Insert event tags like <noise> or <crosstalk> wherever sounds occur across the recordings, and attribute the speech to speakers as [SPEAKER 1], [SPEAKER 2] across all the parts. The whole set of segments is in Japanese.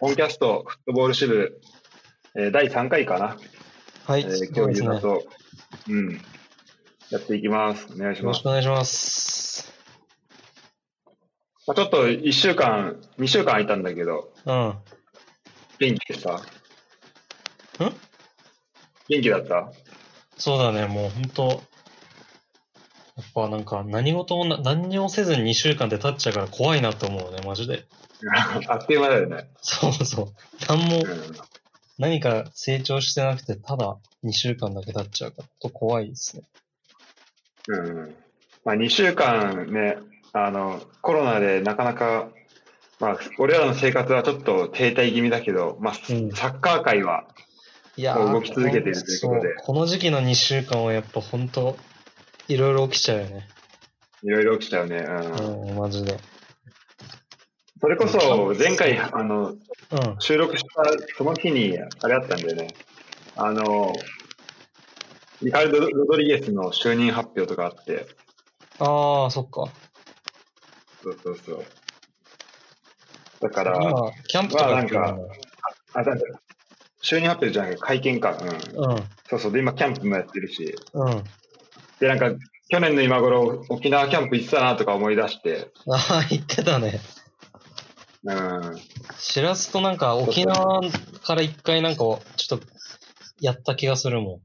[SPEAKER 1] 本キャストフットボール支部、えー第3回かな、
[SPEAKER 2] はい、
[SPEAKER 1] えー、
[SPEAKER 2] そ
[SPEAKER 1] 今
[SPEAKER 2] うで
[SPEAKER 1] 日
[SPEAKER 2] す
[SPEAKER 1] ゆう
[SPEAKER 2] ね。
[SPEAKER 1] な
[SPEAKER 2] よ
[SPEAKER 1] と、うん、やっていきます。お願いしま
[SPEAKER 2] ろ
[SPEAKER 1] す
[SPEAKER 2] しく。お願いします。
[SPEAKER 1] まあ、ちょっと1週間、2週間空いたんだけど、
[SPEAKER 2] うん。
[SPEAKER 1] 元気でした元気だった <laughs>
[SPEAKER 2] そうだね、もう本当やっぱなんか何事もな、何にもせずに2週間で経っちゃうから怖いなと思うね、マジで。 <laughs>
[SPEAKER 1] あっという間だよね。
[SPEAKER 2] そうそう。何も
[SPEAKER 1] う、ん
[SPEAKER 2] 何か成長してなくて、ただ2週間だけ経っちゃうから、と怖いですね。
[SPEAKER 1] うんまあ、2週間ね、あの、コロナでなかなか、まあ、俺らの生活はちょっと停滞気味だけど、まあ、
[SPEAKER 2] うん
[SPEAKER 1] サッカー界は、
[SPEAKER 2] いや
[SPEAKER 1] もう動き続けているということで
[SPEAKER 2] そうこの時期の2週間はやっぱ本当いろいろ起きちゃうよね。
[SPEAKER 1] いろいろ起きちゃうね。うん。
[SPEAKER 2] うん、マジで。
[SPEAKER 1] それこそ、前回、あの、
[SPEAKER 2] うん。
[SPEAKER 1] 収録したその日に、あれあったんだよね。あの、リカルド・ロドリゲスの就任発表とかあって、
[SPEAKER 2] ああ、そっか。
[SPEAKER 1] そうそうそう。だから、
[SPEAKER 2] 今、キャンプとかやってる
[SPEAKER 1] まあなんあ、だ就任発表じゃなくて会見か。うん。
[SPEAKER 2] もんね
[SPEAKER 1] そうそう。で、今、キャンプもやってるし、
[SPEAKER 2] うん。うん。
[SPEAKER 1] で、なんか、去年の今頃、沖縄キャンプ行ってたなとか思い出して、
[SPEAKER 2] ああ、言ってたね。
[SPEAKER 1] うん。
[SPEAKER 2] しらすとなんか沖縄から一回なんかちょっとやった気がするも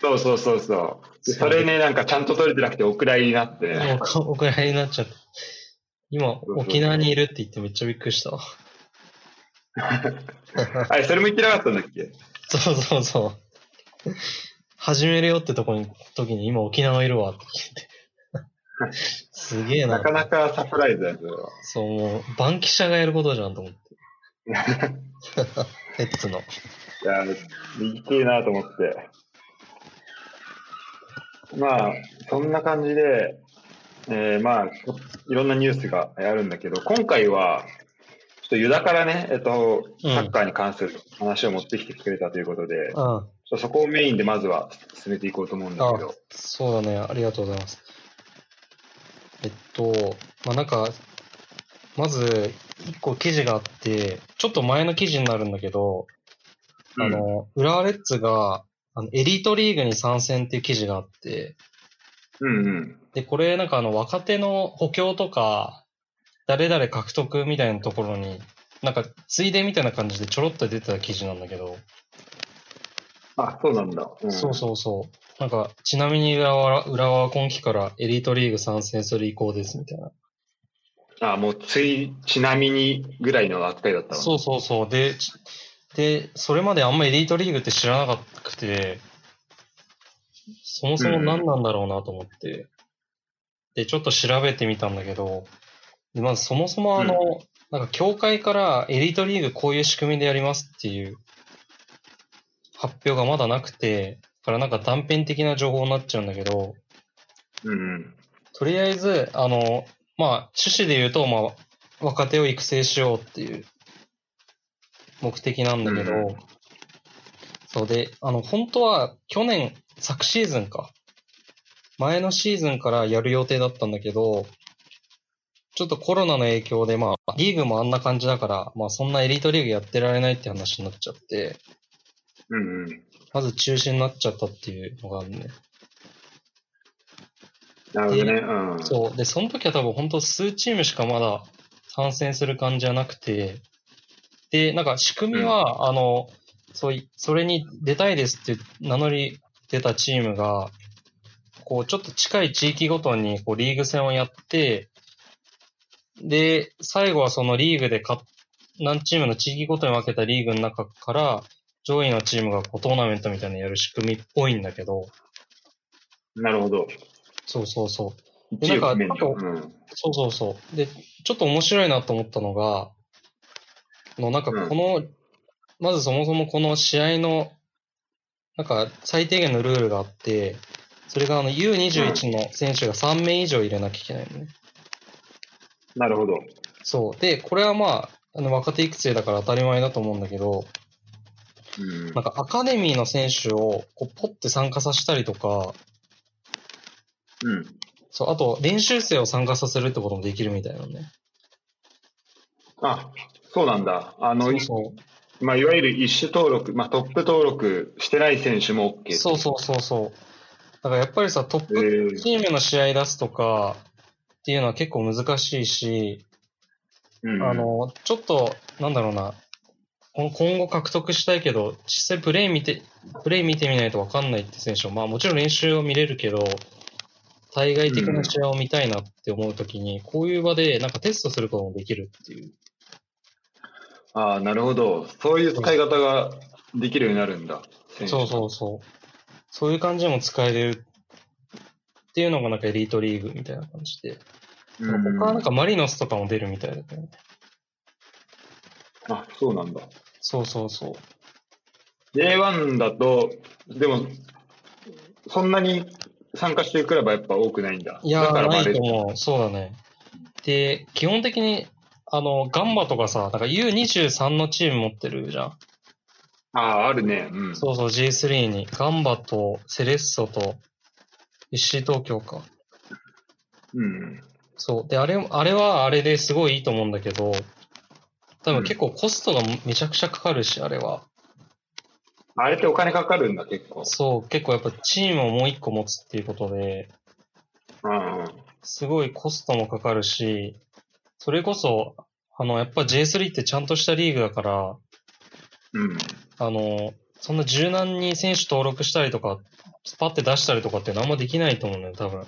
[SPEAKER 1] そうそうそうそう。でそれね、なんかちゃんと取れてなくてお蔵入りになって
[SPEAKER 2] ん。
[SPEAKER 1] ね。
[SPEAKER 2] もうお蔵入りになっちゃって。今、
[SPEAKER 1] そうそう
[SPEAKER 2] 沖縄にいるって言ってめっちゃびっくりしたわ。
[SPEAKER 1] あれ、それも言ってなかったんだっけ
[SPEAKER 2] そうそうそう。始めるよってとこに、時に今沖縄いるわって聞いて。すげえな。
[SPEAKER 1] なかなかサプライズだよ、それは。
[SPEAKER 2] そう、もう、バンキシャがやることじゃんと思って。 <laughs> ペッツの。
[SPEAKER 1] いや、行きてえなと思って。まあ、そんな感じで、えーまあ、こいろんなニュースがあるんだけど、今回は、ちょっとユダからね、えっと、サ
[SPEAKER 2] うん
[SPEAKER 1] ッカーに関する話を持ってきてくれたということで、ちょっ
[SPEAKER 2] うん。
[SPEAKER 1] とそこをメインでまずは進めていこうと思うんだけど、
[SPEAKER 2] そうだね、ありがとうございます。えっと、まあ、なんか、まず、一個記事があって、ちょっと前の記事になるんだけど、あ
[SPEAKER 1] うん
[SPEAKER 2] の、浦和レッズが、あの、エリートリーグに参戦っていう記事があって、
[SPEAKER 1] うんうん。
[SPEAKER 2] で、これ、なんかあの、若手の補強とか、誰々獲得みたいなところに、なんか、ついでみたいな感じでちょろっと出てた記事なんだけど、
[SPEAKER 1] あ、そうなんだ。うん、
[SPEAKER 2] そうそうそう。なんか、ちなみに浦和は、浦和は今季からエリートリーグ参戦する意向ですみたいな。
[SPEAKER 1] あ、もうつい、ちなみにぐらいの扱いだったわ。
[SPEAKER 2] そうそうそう。で、ちで、それまであんまエリートリーグって知らなかったくて、そもそも何なんだろうなと思って、で、ちょっと調べてみたんだけど、でまずそもそもあの、なんか協会からエリートリーグこういう仕組みでやりますっていう発表がまだなくて、だからなんか断片的な情報になっちゃうんだけど、
[SPEAKER 1] うんうん。
[SPEAKER 2] とりあえず、あの、まあ、趣旨で言うと、まあ、若手を育成しようっていう目的なんだけど、
[SPEAKER 1] うんう
[SPEAKER 2] そうで、あの、本当は去年、昨シーズンか、前のシーズンからやる予定だったんだけど、ちょっとコロナの影響で、まあ、リーグもあんな感じだから、まあ、そんなエリートリーグやってられないって話になっちゃって、
[SPEAKER 1] うんうん。
[SPEAKER 2] まず中止になっちゃったっていうのがあるね。
[SPEAKER 1] なるほどね。うん。
[SPEAKER 2] そう。で、その時は多分本当数チームしかまだ参戦する感じじゃなくて、で、なんか仕組みは、あの、そうい、それに出たいですって名乗り出たチームが、こう、ちょっと近い地域ごとに、こう、リーグ戦をやって、で、最後はそのリーグで勝っ何チームの地域ごとに分けたリーグの中から、上位のチームがこうトーナメントみたいなのやる仕組みっぽいんだけど、
[SPEAKER 1] なるほど。
[SPEAKER 2] そうそうそう。
[SPEAKER 1] 一
[SPEAKER 2] なんか
[SPEAKER 1] 面
[SPEAKER 2] あと
[SPEAKER 1] うん。
[SPEAKER 2] そうそうそう。で、ちょっと面白いなと思ったのが、あのなんかこの、まずそもそもこの試合の、なんか最低限のルールがあって、それがあの U21 の選手が3名以上入れなきゃいけないのね。
[SPEAKER 1] なるほど。
[SPEAKER 2] そう。で、これはまあ、あの若手育成だから当たり前だと思うんだけど、
[SPEAKER 1] うん
[SPEAKER 2] なんかアカデミーの選手をこうポッて参加させたりとか、
[SPEAKER 1] うん。
[SPEAKER 2] そう、あと練習生を参加させるってこともできるみたいなのね。
[SPEAKER 1] あ、そうなんだ。あの、
[SPEAKER 2] そ
[SPEAKER 1] いう
[SPEAKER 2] そ
[SPEAKER 1] まあ、いわゆる一種登録、まあ、トップ登録してない選手も OK
[SPEAKER 2] う。そうそうそうそう。だからやっぱりさ、トッ
[SPEAKER 1] え
[SPEAKER 2] プチームの試合出すとかっていうのは結構難しいし、
[SPEAKER 1] うん、
[SPEAKER 2] あの、ちょっと、なんだろうな、こ今後獲得したいけど、実際プレイ見て、プレイ見てみないとわかんないって選手も、まあもちろん練習を見れるけど、対外的な試合を見たいなって思うときに、こういう場でなんかテストすることもできるっていう。
[SPEAKER 1] ああ、なるほど。そういう使い方ができるようになるんだ。
[SPEAKER 2] そう
[SPEAKER 1] う。
[SPEAKER 2] そうそう。そういう感じでも使えるっていうのがなんかエリートリーグみたいな感じで。
[SPEAKER 1] うん、
[SPEAKER 2] 他はなんかマリノスとかも出るみたいだね。
[SPEAKER 1] あ、そうなんだ。
[SPEAKER 2] そうそうそう。
[SPEAKER 1] J1 だと、でも、そんなに参加してるクラブはやっぱ多くないんだ。
[SPEAKER 2] いや
[SPEAKER 1] だからま
[SPEAKER 2] ー、
[SPEAKER 1] あ
[SPEAKER 2] な
[SPEAKER 1] あれ
[SPEAKER 2] いと思う。そうだね。で、基本的に、あの、ガンバとかさ、なんか U23 のチーム持ってるじゃん。
[SPEAKER 1] ああ、あるね。うん。
[SPEAKER 2] そうそう、J3 に。ガンバとセレッソと FC 東京か。
[SPEAKER 1] うん。
[SPEAKER 2] そう。で、あれ、あれはあれですごいいいと思うんだけど、多分結構コストがめちゃくちゃかかるし、あれは。
[SPEAKER 1] あれってお金かかるんだ、結構。
[SPEAKER 2] そう、結構やっぱチームをもう一個持つっていうことで、
[SPEAKER 1] うん。
[SPEAKER 2] すごいコストもかかるし、それこそ、あの、やっぱ J3 ってちゃんとしたリーグだから、
[SPEAKER 1] うん。
[SPEAKER 2] あの、そんな柔軟に選手登録したりとか、パッて出したりとかって何もできないと思うんだよ、多分。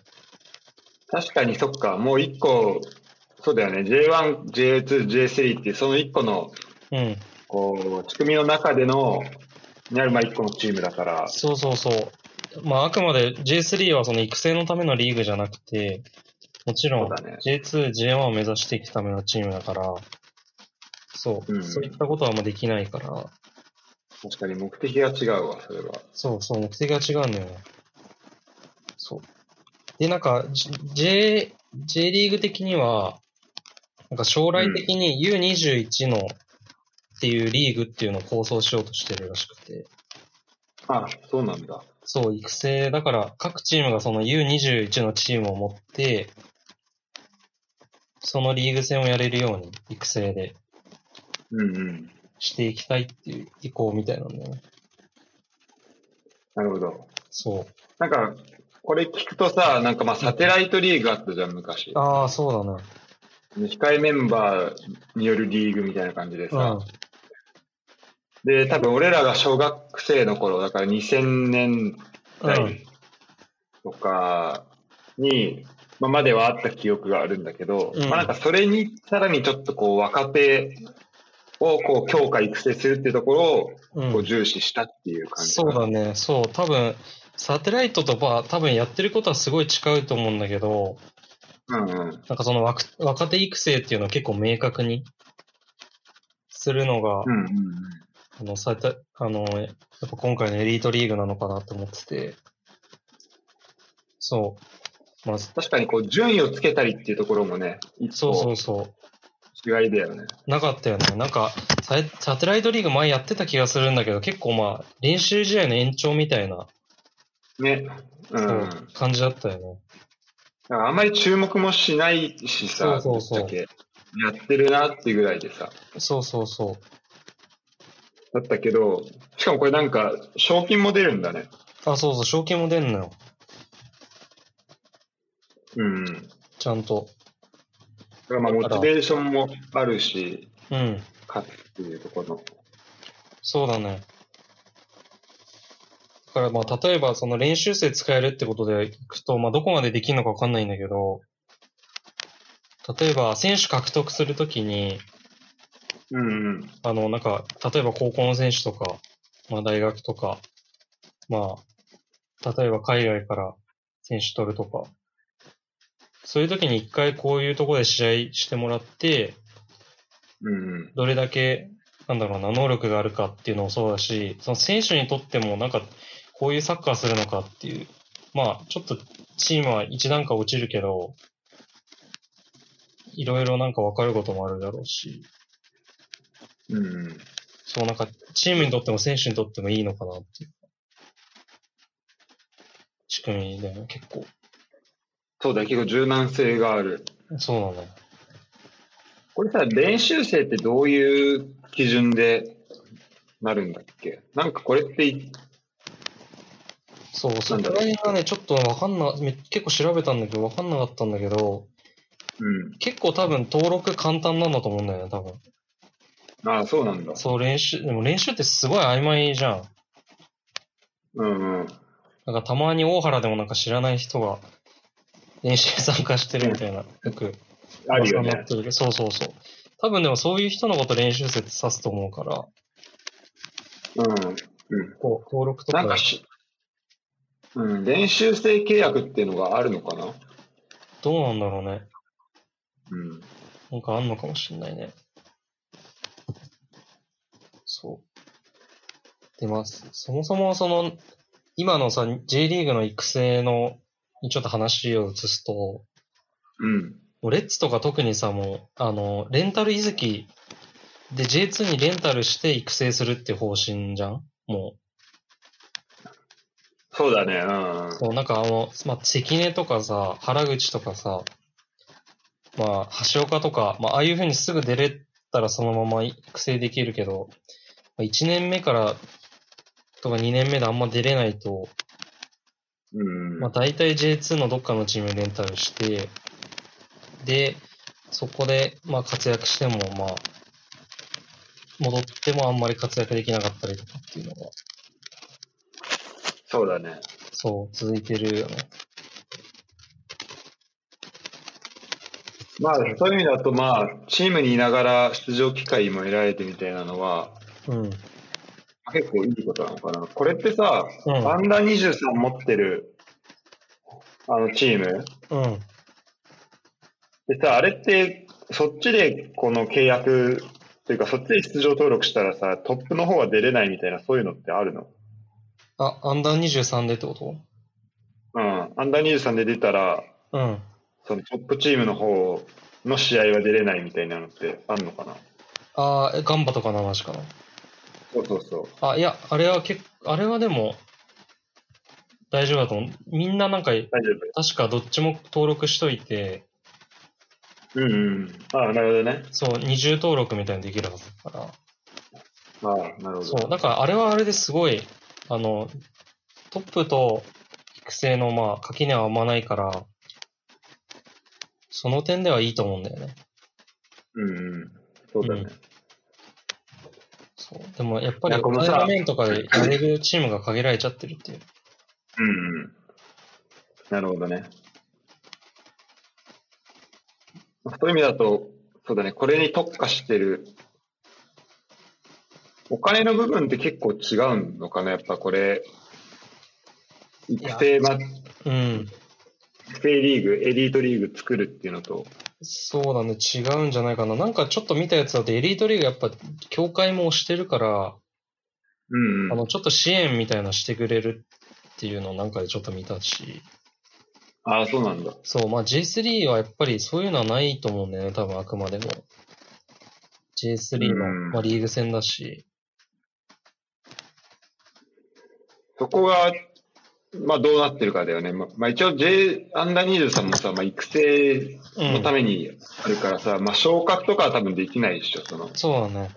[SPEAKER 1] 確かにそっか、もう一個、そうだよね。J1、J2、J3 ってその一個の、
[SPEAKER 2] うん。
[SPEAKER 1] こう、仕組みの中での、にあるまあ一個のチームだから。
[SPEAKER 2] そうそうそう。まあ、あくまで J3 はその育成のためのリーグじゃなくて、もちろん
[SPEAKER 1] そうだね
[SPEAKER 2] J2、J1 を目指していくためのチームだから、そう、
[SPEAKER 1] うん
[SPEAKER 2] そういったことはあんまできないから、
[SPEAKER 1] 確かに目的が違うわ、それは。
[SPEAKER 2] そうそう、目的が違うんだよね。そう。で、なんか、J- J、J リーグ的には、なんか将来的に U21 のっていうリーグっていうのを構想しようとしてるらしくて、
[SPEAKER 1] あ、そうなんだ。
[SPEAKER 2] そう、育成、だから各チームがその U21 のチームを持って、そのリーグ戦をやれるように育成で
[SPEAKER 1] うんうん。
[SPEAKER 2] していきたいっていう意向みたいなんだよね。
[SPEAKER 1] なるほど。
[SPEAKER 2] そ
[SPEAKER 1] なんか、これ聞くとさ、なんかまあサテライトリーグあったじゃん、昔
[SPEAKER 2] う。。ああ、そうだね。
[SPEAKER 1] 控えメンバーによるリーグみたいな感じで
[SPEAKER 2] う
[SPEAKER 1] さ
[SPEAKER 2] ん。。
[SPEAKER 1] で、多分俺らが小学生の頃、だから2000年
[SPEAKER 2] うん
[SPEAKER 1] 代とかに、まあ、まではあった記憶があるんだけど、
[SPEAKER 2] うん
[SPEAKER 1] まあなんかそれにさらにちょっとこう若手をこう強化育成するっていうところを
[SPEAKER 2] うん
[SPEAKER 1] こう重視したっていう感じか
[SPEAKER 2] そ
[SPEAKER 1] な、
[SPEAKER 2] うだね、そう、多分サテライトとば、多分やってることはすごい近いと思うんだけど、
[SPEAKER 1] うんうん。
[SPEAKER 2] なんかその若若手育成っていうのを結構明確にするのが、
[SPEAKER 1] うんうんうん。
[SPEAKER 2] あの、サテあの、やっぱ今回のエリートリーグなのかなと思ってて、そう、まあ、
[SPEAKER 1] 確かにこう順位をつけたりっていうところもね、一
[SPEAKER 2] そうそう
[SPEAKER 1] 個
[SPEAKER 2] そ
[SPEAKER 1] 違いだよね。
[SPEAKER 2] う、なかったよね。なんか、ササテライトリーグ前やってた気がするんだけど、結構まあ、練習試合の延長みたいな、
[SPEAKER 1] ね。う
[SPEAKER 2] そ
[SPEAKER 1] ん。
[SPEAKER 2] う
[SPEAKER 1] だか
[SPEAKER 2] 感じだったよね。
[SPEAKER 1] らあんまり注目もしないしさ、
[SPEAKER 2] そうそうそう
[SPEAKER 1] ぶっちゃけやってるなっていうぐらいでさ。
[SPEAKER 2] そうそうそう。
[SPEAKER 1] だったけど、しかもこれなんか、賞金も出るんだね。
[SPEAKER 2] あ、そうそう、賞金も出んのよ。
[SPEAKER 1] うん。だ
[SPEAKER 2] ちゃんと。
[SPEAKER 1] からまあ、モチベーションもあるし、
[SPEAKER 2] うん。
[SPEAKER 1] 勝つっていうところの。
[SPEAKER 2] そうだね。だからまあ、例えばその練習生使えるってことでいくと、まあ、どこまでできるのかわかんないんだけど、例えば選手獲得するときに、
[SPEAKER 1] うんうん。
[SPEAKER 2] あの、なんか、例えば高校の選手とか、まあ、大学とか、まあ、例えば海外から選手取るとか、そういう時に一回こういうところで試合してもらって、
[SPEAKER 1] うんうん。
[SPEAKER 2] どれだけ、なんだろうな、能力があるかっていうのもそうだし、その選手にとっても、なんか、こういうサッカーするのかっていう、まあ、ちょっとチームは一段階落ちるけど、いろいろなんか分かることもあるだろうし、
[SPEAKER 1] うんうん。
[SPEAKER 2] そうなんか、チームにとっても選手にとってもいいのかなっていう。仕組みだよね、結構。
[SPEAKER 1] そうだ、結構柔軟性がある。
[SPEAKER 2] そうなんだよ。
[SPEAKER 1] これさ、練習生ってどういう基準でなるんだっけなんかこれってい、
[SPEAKER 2] そう、そ
[SPEAKER 1] なん
[SPEAKER 2] こ
[SPEAKER 1] だろう
[SPEAKER 2] ら辺がね、ちょっとわかんな、め結構調べたんだけど、わかんなかったんだけど、
[SPEAKER 1] うん。
[SPEAKER 2] 結構多分登録簡単なんだと思うんだよね、多分。
[SPEAKER 1] ああ、そうなんだ。
[SPEAKER 2] そう、練習、でも練習ってすごい曖昧じゃん。
[SPEAKER 1] うんうん。
[SPEAKER 2] なんかたまに大原でもなんか知らない人が練習参加してるみたいな、よく
[SPEAKER 1] あるよ
[SPEAKER 2] 噂にな
[SPEAKER 1] ね
[SPEAKER 2] っ。てるけどそうそうそう。多分でもそういう人のこと練習生って指すと思うから、
[SPEAKER 1] うん。うん。
[SPEAKER 2] こう登録とか。
[SPEAKER 1] なんかし、うん、練習生契約っていうのがあるのかな
[SPEAKER 2] どうなんだろうね。
[SPEAKER 1] うん。
[SPEAKER 2] なんかあんのかもしんないね。そう。で、まあ、そそもそもその、今のさ、J リーグの育成の、にちょっと話を移すと、
[SPEAKER 1] うん。
[SPEAKER 2] もうレッツとか特にさ、もう、あの、レンタル遺跡で J2 にレンタルして育成するって方針じゃんも
[SPEAKER 1] そうだね。うん
[SPEAKER 2] う、。そうなんかあの、まあ、関根とかさ、原口とかさ、まあ、橋岡とか、まあ、ああいう風にすぐ出れたらそのまま育成できるけど、まあ、1年目からとか2年目であんま出れないと、
[SPEAKER 1] うん。
[SPEAKER 2] まあ、大体 J2 のどっかのチームにレンタルして、で、そこで、まあ、活躍しても、まあ、戻ってもあんまり活躍できなかったりとかっていうのが、
[SPEAKER 1] そうだね。
[SPEAKER 2] そう、続いてるよね。
[SPEAKER 1] まあ、そういう意味だと、まあ、チームにいながら出場機会も得られてみたいなのは、
[SPEAKER 2] うん。
[SPEAKER 1] 結構いいことなのかな。これってさ、
[SPEAKER 2] うん
[SPEAKER 1] アンダー23持ってる、あの、チーム
[SPEAKER 2] うん。
[SPEAKER 1] でさ、あれって、そっちでこの契約っていうか、そっちで出場登録したらさ、トップの方は出れないみたいな、そういうのってあるの
[SPEAKER 2] あ、アンダー23でってこと
[SPEAKER 1] うん。アンダー23で出たら、
[SPEAKER 2] うん。
[SPEAKER 1] そのトップチームの方の試合は出れないみたいなのってあるのかな
[SPEAKER 2] あーえガンバとかの話かな。
[SPEAKER 1] そうそうそう。
[SPEAKER 2] あ、いや、あれは結構、あれはでも、大丈夫だと思う。みんななんか、
[SPEAKER 1] 大丈
[SPEAKER 2] 確かどっちも登録しといて、
[SPEAKER 1] 夫。うんうん。ああ、なるほどね。
[SPEAKER 2] そう、二重登録みたいにできるはずだから。
[SPEAKER 1] ああ、なるほど。
[SPEAKER 2] そう、だからあれはあれですごい、あの、トップと育成の、まあ、垣根はあんまないから、その点ではいいと思うんだよね。
[SPEAKER 1] うんうん。そうだね。
[SPEAKER 2] うんそう。でも、やっぱ
[SPEAKER 1] い
[SPEAKER 2] り、
[SPEAKER 1] やこのさ
[SPEAKER 2] 場面とかでやれるチームが限られちゃってるっていう。
[SPEAKER 1] うんうん。なるほどね。そういう意味だと、そうだね、これに特化してる、お金の部分って結構違うのかな、やっぱこれ、育成、ま、
[SPEAKER 2] うん。
[SPEAKER 1] 育成リーグ、エリートリーグ作るっていうのと、
[SPEAKER 2] そうだね、違うんじゃないかな。なんかちょっと見たやつだと、エリートリーグやっぱ、協会も推してるから、
[SPEAKER 1] うん、う
[SPEAKER 2] あ
[SPEAKER 1] ん。
[SPEAKER 2] の、ちょっと支援みたいなのしてくれるっていうのをなんかでちょっと見たし。
[SPEAKER 1] ああ、そうなんだ。
[SPEAKER 2] そう、まあ J3 はやっぱりそういうのはないと思うんだよね、多分あくまでも。J3 の、
[SPEAKER 1] うん
[SPEAKER 2] まあ、リーグ戦だし。
[SPEAKER 1] そこが、まあどうなってるかだよね。ままあ一応 J、アンダー23もさ、まあ育成
[SPEAKER 2] う
[SPEAKER 1] の
[SPEAKER 2] ん
[SPEAKER 1] た。めにあるからさ、まあ昇格とかは多分できないでしょ、その、
[SPEAKER 2] そうだね。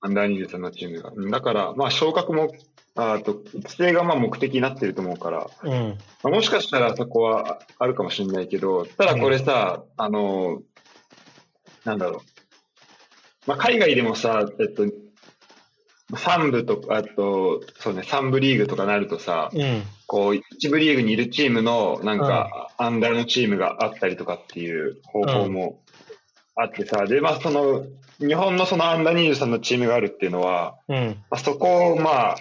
[SPEAKER 1] アンダー23のチームが。うんだから、まあ昇格も、あと、育成がまあ目的になってると思うから、
[SPEAKER 2] うん。
[SPEAKER 1] まあもしかしたらそこはあるかもしれないけど、ただこれさ、あの、なんだろう。まあ海外でもさ、えっと、3部とか、あと、そうね、3部リーグとかなるとさ、
[SPEAKER 2] うん。
[SPEAKER 1] こう、一部リーグにいるチームの、なんか、アンダーのチームがあったりとかっていう方法もあってさ、で、まあ、その、日本のそのアンダー23のチームがあるっていうのは、
[SPEAKER 2] うん。
[SPEAKER 1] まあ、そこを、まあ、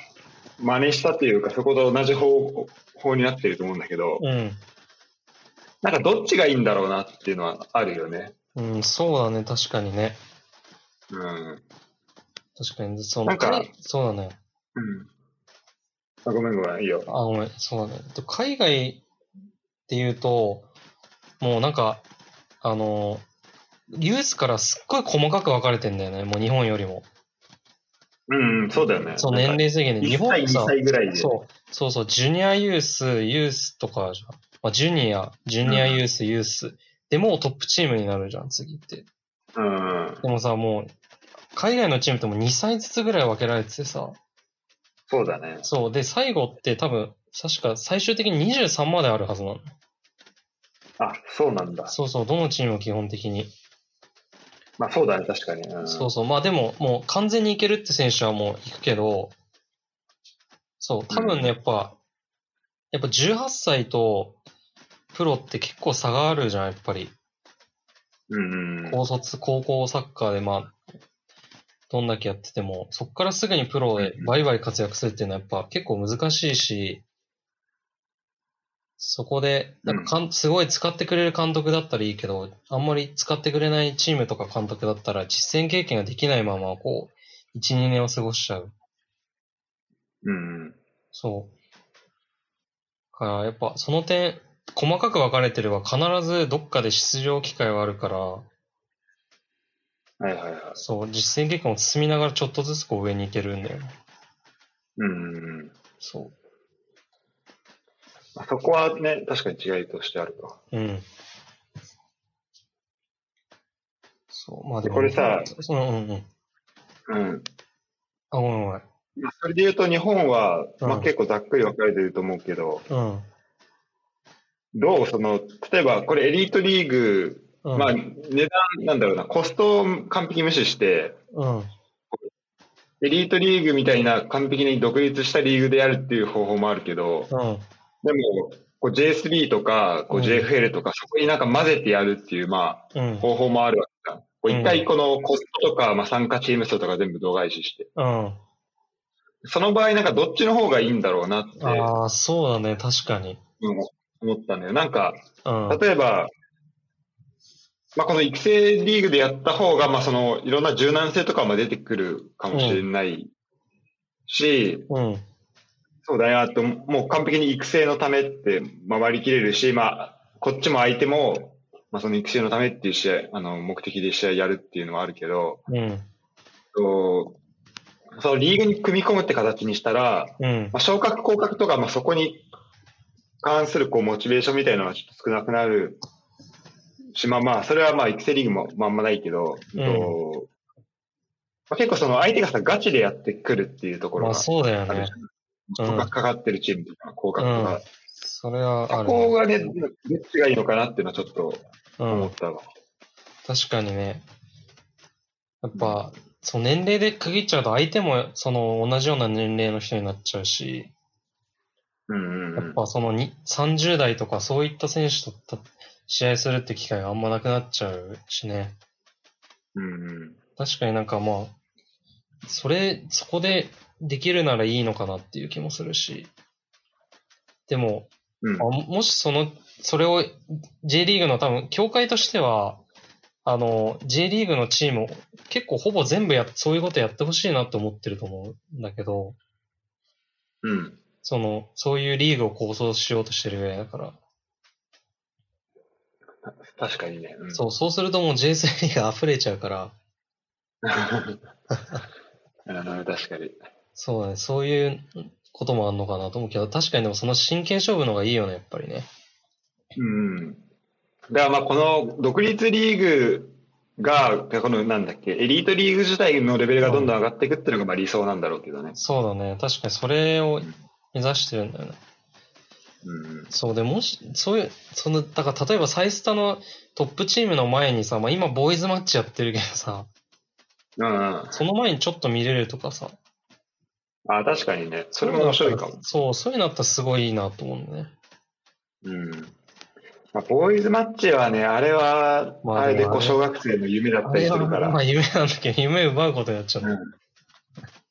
[SPEAKER 1] 真似したというか、そこと同じ方法になってると思うんだけど、
[SPEAKER 2] うん。
[SPEAKER 1] なんかどっちがいいんだろうなっていうのはあるよね。
[SPEAKER 2] うん、そうだね、確かにね。
[SPEAKER 1] うん。
[SPEAKER 2] 確かに、そう、
[SPEAKER 1] なんか
[SPEAKER 2] 彼そうだね。
[SPEAKER 1] うん。あごめんごめん、いいよ。
[SPEAKER 2] あ、ごめん、そうだね。と海外っていうと、もうなんか、あの、ユースからすっごい細かく分かれてんだよね、もう日本よりも。
[SPEAKER 1] うん、うんそうだよね。
[SPEAKER 2] そう、
[SPEAKER 1] なんか
[SPEAKER 2] 年齢制限で。日本
[SPEAKER 1] 1歳、
[SPEAKER 2] もさ
[SPEAKER 1] 2歳ぐらいで。
[SPEAKER 2] そう、そうそう、ジュニアユース、ユースとかじゃん。まあ、ジュニア、ジュニアユース、ユース。でもうトップチームになるじゃん、次って。
[SPEAKER 1] うん。
[SPEAKER 2] でもさ、もう、海外のチームってもう2歳ずつぐらい分けられててさ、
[SPEAKER 1] そうだね。
[SPEAKER 2] そう、で、最後って多分、確か最終的に23まであるはずなの。
[SPEAKER 1] あ、そうなんだ。
[SPEAKER 2] そうそう、どのチームも基本的に。
[SPEAKER 1] まあそうだね、確かに。うん、
[SPEAKER 2] そうそう、まあでも、もう完全にいけるって選手はもう行くけど、そう、多分
[SPEAKER 1] うん
[SPEAKER 2] ね、やっぱ、やっぱ18歳とプロって結構差があるじゃん、やっぱり。
[SPEAKER 1] うんうん。
[SPEAKER 2] 高卒、高校サッカーで、まあ、どんだけやってても、そこからすぐにプロでバリバリ活躍するっていうのはやっぱ結構難しいし、そこで、なんかかん、すごい使ってくれる監督だったらいいけど、あんまり使ってくれないチームとか監督だったら、実践経験ができないまま、こう、1、2年を過ごしちゃう。
[SPEAKER 1] うんうん。
[SPEAKER 2] そう。だから、やっぱ、その点、細かく分かれてれば、必ずどっかで出場機会はあるから、
[SPEAKER 1] はいはいはい。
[SPEAKER 2] そう、実践結果も進みながらちょっとずつこう上に行けるんだよね。
[SPEAKER 1] うんうんうん。
[SPEAKER 2] そ
[SPEAKER 1] まあ、そこはね、確かに違いとしてあると。
[SPEAKER 2] う。うん。そう、まあ
[SPEAKER 1] でこれさ
[SPEAKER 2] そううんうんうん。
[SPEAKER 1] うん。
[SPEAKER 2] あ、ごめんごめん。
[SPEAKER 1] まあ、それで言うと日本は、
[SPEAKER 2] うん
[SPEAKER 1] まあ結構ざっくり分かれてると思うけど、
[SPEAKER 2] うん。
[SPEAKER 1] どうその、例えばこれエリートリーグ、
[SPEAKER 2] うん、
[SPEAKER 1] まあ値段、なんだろうな、コストを完璧に無視して、
[SPEAKER 2] うん。
[SPEAKER 1] エリートリーグみたいな完璧に独立したリーグでやるっていう方法もあるけど、
[SPEAKER 2] うん。
[SPEAKER 1] でも、こう J3 とか、こう
[SPEAKER 2] うん
[SPEAKER 1] JFL とか、そこになんか混ぜてやるっていう、ま
[SPEAKER 2] う
[SPEAKER 1] あ、
[SPEAKER 2] ん。
[SPEAKER 1] 方法もあるわけじゃん。こう
[SPEAKER 2] うん
[SPEAKER 1] 一回このコストとか、まあ、参加チーム数とか全部度外視して。
[SPEAKER 2] うん。
[SPEAKER 1] その場合、なんかどっちの方がいいんだろうなって
[SPEAKER 2] ああ、そうだね。確かに。
[SPEAKER 1] うん思ったんだよ。なんか、
[SPEAKER 2] うん。
[SPEAKER 1] 例えば、まあ、この育成リーグでやった方が、まあ、その、いろんな柔軟性とかも出てくるかもしれないし、
[SPEAKER 2] うん。
[SPEAKER 1] そうだなと、もう完璧に育成のためって、まあ、割り切れるし、まあ、こっちも相手も、まあ、その育成のためっていう試合、あの、目的で試合やるっていうのはあるけど、
[SPEAKER 2] うん。
[SPEAKER 1] とそのリーグに組み込むって形にしたら、
[SPEAKER 2] うん。
[SPEAKER 1] まあ、昇格降格とか、まあ、そこに関するこうモチベーションみたいなのはちょっと少なくなるし、まあまあ、それはまあ、育成リーグもまああんまないけど、
[SPEAKER 2] うん
[SPEAKER 1] とまあ、結構その相手がさ、ガチでやってくるっていうところ
[SPEAKER 2] まあ、
[SPEAKER 1] が
[SPEAKER 2] そうだよ
[SPEAKER 1] ある
[SPEAKER 2] ね
[SPEAKER 1] じ。ゃん。
[SPEAKER 2] うん
[SPEAKER 1] 降格かかってるチームとか、降
[SPEAKER 2] う
[SPEAKER 1] 格と
[SPEAKER 2] ん
[SPEAKER 1] か。。
[SPEAKER 2] それはあ
[SPEAKER 1] そ
[SPEAKER 2] る
[SPEAKER 1] こ
[SPEAKER 2] ね。
[SPEAKER 1] がね、どっちがいいのかなっていうのはちょっと
[SPEAKER 2] う
[SPEAKER 1] 思
[SPEAKER 2] ん
[SPEAKER 1] っ。たわ。
[SPEAKER 2] 確かにね。やっぱ、そう年齢で区切っちゃうと相手もその同じような年齢の人になっちゃうし、
[SPEAKER 1] うんうんう
[SPEAKER 2] やっ
[SPEAKER 1] ん。
[SPEAKER 2] ぱそのに30代とかそういった選手と試合するって機会があんまなくなっちゃうしね。
[SPEAKER 1] うんうん
[SPEAKER 2] 確かになんかまあ、それ、そこでできるならいいのかなっていう気もするし。でも、
[SPEAKER 1] うん
[SPEAKER 2] あもしその、それを J リーグの多分、協会としては、あの、J リーグのチームを結構ほぼ全部や、そういうことやってほしいなと思ってると思うんだけど、
[SPEAKER 1] うん。
[SPEAKER 2] その、そういうリーグを構想しようとしてるぐらいだから。
[SPEAKER 1] 確かにね。うん
[SPEAKER 2] そう、そうするともう J3 が <laughs> 溢れちゃうから、
[SPEAKER 1] うん確かに。
[SPEAKER 2] そうだね、そういうこともあんのかなと思うけど、確かにでもその真剣勝負の方がいいよね、やっぱりね。
[SPEAKER 1] うん。だからまあこの独立リーグが、このなんだっけ、エリートリーグ自体のレベルがどんどん上がっていくっていうのがまあ理想なんだろうけどね。
[SPEAKER 2] そうだね、確かにそれを目指してるんだよね。
[SPEAKER 1] うん。
[SPEAKER 2] そうでもし、そういう、その、だから例えばサイスタのトップチームの前にさ、まあ今ボーイズマッチやってるけどさ、
[SPEAKER 1] うん、うん。
[SPEAKER 2] その前にちょっと見れるとかさ。
[SPEAKER 1] あ確かにね。それも面白いかも。
[SPEAKER 2] そう、そういうのあったらすごいいいなと思うんだね。
[SPEAKER 1] うん。まあ、ボーイズマッチはね、あれは、
[SPEAKER 2] まあ
[SPEAKER 1] あれで
[SPEAKER 2] でも
[SPEAKER 1] こ
[SPEAKER 2] あ
[SPEAKER 1] う
[SPEAKER 2] れ
[SPEAKER 1] 小学生の夢だっ
[SPEAKER 2] あ
[SPEAKER 1] たり
[SPEAKER 2] れ
[SPEAKER 1] す
[SPEAKER 2] は
[SPEAKER 1] るから。
[SPEAKER 2] まあ夢なんだけど、夢奪うことやっちゃう。
[SPEAKER 1] うん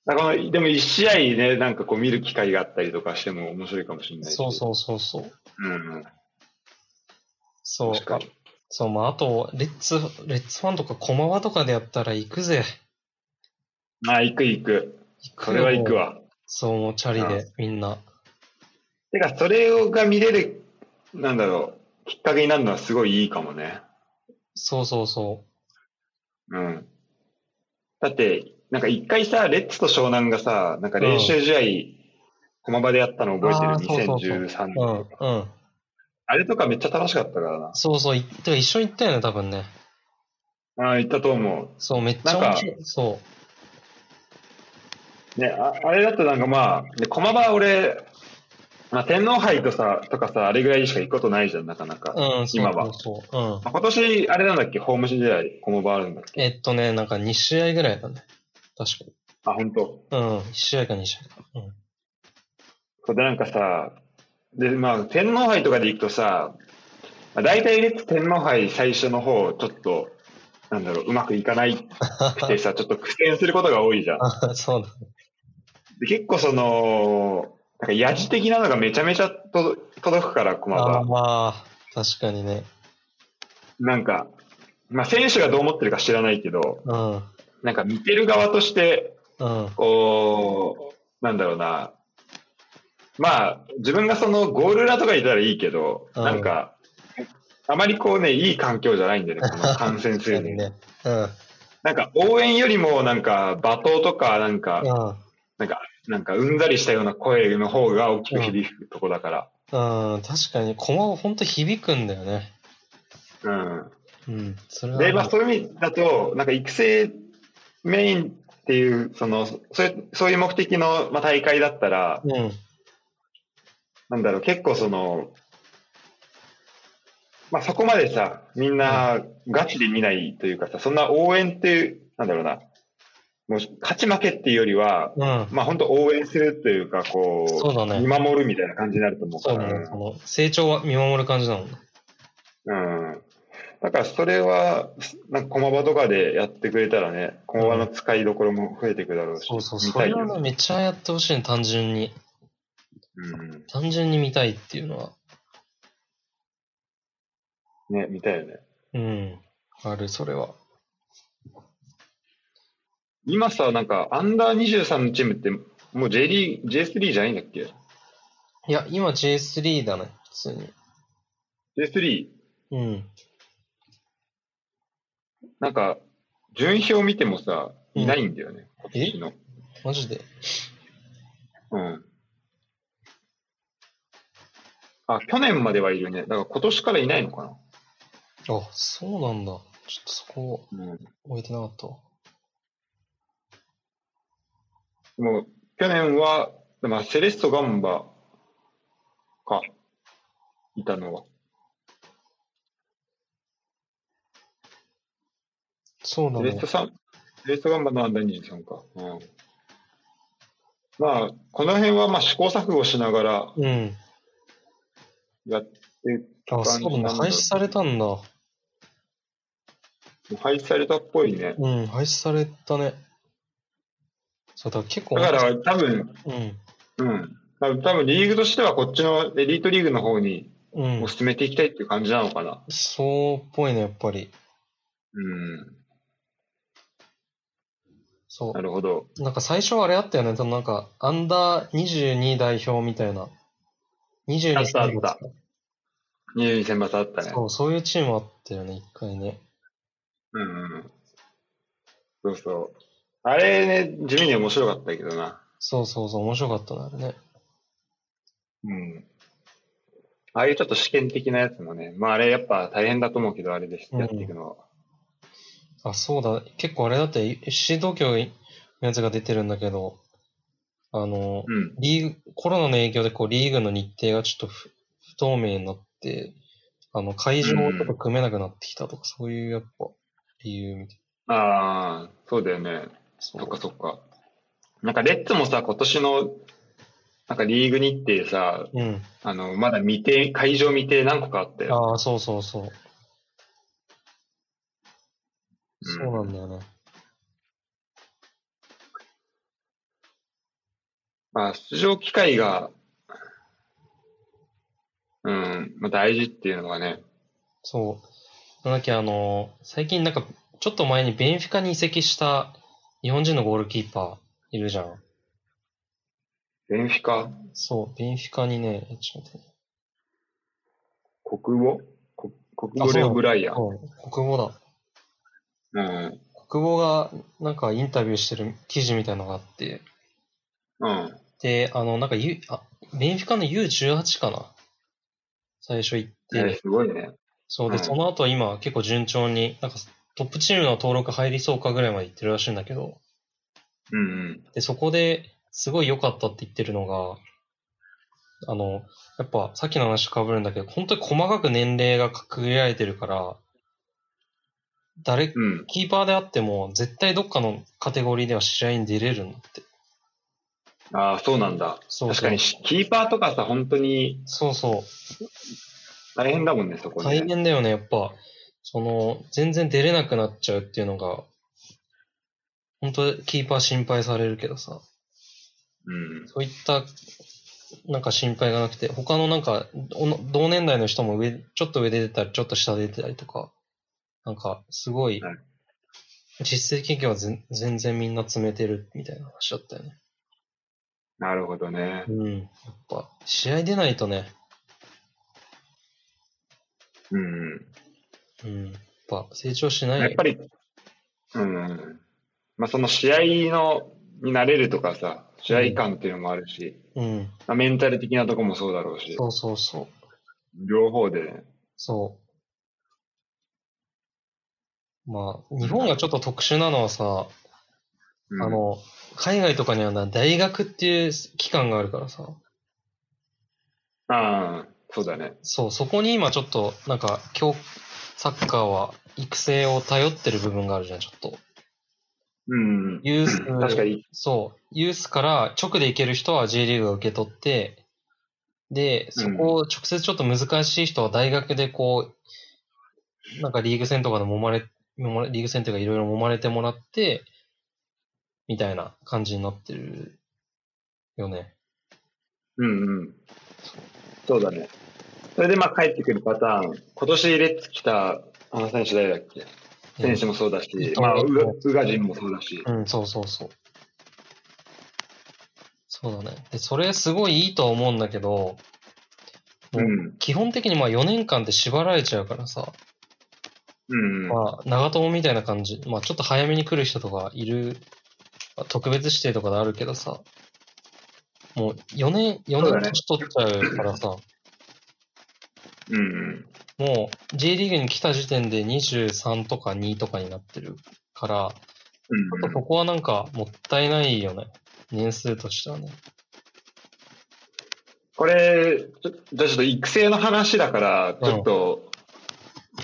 [SPEAKER 1] だからこのでも一試合ね、なんかこう見る機会があったりとかしても面白いかもしれないし
[SPEAKER 2] そうそうそうそう。
[SPEAKER 1] うんうん。
[SPEAKER 2] そう。
[SPEAKER 1] 確かに。
[SPEAKER 2] そう、まああと、レッツ、レッツファンとか駒場とかでやったら行くぜ。
[SPEAKER 1] あ、行く行く。
[SPEAKER 2] 行く
[SPEAKER 1] そ
[SPEAKER 2] よ
[SPEAKER 1] れは行く。わ。
[SPEAKER 2] そう、もうチャリで、みんな。
[SPEAKER 1] てか、それをが見れる、なんだろう、きっかけになるのはすごいいいかもね。
[SPEAKER 2] そうそうそ
[SPEAKER 1] うん。だって、なんか一回さ、レッツと湘南がさ、なんか練習試合、駒場でやったの覚
[SPEAKER 2] あーそう
[SPEAKER 1] えてる
[SPEAKER 2] そうそ
[SPEAKER 1] 2013
[SPEAKER 2] う
[SPEAKER 1] 年
[SPEAKER 2] う。うん、うん。
[SPEAKER 1] あれとかめっちゃ楽しかったからな。
[SPEAKER 2] そうそう、いてか一緒に行ったよね、多分ね。
[SPEAKER 1] ああ、言ったと思。
[SPEAKER 2] そう、めっちゃ面白い。そう
[SPEAKER 1] ね、ああれだとなんかまあ、ね、駒場俺、まあ、天皇杯とさ、とかさ、あれぐらいしか行くことないじゃん、なかなか。
[SPEAKER 2] う。うん、そう
[SPEAKER 1] 今は
[SPEAKER 2] そうそう。うん。
[SPEAKER 1] まあ今年、あれなんだっけ、ホーム試合、駒場あるんだっけ。
[SPEAKER 2] えっとね、なんか2試合ぐらいだね。確かに。
[SPEAKER 1] あ、本当。
[SPEAKER 2] うん、1試合か2試合か。うん。
[SPEAKER 1] そうで、なんかさ、で、まあ、天皇杯とかで行くとさ、まあ、大体ね、天皇杯最初の方、ちょっと、なんだろう、うまくいかないくてさ、ちょっと苦戦することが多いじゃん。
[SPEAKER 2] あ <laughs> そうだ。
[SPEAKER 1] で結構その、なんかやじ的なのがめちゃめちゃと届くから、駒
[SPEAKER 2] あー
[SPEAKER 1] 場。
[SPEAKER 2] まあ、確かにね。
[SPEAKER 1] なんか、まあ、選手がどう思ってるか知らないけど、
[SPEAKER 2] うん。
[SPEAKER 1] なんか見てる側として、
[SPEAKER 2] うん。
[SPEAKER 1] こう、なんだろうな、まあ、自分がそのゴール裏とかいたらいいけど、
[SPEAKER 2] うん
[SPEAKER 1] なんか、あまりこうね、いい環境じゃないんだよ
[SPEAKER 2] <laughs>
[SPEAKER 1] ね、この感染す
[SPEAKER 2] 確か
[SPEAKER 1] る
[SPEAKER 2] に
[SPEAKER 1] の。
[SPEAKER 2] ね。うん。うん。
[SPEAKER 1] なんか応援よりも、なんか罵倒とか、なんか、なんか、なんかうんざりしたような声の方が大きく響くとこだから。
[SPEAKER 2] うん、確かに、駒は本当響くんだよね。
[SPEAKER 1] うん。
[SPEAKER 2] うん。それは。
[SPEAKER 1] で、まあ、そういう意味だと、なんか育成メインっていう、その、そういうそういう目的の、まあ、大会だったら、
[SPEAKER 2] うん。
[SPEAKER 1] なんだろう、結構その、まあ、そこまでさ、みんなガチで見ないというかさ、そんな応援っていう、なんだろうな、もう勝ち負けっていうよりは、
[SPEAKER 2] うん。
[SPEAKER 1] まあ本当応援するというか、こう、
[SPEAKER 2] そうだね
[SPEAKER 1] 見守るみたいな感じになると思うか
[SPEAKER 2] そうだ
[SPEAKER 1] ら、
[SPEAKER 2] ね。その、成長は見守る感じなの。
[SPEAKER 1] うん。だからそれは、なんか駒場とかでやってくれたらね、駒場の使いどころも増えていくだろうし、
[SPEAKER 2] そうそう、
[SPEAKER 1] 見
[SPEAKER 2] そ
[SPEAKER 1] たい
[SPEAKER 2] れ
[SPEAKER 1] よ
[SPEAKER 2] はね、
[SPEAKER 1] ね。
[SPEAKER 2] めっちゃやってほしいね、単純に。
[SPEAKER 1] うん
[SPEAKER 2] 単純に見たいっていうのは。
[SPEAKER 1] ね、見たいよね。
[SPEAKER 2] うん。ある、それは。
[SPEAKER 1] 今さ、なんか、アンダー23のチームって、もう J リーグ、J3 じゃないんだっけ
[SPEAKER 2] いや、今 J3 だね、普通に。
[SPEAKER 1] ?J3、
[SPEAKER 2] うん。
[SPEAKER 1] なんか、順位表見てもさ、いないんだよね、今年の。
[SPEAKER 2] マジで。
[SPEAKER 1] うん。あ、去年まではいるね。だから今年からいないのか
[SPEAKER 2] あ、そうなんだ。ちょっとそこ
[SPEAKER 1] な。うん。
[SPEAKER 2] を置いてなかったわ。
[SPEAKER 1] もう、去年は、まあ、セレッソガンバか、いたのは。
[SPEAKER 2] そうな
[SPEAKER 1] セ
[SPEAKER 2] ん
[SPEAKER 1] レ
[SPEAKER 2] だ
[SPEAKER 1] ッ。ソさん、セレッソガンバのアンダー23か。うん。まあ、この辺は、まあ、試行錯誤しながら
[SPEAKER 2] うん。
[SPEAKER 1] やって、
[SPEAKER 2] あ、そうなんだ。廃止されたんだ。
[SPEAKER 1] 廃止されたっぽいね。
[SPEAKER 2] うん、廃止されたね。そうだ、結構、
[SPEAKER 1] だから、多分、
[SPEAKER 2] うん。
[SPEAKER 1] うん。多分、多分リーグとしてはこっちのエリートリーグの方に
[SPEAKER 2] うん
[SPEAKER 1] もう。進めていきたいっていう感じなのかな。
[SPEAKER 2] そうっぽいね、やっぱり。
[SPEAKER 1] うん。
[SPEAKER 2] そ
[SPEAKER 1] なるほど。
[SPEAKER 2] う。なんか最初はあれあったよね。そのなんか、アンダー22代表みたいな。22
[SPEAKER 1] あったあった
[SPEAKER 2] 代表
[SPEAKER 1] 22選抜あったね。
[SPEAKER 2] そう、そういうチームあったよね、一回ね。
[SPEAKER 1] うんうん。そうそう。あれね、地味に面白かったけどな。
[SPEAKER 2] そうそうそう、面白かったな、あれね。
[SPEAKER 1] うん。ああいうちょっと試験的なやつもね、まああれやっぱ大変だと思うけど、あれでやっていくのは。
[SPEAKER 2] あ、そうだ。結構あれだって、FC 東京のやつが出てるんだけど、あの、
[SPEAKER 1] うん。
[SPEAKER 2] リーグ、コロナの影響でこう、リーグの日程がちょっと不不透明になって、あの、会場をちょっと組めなくなってきたとか、そういうやっぱ、理由みたい
[SPEAKER 1] ああ、そうだよね。
[SPEAKER 2] な。そ
[SPEAKER 1] そっかそっか。なんかレッツもさ、今年の、なんかリーグ日程さ、
[SPEAKER 2] う。うん。
[SPEAKER 1] あの、まだ未定、会場未定何個かあったよ。
[SPEAKER 2] ああ、そうそうそう。
[SPEAKER 1] うん
[SPEAKER 2] そうなんだよね。
[SPEAKER 1] まあ、出場機会が、うん、まあ、大事っていうのがね。
[SPEAKER 2] そう。なんだっけ、あの、最近なんか、ちょっと前にベンフィカに移籍した日本人のゴールキーパーいるじゃん。
[SPEAKER 1] ベンフィカ、
[SPEAKER 2] そう、ベンフィカにね、ちょっと待って。
[SPEAKER 1] 国語こ国
[SPEAKER 2] あ
[SPEAKER 1] 語
[SPEAKER 2] そう
[SPEAKER 1] レオブライアン。
[SPEAKER 2] そう、国語だ。
[SPEAKER 1] うん。
[SPEAKER 2] 国語が、なんかインタビューしてる記事みたいのがあって、
[SPEAKER 1] うん。
[SPEAKER 2] で、あの、なんか、U、あ、ベンフィカの U18 かな最初行って、
[SPEAKER 1] ねすごいね。
[SPEAKER 2] そう
[SPEAKER 1] う
[SPEAKER 2] で、
[SPEAKER 1] ん
[SPEAKER 2] その後今結構順調に、なんかトップチームの登録入りそうかぐらいまで行ってるらしいんだけど、
[SPEAKER 1] うんうん。
[SPEAKER 2] で、そこですごい良かったって言ってるのが、あの、やっぱさっきの話と被るんだけど、本当に細かく年齢が区切られてるから、誰、
[SPEAKER 1] うん。
[SPEAKER 2] キーパーであっても、絶対どっかのカテゴリーでは試合に出れるんだって。
[SPEAKER 1] ああ、そうなんだ。
[SPEAKER 2] そう
[SPEAKER 1] 確
[SPEAKER 2] そう
[SPEAKER 1] かに、キーパーとかさ、本当に
[SPEAKER 2] そうそ
[SPEAKER 1] 大変だもんね、そこ
[SPEAKER 2] う。
[SPEAKER 1] ね。
[SPEAKER 2] 大変だよね、やっぱ。その、全然出れなくなっちゃうっていうのが、本当キーパー心配されるけどさ、
[SPEAKER 1] うん。
[SPEAKER 2] そういった、なんか心配がなくて、他のなんか、おの同年代の人も上、ちょっと上で出たり、ちょっと下で出たりとか、なんか、すごい
[SPEAKER 1] はい、
[SPEAKER 2] 実績経験は全全然みんな詰めてるみたいな話だったよね。
[SPEAKER 1] なるほどね。
[SPEAKER 2] うん。やっぱ、試合出ないとね、
[SPEAKER 1] うんうん。
[SPEAKER 2] うん。やっぱ、成長しない。
[SPEAKER 1] やっぱり、うんうん。まあ、その試合の、になれるとかさ、試合感っていうのもあるし、
[SPEAKER 2] うん。
[SPEAKER 1] まあ、メンタル的なとこもそうだろうし、
[SPEAKER 2] そうそうそう。
[SPEAKER 1] 両方でね。
[SPEAKER 2] そう。まあ、日本がちょっと特殊なのはさ、
[SPEAKER 1] うん
[SPEAKER 2] あ、の、海外とかにはな大学っていう機関があるからさ、
[SPEAKER 1] ああ、そうだね。
[SPEAKER 2] そう、そこに今ちょっと、なんか、教、サッカーは育成を頼ってる部分があるじゃん、ちょっと。
[SPEAKER 1] うんうん。
[SPEAKER 2] ユース、
[SPEAKER 1] 確かに。
[SPEAKER 2] そう、ユースから直で行ける人は J リーグが受け取って、で、そこを直接ちょっと難しい人は大学でこう、なんかリーグ戦とかで揉まれ、揉まれリーグ戦とかいろいろ揉まれてもらって、みたいな感じになってるよね。
[SPEAKER 1] うんうん。そうだね。それでまあ帰ってくるパターン、今年レッツ来た、あの選手誰だっけ選手もそうだし
[SPEAKER 2] うん、
[SPEAKER 1] まあ、ウガウガジンもそうだし、
[SPEAKER 2] うん、そうそうそう。そうだね。で、それすごいいいとは思うんだけど、
[SPEAKER 1] うん。
[SPEAKER 2] 基本的にまあ4年間って縛られちゃうからさ、
[SPEAKER 1] うん。
[SPEAKER 2] まあ、長友みたいな感じ、まあ、ちょっと早めに来る人とかいる、まあ特別指定とかであるけどさ、もう4年、4
[SPEAKER 1] そうだ
[SPEAKER 2] 年
[SPEAKER 1] ね
[SPEAKER 2] 年取っちゃうからさ、
[SPEAKER 1] うんうん。
[SPEAKER 2] もう J リーグに来た時点で23とか2とかになってるから、
[SPEAKER 1] うん
[SPEAKER 2] そこはなんかもったいないよね。年数としてはね。
[SPEAKER 1] これ、ちょじゃあちょっと育成の話だから、ちょっと、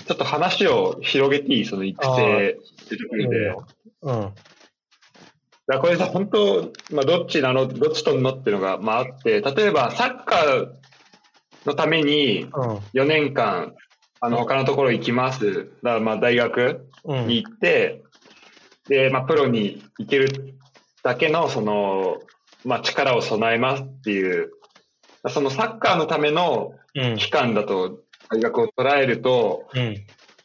[SPEAKER 1] ちょっと話を広げていいその育成ってところで。だか
[SPEAKER 2] うん。
[SPEAKER 1] らこれさ、本当、まあ、どっちなの、どっちとんのっていうのが、まあ、あって、例えばサッカーのために4年間、あの、他のところ行きます。だから、まあ、大学
[SPEAKER 2] うん。うん。
[SPEAKER 1] に行って、で、まあ、プロに行けるだけの、その、まあ、力を備えますっていう、そのサッカーのための
[SPEAKER 2] うん。
[SPEAKER 1] 期間だと、大学を捉えると、
[SPEAKER 2] うん。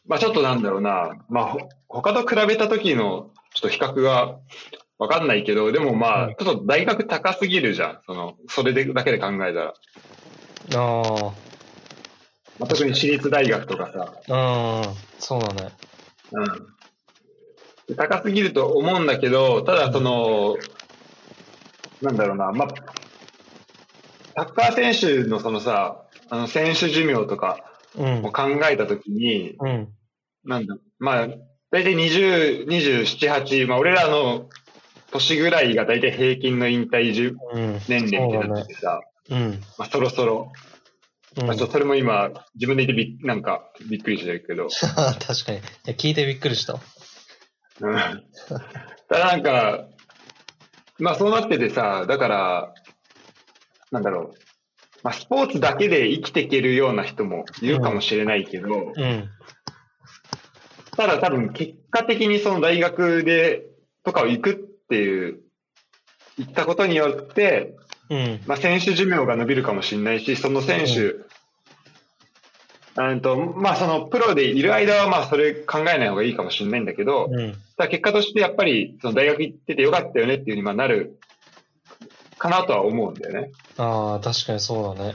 [SPEAKER 1] まあ、ちょっとなんだろうな、まあ、ほ他と比べた時の、ちょっと比較がわかんないけど、でもま
[SPEAKER 2] う
[SPEAKER 1] あ、ちょっと大学高すぎるじゃん。その、それでだけで考えたら。
[SPEAKER 2] あ
[SPEAKER 1] まあ、特に私立大学とかさ、
[SPEAKER 2] あ。うん。そうだね。
[SPEAKER 1] うん、高すぎると思うんだけど、ただその、なんだろうな、まあ、サッカー選手のそのさ、あの選手寿命とか
[SPEAKER 2] うん
[SPEAKER 1] を。考えたときに、
[SPEAKER 2] うん。
[SPEAKER 1] なんだ、まあ、大体20、27、8、まあ、俺らの年ぐらいが大体平均の引退寿
[SPEAKER 2] うん。
[SPEAKER 1] 年齢ってなっててさ、
[SPEAKER 2] うん。
[SPEAKER 1] まあ、そろそろ、
[SPEAKER 2] うん
[SPEAKER 1] まあ、ちょっとそれも今、自分で言ってびっなんか、びっくりしてるけ
[SPEAKER 2] <laughs>
[SPEAKER 1] ど、 <laughs>
[SPEAKER 2] あー確かに。いや、聞いてびっくりした。
[SPEAKER 1] うんただなんか、まあそうなっててさ、だから、なんだろう、まあ、スポーツだけで生きていけるような人もいるかもしれないけど、
[SPEAKER 2] うん。
[SPEAKER 1] ただ多分結果的にその大学でとかを行くっていう、行ったことによって、
[SPEAKER 2] うん。
[SPEAKER 1] まあ、選手寿命が伸びるかもしれないし、その選手、うんとまあ、そのプロでいる間はまあそれ考えない方がいいかもしれないんだけど、
[SPEAKER 2] うん。
[SPEAKER 1] ただ結果としてやっぱりその大学行っててよかったよねっていうふうにまあなるかなとは思うんだよね。
[SPEAKER 2] ああ、確かにそうだね。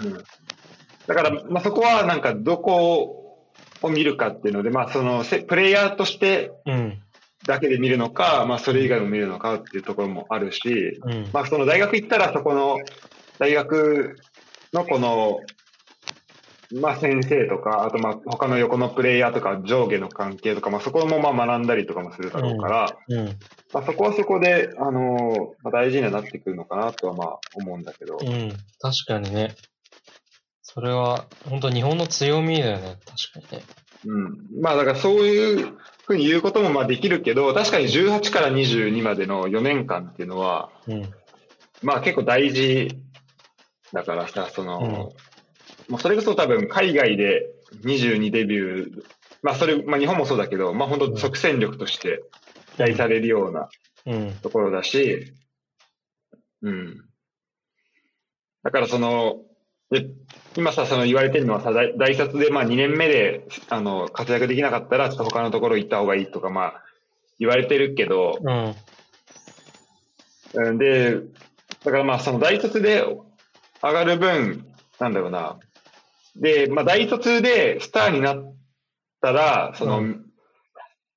[SPEAKER 1] だから、まあ、そこはなんかどこを見るかっていうので、まあ、そのせプレイヤーとして
[SPEAKER 2] うん。
[SPEAKER 1] だけで見るのか、まあ、それ以外も見るのかっていうところもあるし、
[SPEAKER 2] うん。
[SPEAKER 1] まあ、その大学行ったらそこの大学のこのまあ先生とか、あとまあ他の横のプレイヤーとか上下の関係とか、まあそこもまあ学んだりとかもするだろうから、
[SPEAKER 2] うん。
[SPEAKER 1] まあそこはそこで、あのまあ、大事にはなってくるのかなとはまあ思うんだけど、
[SPEAKER 2] うん。確かにね。それは、本当日本の強みだよね。確かにね。
[SPEAKER 1] うん。まあだからそういうふうに言うこともまあできるけど、確かに18から22までの4年間っていうのは、
[SPEAKER 2] うん。
[SPEAKER 1] まあ結構大事だからさ、その、もうそれこそ多分海外で22デビュー、まあそれ、まあ日本もそうだけど、まあ本当即戦力として期待されるような
[SPEAKER 2] うん。
[SPEAKER 1] ところだし、うん。だからその、で今さ、その言われてるのはさ、大大卒でまあ2年目で、あの、活躍できなかったら、ちょっと他のところ行った方がいいとか、まあ、言われてるけど、
[SPEAKER 2] うん。
[SPEAKER 1] うんで、だからまあ、その大卒で上がる分、なんだろうな。で、まあ、大卒でスターになったら、そうの、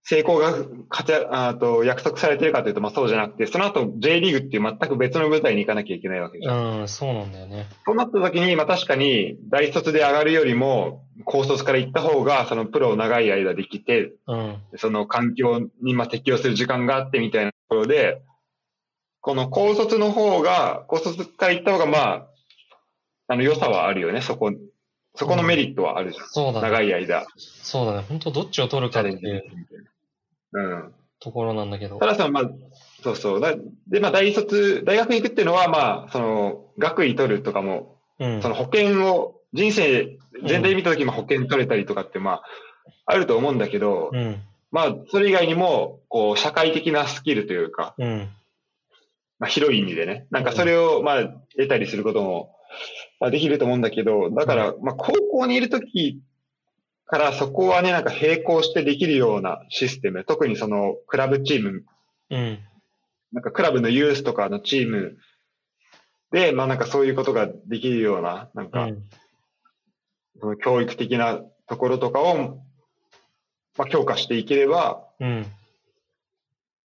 [SPEAKER 1] 成功が勝ちああと約束されてるかというと、まあそうじゃなくて、その後 J リーグっていう全く別の舞台に行かなきゃいけないわけじゃん。
[SPEAKER 2] うん。そうなんだよね。
[SPEAKER 1] そうなった時に、まあ確かに大卒で上がるよりも、高卒から行った方が、そのプロを長い間できて、
[SPEAKER 2] うん。
[SPEAKER 1] その環境にまあ適応する時間があってみたいなところで、この高卒の方が、高卒から行った方がまあ、あの良さはあるよね、そこ、そこのメリットはあるじゃん。
[SPEAKER 2] そうだね。
[SPEAKER 1] 長い間、
[SPEAKER 2] そうだね。本当どっちを取る
[SPEAKER 1] チ
[SPEAKER 2] か
[SPEAKER 1] ャ
[SPEAKER 2] って
[SPEAKER 1] レンジ
[SPEAKER 2] い
[SPEAKER 1] で
[SPEAKER 2] う
[SPEAKER 1] きるみたいな。うん。
[SPEAKER 2] ところなんだけど
[SPEAKER 1] た。だその、まあ、そうそう。だで、まあ、大卒、大学行くっていうのは、まあ、その、学位取るとかも、
[SPEAKER 2] うん
[SPEAKER 1] そ。の保険を、人生全体見た時も保険取れたりとかって、まあ、あると思うんだけど、
[SPEAKER 2] うん。
[SPEAKER 1] まあ、それ以外にも、こう、社会的なスキルというか、
[SPEAKER 2] うん。
[SPEAKER 1] まあ、広い意味でね。なんかそれを、まあ、得たりすることも、まあ、できると思うんだけど、だから、まあ、高校にいるときからそこはね、なんか並行してできるようなシステム。特にその、クラブチーム、
[SPEAKER 2] うん。
[SPEAKER 1] なんかクラブのユースとかのチームで、まあなんかそういうことができるような、なん
[SPEAKER 2] う
[SPEAKER 1] か、
[SPEAKER 2] ん。
[SPEAKER 1] その教育的なところとかを、まあ強化していければ、
[SPEAKER 2] うん。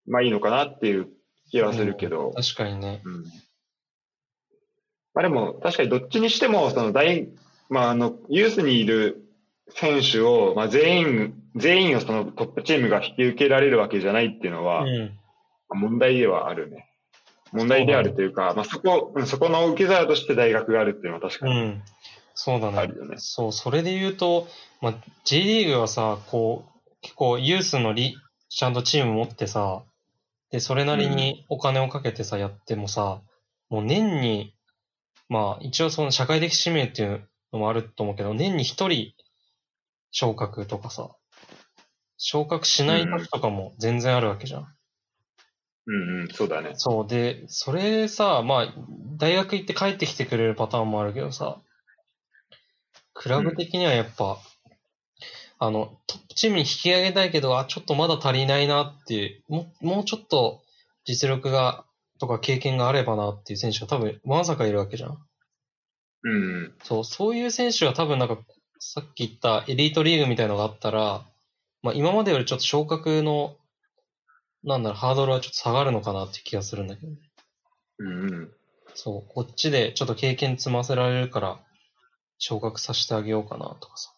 [SPEAKER 1] まあいいのかなっていう気はするけど。
[SPEAKER 2] 確かにね。
[SPEAKER 1] うんまあでも、確かにどっちにしても、その大、まああの、ユースにいる選手を、まあ全員、全員をそのトップチームが引き受けられるわけじゃないっていうの
[SPEAKER 2] う
[SPEAKER 1] は、
[SPEAKER 2] ん。
[SPEAKER 1] 問題ではあるね。問題であるというか、まあそこ、うんそこの受け皿として大学があるっていうのは確か
[SPEAKER 2] う
[SPEAKER 1] に
[SPEAKER 2] ん。そうだ
[SPEAKER 1] あ
[SPEAKER 2] ね
[SPEAKER 1] る。よね。
[SPEAKER 2] そう、それで言うと、まあ、J リーグはさ、こう、結構ユースのリ、ちゃんとチーム持ってさ、で、それなりにお金をかけてさ、やってもさ、もう年に、まあ、一応その社会的使命っていうのもあると思うけど、年に一人昇格とかさ、昇格しない時とかも全然あるわけじゃん。
[SPEAKER 1] うんうん、そうだね。
[SPEAKER 2] そう、で、それさ、まあ、大学行って帰ってきてくれるパターンもあるけどさ、クラブ的にはやっぱ、あの、トップチームに引き上げたいけど、あ、ちょっとまだ足りないなっていう、ももうちょっと実力が、とか経験があればなっていう選手が多分、まさかいるわけじゃん。
[SPEAKER 1] うんうん。
[SPEAKER 2] そう、そういう選手は多分なんか、さっき言ったエリートリーグみたいのがあったら、まあ今までよりちょっと昇格の、なんだろう、ハードルはちょっと下がるのかなっていう気がするんだけど。
[SPEAKER 1] うんうん。
[SPEAKER 2] そう、こっちでちょっと経験積ませられるから、昇格させてあげようかなとかさ。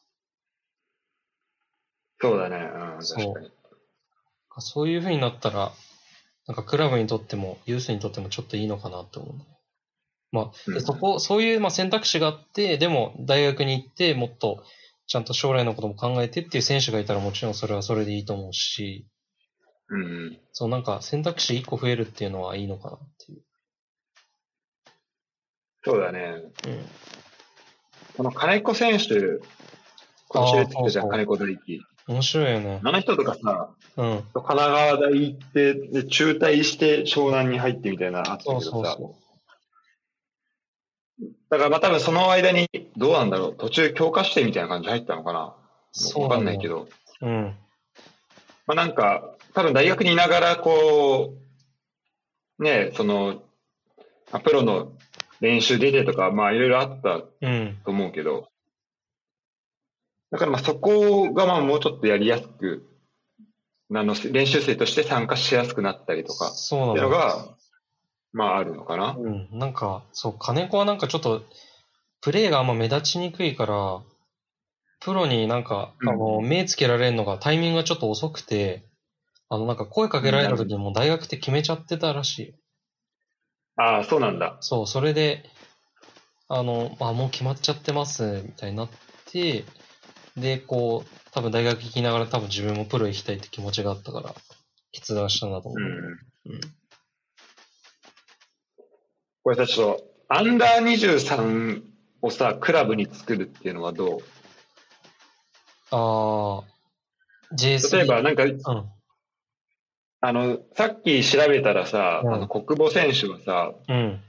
[SPEAKER 1] そうだね。うん、確
[SPEAKER 2] そう
[SPEAKER 1] かに。
[SPEAKER 2] そういう風になったら、なんかクラブにとっても、ユースにとってもちょっといいのかなって思うね。まあ、
[SPEAKER 1] うん
[SPEAKER 2] でそこ、そういうまあ選択肢があって、でも大学に行って、もっとちゃんと将来のことも考えてっていう選手がいたらもちろんそれはそれでいいと思うし、
[SPEAKER 1] うんうん。
[SPEAKER 2] そうなんか選択肢1個増えるっていうのはいいのかなっていう。
[SPEAKER 1] そうだね。
[SPEAKER 2] うん。
[SPEAKER 1] この金子選手、今年出てきたじゃ、
[SPEAKER 2] あーそうそうん
[SPEAKER 1] 金子大輝。
[SPEAKER 2] 面白いよね。
[SPEAKER 1] あの人とかさ、
[SPEAKER 2] うん。
[SPEAKER 1] 神奈川大行って、で中退して湘南に入ってみたいなのあったけ
[SPEAKER 2] そ
[SPEAKER 1] ど
[SPEAKER 2] う
[SPEAKER 1] さ。
[SPEAKER 2] そうそ
[SPEAKER 1] だからまあ多分その間に、どうなんだろう、途中強化してみたいな感じ入ったのかな
[SPEAKER 2] う。そう
[SPEAKER 1] わ
[SPEAKER 2] だ
[SPEAKER 1] か
[SPEAKER 2] ね
[SPEAKER 1] んないけ。ど。
[SPEAKER 2] うん。
[SPEAKER 1] まあなんか、多分大学にいながら、こう、ねえ、その、まあプロの練習出てとか、まあいろいろあったと
[SPEAKER 2] うん。
[SPEAKER 1] 思うけど、だからまあそこがまあもうちょっとやりやすく、あの練習生として参加しやすくなったりとか、っ
[SPEAKER 2] そう
[SPEAKER 1] て
[SPEAKER 2] だ
[SPEAKER 1] いうの
[SPEAKER 2] ね
[SPEAKER 1] が、まああるのかな。
[SPEAKER 2] うん、なんか、そう、金子はなんかちょっと、プレーがあんま目立ちにくいから、プロになんか、
[SPEAKER 1] うん
[SPEAKER 2] あの、目つけられるのがタイミングがちょっと遅くて、あの、なんか声かけられた時にもう大学って決めちゃってたらしい。
[SPEAKER 1] ああ、そうなんだ。
[SPEAKER 2] そう、それで、あの、あ、もう決まっちゃってます、みたいになって、で、こう、多分大学行きながら多分自分もプロ行きたいって気持ちがあったから、決断したんだと思
[SPEAKER 1] う
[SPEAKER 2] う。
[SPEAKER 1] ん。
[SPEAKER 2] うん
[SPEAKER 1] これさ、ちょっと、アンダー23をさ、クラブに作るっていうのはどう
[SPEAKER 2] ああ、JS。
[SPEAKER 1] 例えば、なんか、
[SPEAKER 2] うん。
[SPEAKER 1] あの、さっき調べたらさ、
[SPEAKER 2] うん
[SPEAKER 1] あの国母選手はさ、
[SPEAKER 2] うん。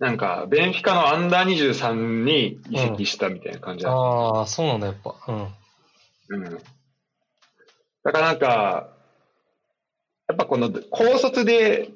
[SPEAKER 1] なんか、ベンフィカのアンダー23に移籍したみたいな感じだ、
[SPEAKER 2] ああ、そうなんだ、やっぱ。うん。
[SPEAKER 1] うん。だからなんか、やっぱこの高卒で、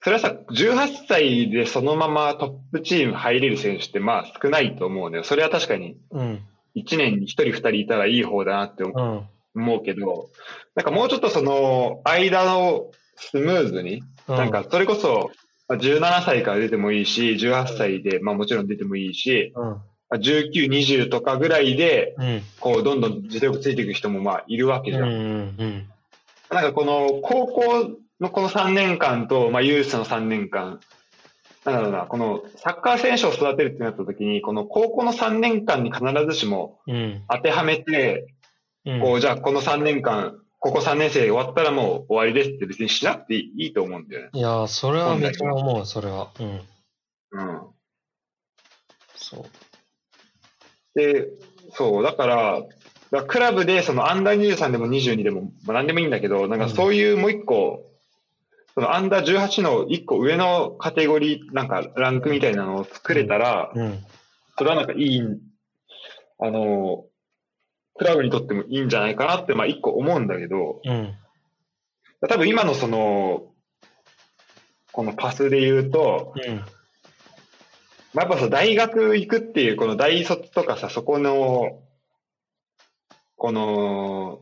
[SPEAKER 1] それはさ、18歳でそのままトップチーム入れる選手ってまあ少ないと思うね。それは確かに
[SPEAKER 2] うん。
[SPEAKER 1] 1年に1人2人いたらいい方だなって思う
[SPEAKER 2] うん。
[SPEAKER 1] 思うけど、なんかもうちょっとその間をスムーズに、
[SPEAKER 2] う
[SPEAKER 1] なんか、それこそまあ17歳から出てもいいし、18歳で、まあもちろん出てもいいし、
[SPEAKER 2] うん。
[SPEAKER 1] まあ19、20とかぐらいで、
[SPEAKER 2] うん。
[SPEAKER 1] こうどんどん実力ついていく人もまあいるわけ
[SPEAKER 2] うん。
[SPEAKER 1] じゃ。
[SPEAKER 2] うんん。うん。
[SPEAKER 1] なんかこの高校のこの3年間と、まあユースの3年間、なんだろうな、このサッカー選手を育てるってなった時に、この高校の3年間に必ずしも
[SPEAKER 2] うん。
[SPEAKER 1] 当てはめて、
[SPEAKER 2] うん。
[SPEAKER 1] こう、じゃあこの3年間、ここ3年生終わったらもう終わりですって別にしなくていいと思うんだよね。
[SPEAKER 2] いやー、それはめっちゃ思う、それは。うん。
[SPEAKER 1] うん。
[SPEAKER 2] そう。
[SPEAKER 1] で、そう、だから、だからクラブでそのアンダー23でも22でも、まあ、何でもいいんだけど、なんかそういうもう一個、そのアンダー18の一個上のカテゴリー、なんかランクみたいなのを作れたら、
[SPEAKER 2] うん。
[SPEAKER 1] それはなんかいい、あの、クラブにとってもいいんじゃないかなって、まあ一個思うんだけど、
[SPEAKER 2] うん。
[SPEAKER 1] 多分今のその、このパスで言うと、
[SPEAKER 2] うん。
[SPEAKER 1] まあ、やっぱさ、大学行くっていう、この大卒とかさ、そこの、この、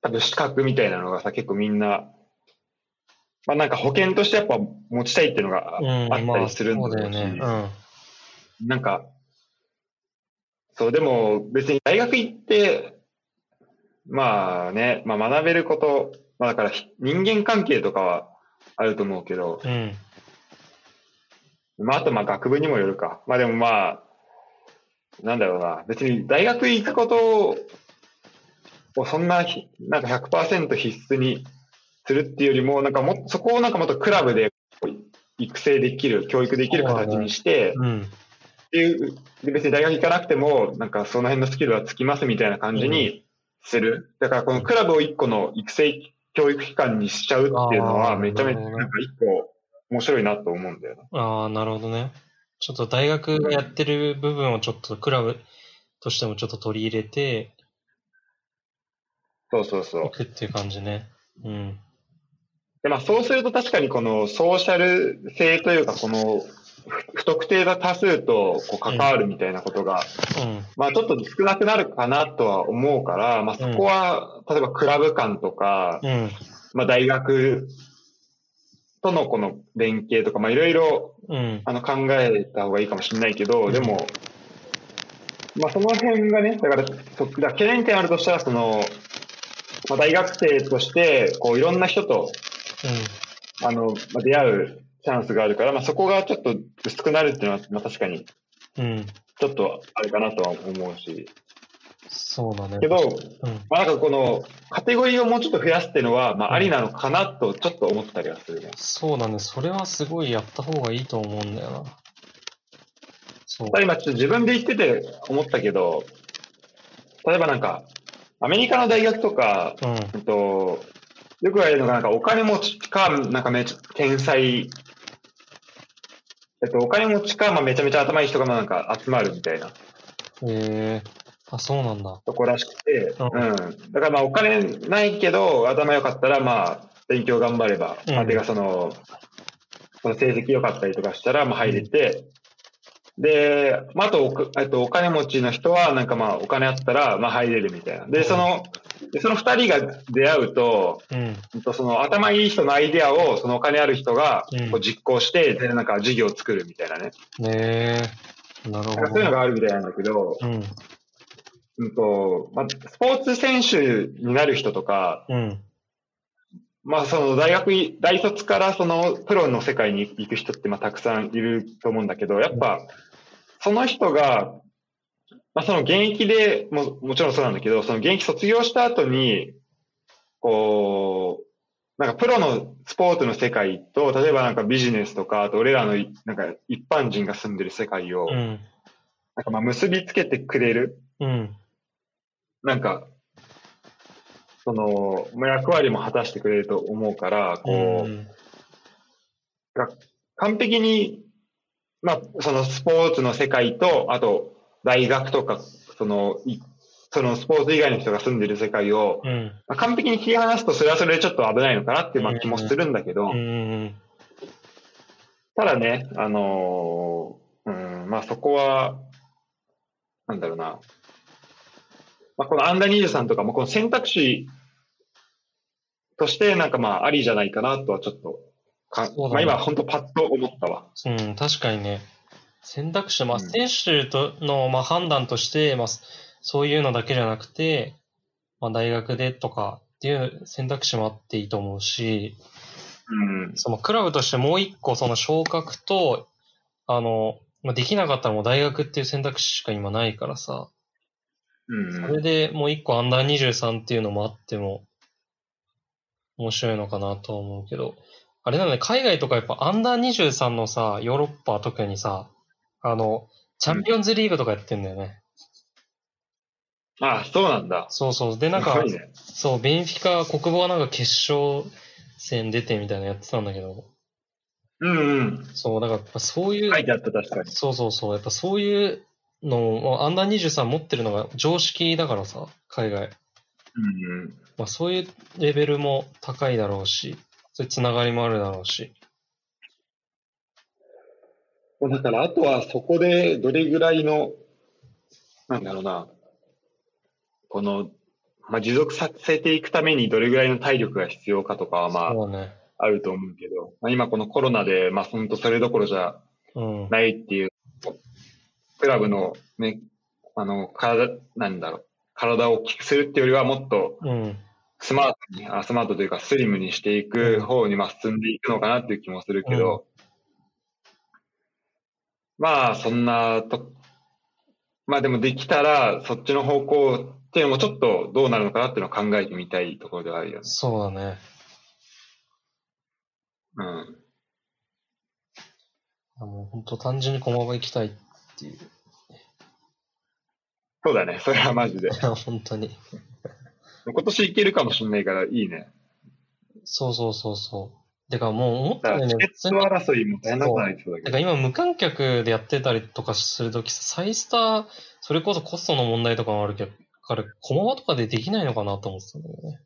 [SPEAKER 1] 多分資格みたいなのがさ、結構みんな、まあなんか保険としてやっぱ持ちたいっていうのがあ
[SPEAKER 2] うん。
[SPEAKER 1] あったりするん
[SPEAKER 2] まあ
[SPEAKER 1] だ
[SPEAKER 2] そうだ
[SPEAKER 1] ろう
[SPEAKER 2] よ
[SPEAKER 1] し、
[SPEAKER 2] ね。うん。
[SPEAKER 1] なんか、そう、でも別に大学行って、まあね、まあ学べること、まあだからひ人間関係とかはあると思うけど、
[SPEAKER 2] うん。
[SPEAKER 1] まあ、あとまあ学部にもよるか。まあでもまあ、なんだろうな。別に大学行くことを、そんなひ、なんか100%必須にするっていうよりも、なんかもっ、そこをなんかもっとクラブで育成できる、教育できる形にして、
[SPEAKER 2] うん。
[SPEAKER 1] っていう、で別に大学行かなくても、なんかその辺のスキルはつきますみたいな感じにする。だからこのクラブを一個の育成教育機関にしちゃうっていうの
[SPEAKER 2] あ
[SPEAKER 1] は、
[SPEAKER 2] ー
[SPEAKER 1] めちゃめちゃ
[SPEAKER 2] なるほどね
[SPEAKER 1] なんか一個面白いなと思うんだよな。
[SPEAKER 2] ああ、なるほどね。ちょっと大学がやってる部分をちょっとクラブとしてもちょっと取り入れて
[SPEAKER 1] そうそうそう
[SPEAKER 2] い。くっていう感じね。うん。
[SPEAKER 1] でまあ、そうすると確かにこのソーシャル性というか、このふ不特定な多数とこう関わるみたいなことが、
[SPEAKER 2] うん。
[SPEAKER 1] まあちょっと少なくなるかなとは思うから、まあそこは、例えばクラブ間とか、
[SPEAKER 2] うん。
[SPEAKER 1] まあ大学とのこの連携とか、まあいろいろ
[SPEAKER 2] うん。
[SPEAKER 1] あの考えた方がいいかもしれないけど、でも、まあその辺がね、だから、そだから懸念点あるとしたら、その、まあ大学生として、こういろんな人と、あの、まあ、出会うチャンスがあるから、まあ、そこがちょっと薄くなるっていうのは、まあ、確かに、
[SPEAKER 2] うん。うん。
[SPEAKER 1] ちょっとあれかなとは思うし。
[SPEAKER 2] そうだね
[SPEAKER 1] け。ど、
[SPEAKER 2] うん。
[SPEAKER 1] まあ、なんかこの、カテゴリーをもうちょっと増やすっていうのは、まあ、ありなのかなと、ちょっと思ったりはするね。
[SPEAKER 2] そうだね。それはすごいやった方がいいと思うんだよな。そう。
[SPEAKER 1] ただ今、ちょっと自分で言ってて思ったけど、例えばなんか、アメリカの大学とか、
[SPEAKER 2] うん。
[SPEAKER 1] うんと、よく言われるのが、なんかお金持ちか、なんかめちゃ、天才、えっと、お金持ちか、まあ、めちゃめちゃ頭いい人が、まあなんか集まるみたいな。
[SPEAKER 2] ええあ、そうなんだ。
[SPEAKER 1] とこらしくて、
[SPEAKER 2] う
[SPEAKER 1] うんん。だからまあお金ないけど、頭良かったらまあ勉強頑張れば、
[SPEAKER 2] うん
[SPEAKER 1] まあてかその、その成績良かったりとかしたらまあ入れて、で、まああとおく、えっと、お金持ちの人はなんかまあお金あったらまあ入れるみたいな。
[SPEAKER 2] う
[SPEAKER 1] で、
[SPEAKER 2] ん
[SPEAKER 1] その、でその二人が出会うと、
[SPEAKER 2] うん。
[SPEAKER 1] うんとその頭いい人のアイデアをそのお金ある人が
[SPEAKER 2] うん
[SPEAKER 1] こう実行して、でなんか事業を作るみたいなね。
[SPEAKER 2] ねえなるほ
[SPEAKER 1] なんか
[SPEAKER 2] ど。
[SPEAKER 1] そういうのがあるみたいなんだけど、
[SPEAKER 2] うん。
[SPEAKER 1] うんとまあ、スポーツ選手になる人とか、
[SPEAKER 2] うん。
[SPEAKER 1] まあ、その大学い、大卒からそのプロの世界に行く人ってまあたくさんいると思うんだけど、やっぱ、その人が、まあ、その現役でも、もちろんそうなんだけど、その現役卒業した後に、こう、なんかプロのスポーツの世界と、例えばなんかビジネスとか、あと俺らのいなんか一般人が住んでる世界を、
[SPEAKER 2] うん。
[SPEAKER 1] なんかまあ結びつけてくれる
[SPEAKER 2] うん。
[SPEAKER 1] なんか、その、まあ役割も果たしてくれると思うから、こう、
[SPEAKER 2] ん。
[SPEAKER 1] 完璧に、まあ、そのスポーツの世界と、あと、大学とか、その、いそのスポーツ以外の人が住んでる世界を、
[SPEAKER 2] うん。
[SPEAKER 1] まあ完璧に切り離すと、それはそれでちょっと危ないのかなっていうまあ
[SPEAKER 2] うん
[SPEAKER 1] 気もするんだけど、
[SPEAKER 2] うん。
[SPEAKER 1] ただね、あのーうん、まあそこは、なんだろうな。まあこのアンダー23とかもこの選択肢としてなんかまあありじゃないかなとはちょっとか、
[SPEAKER 2] そうだね
[SPEAKER 1] まあ今本当パッと思ったわ。
[SPEAKER 2] うん、確かにね。選択肢、まあ、
[SPEAKER 1] うん
[SPEAKER 2] 選手との、まあ、判断として、まあ、そそういうのだけじゃなくて、まあ、大学でとかっていう選択肢もあっていいと思うし、
[SPEAKER 1] うん。
[SPEAKER 2] そのクラブとしてもう一個、その昇格と、あの、まあ、できなかったらもう大学っていう選択肢しか今ないからさ、
[SPEAKER 1] うん
[SPEAKER 2] それでもう一個アンダー23っていうのもあっても、面白いのかなとは思うけど、あれなのね、海外とかやっぱアンダー23のさ、ヨーロッパ特にさ、あの、チャンピオンズリーグとかやってんだよね。
[SPEAKER 1] ああ、そうなんだ。
[SPEAKER 2] そうそう。で、なん
[SPEAKER 1] す
[SPEAKER 2] か
[SPEAKER 1] ごい、ね、
[SPEAKER 2] そう、ベンフィカ、国防はなんか決勝戦出てみたいなのやってたんだけど、
[SPEAKER 1] うんうん。
[SPEAKER 2] そう、だからやっぱそういう、
[SPEAKER 1] 書いてあった確かに。
[SPEAKER 2] そうそうそう、やっぱそういうのを、まあアンダー23持ってるのが常識だからさ、海
[SPEAKER 1] う
[SPEAKER 2] 外。
[SPEAKER 1] んうん。
[SPEAKER 2] まあ、そういうレベルも高いだろうし、そういうつながりもあるだろうし。
[SPEAKER 1] もうだから、あとはそこでどれぐらいの、なんだろうな、この、まあ、持続させていくためにどれぐらいの体力が必要かとかは、ま
[SPEAKER 2] そうだね。
[SPEAKER 1] あ、あると思うけど、まあ、今このコロナで、まあ、本当それどころじゃ
[SPEAKER 2] うん。
[SPEAKER 1] ないっていう、クラブのね、あの、体、なんだろう、体を大きくするっていうよりは、もっと
[SPEAKER 2] うん。
[SPEAKER 1] スマートに、あスマートというかスリムにしていく方にまあ進んでいくのかなっていう気もするけど、まあそんなと、まあでもできたらそっちの方向っていうのもちょっとどうなるのかなっていうのを考えてみたいところではあるよね。
[SPEAKER 2] そうだね。
[SPEAKER 1] うん。
[SPEAKER 2] あもう本当単純に駒場行きたいっていう。 <laughs>
[SPEAKER 1] そうだね。それはマジで。
[SPEAKER 2] 本当に。
[SPEAKER 1] 今年いけるかもしれないからいいね。
[SPEAKER 2] そうそうそうそう。てかもう思っ
[SPEAKER 1] だ
[SPEAKER 2] た
[SPEAKER 1] か
[SPEAKER 2] よ
[SPEAKER 1] ら
[SPEAKER 2] ね
[SPEAKER 1] チ。ケ
[SPEAKER 2] 普
[SPEAKER 1] ッ
[SPEAKER 2] 通
[SPEAKER 1] ト
[SPEAKER 2] に
[SPEAKER 1] 争いも大変なことになりそうだけ
[SPEAKER 2] て
[SPEAKER 1] ど。
[SPEAKER 2] か今無観客でやってたりとかするときさ、サイスター、それこそコストの問題とかもあるけど、から駒場とかでできないのかなと思ってたんだけどね。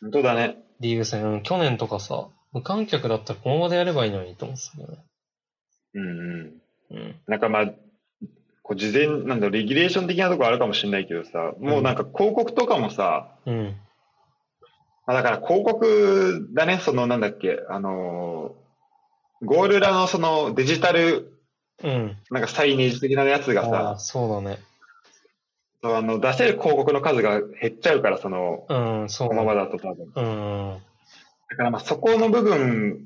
[SPEAKER 1] 本当だね。
[SPEAKER 2] リーグ戦、うん去年とかさ、無観客だったら駒場でやればいいのにと思ってたんだよね。
[SPEAKER 1] うんうん。
[SPEAKER 2] うん。
[SPEAKER 1] なんかまあ、こう事前、なんだろう、レギュレーション的なところあるかもしれないけどさ、もうなんか広告とかもさ、
[SPEAKER 2] うん。
[SPEAKER 1] まあ、だから広告だね、そのなんだっけ、あのーゴール裏のそのデジタル、
[SPEAKER 2] うん。
[SPEAKER 1] なんかサイネージ的なやつが
[SPEAKER 2] ああ
[SPEAKER 1] さ、
[SPEAKER 2] そうだね。
[SPEAKER 1] そうあの出せる広告の数が減っちゃうから、その、
[SPEAKER 2] うん、そう
[SPEAKER 1] こ
[SPEAKER 2] だ
[SPEAKER 1] のまま
[SPEAKER 2] ね。
[SPEAKER 1] だと多分。
[SPEAKER 2] うん。
[SPEAKER 1] だからまあそこの部分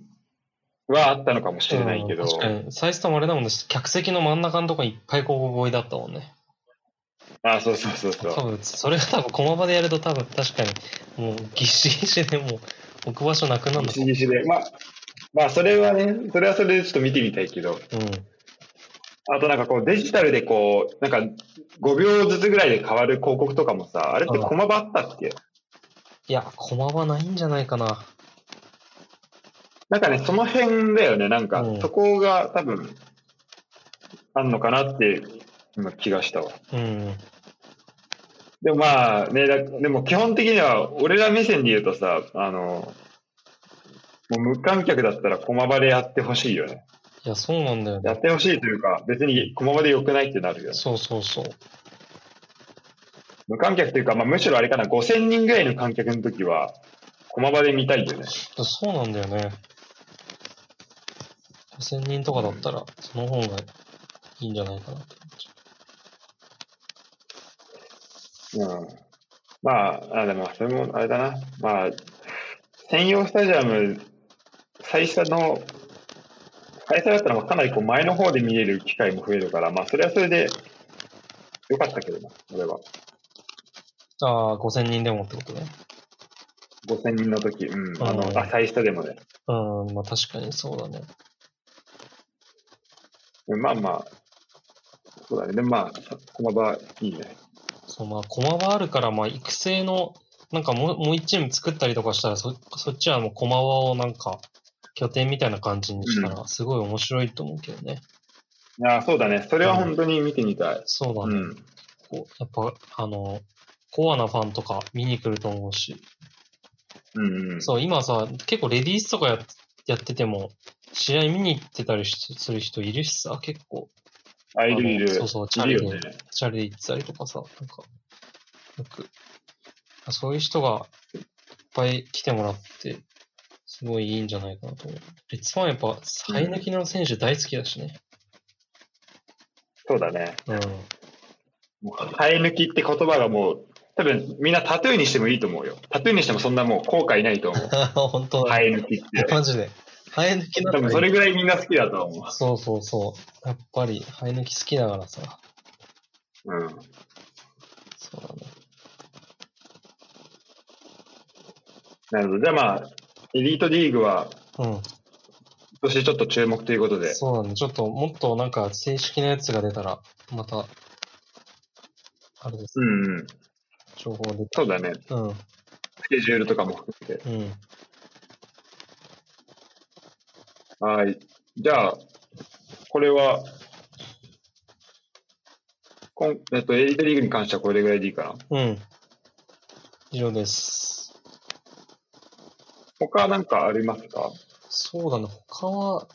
[SPEAKER 1] はあったのかもしれないけど、
[SPEAKER 2] うん確かに。サイスタもあれだもんね、客席の真ん中のとこにいっぱい広告置いてあったもんね。
[SPEAKER 1] ああ、そうそうそうそう。
[SPEAKER 2] 多分、それが多分、駒場でやると多分、確かに、もう、ぎっしぎしでもう、置く場所なくなるんだ
[SPEAKER 1] 一日で。まあ、まあそれはね、それはそれでちょっと見てみたいけど、あとなんかこうデジタルでこう、なんか5秒ずつぐらいで変わる広告とかもさ、あれって駒場あったっけ
[SPEAKER 2] いや、駒場ないんじゃないかな。
[SPEAKER 1] なんかね、その辺だよね、なんか
[SPEAKER 2] う、ん
[SPEAKER 1] そこが多分、あんのかなって、今気がしたわ。
[SPEAKER 2] うん。
[SPEAKER 1] でもまあね、だでも基本的には、俺ら目線で言うとさ、あの、もう無観客だったら駒場でやってほしいよね。
[SPEAKER 2] いや、そうなんだよ
[SPEAKER 1] や
[SPEAKER 2] ね。
[SPEAKER 1] ってほしいというか、別に駒場で良くないってなるよね。
[SPEAKER 2] そうそうそう。
[SPEAKER 1] 無観客というか、まあむしろあれかな、5000人ぐらいの観客の時は、駒場で見たいよね。
[SPEAKER 2] そうなんだよね。5000人とかだったら、その方がいいんじゃないかなって思っちゃ
[SPEAKER 1] うん。まあ、あ、でも、それも、あれだな。まあ、専用スタジアム、最初の、開催だったら、まあかなりこう前の方で見れる機会も増えるから、まあ、それはそれで、よかったけどな、俺は。
[SPEAKER 2] ああ、5000人でもってことね。
[SPEAKER 1] 5000人の時、うん。あ
[SPEAKER 2] うん
[SPEAKER 1] の、あ、最初でもね。
[SPEAKER 2] うん、まあ確かにそうだね。
[SPEAKER 1] うんまあまあ、そうだね。でもまあ、駒場いいね。
[SPEAKER 2] そう、まあ駒場あるから、まあ育成の、なんかもうもう一チーム作ったりとかしたら、そそっちはもう駒場をなんか拠点みたいな感じにしたら、すごい面白いと思うけどね。
[SPEAKER 1] いや、そうだね。それは本当に見てみたい。
[SPEAKER 2] そうだ
[SPEAKER 1] う
[SPEAKER 2] ね。
[SPEAKER 1] ん。
[SPEAKER 2] こうやっぱ、あの、コアなファンとか見に来ると思うし、
[SPEAKER 1] うんうん。
[SPEAKER 2] そう、今さ、結構レディースとかやっやってても、試合見に行ってたりしする人いるしさ、結構、
[SPEAKER 1] あ、いるいる。
[SPEAKER 2] そうそうチャ
[SPEAKER 1] い
[SPEAKER 2] リ
[SPEAKER 1] る
[SPEAKER 2] で
[SPEAKER 1] よね。
[SPEAKER 2] チャリで行ってたりとかさ、なんか、よく、そういう人がいっぱい来てもらって、すごいいいんじゃないかなと思う。レッツファンやっぱ、最抜きの選手大好きだしね。
[SPEAKER 1] そうだね。
[SPEAKER 2] うん。 <laughs>
[SPEAKER 1] もう生え抜きって言葉がもう、多分みんなタトゥーにしてもいいと思うよ。タトゥーにしてもそんなもう後悔ないと思う。
[SPEAKER 2] 本当だ
[SPEAKER 1] 生え抜きって。
[SPEAKER 2] マジで。生え抜きな
[SPEAKER 1] 多
[SPEAKER 2] ん
[SPEAKER 1] 分
[SPEAKER 2] か
[SPEAKER 1] それぐらいみんな好きだと思
[SPEAKER 2] そうそうそう。やっぱり、生え抜き好きだからさ。
[SPEAKER 1] う。うん。
[SPEAKER 2] そうだね。
[SPEAKER 1] なるほど。じゃあまあ、エリートリーグは
[SPEAKER 2] うん。
[SPEAKER 1] 今年ちょっと注目ということで。
[SPEAKER 2] そうだね。ちょっと、もっとなんか、正式なやつが出たら、また、あれです
[SPEAKER 1] う。んうん。
[SPEAKER 2] 情報出
[SPEAKER 1] そうだね。
[SPEAKER 2] た。うん。
[SPEAKER 1] スケジュールとかも含めて。
[SPEAKER 2] うん。
[SPEAKER 1] はい。じゃあ、これは、こんえっと、エリートリーグに関してはこれぐらいでいいかな。
[SPEAKER 2] うん。以上です。
[SPEAKER 1] 他なんかありますか
[SPEAKER 2] そうだね。他は、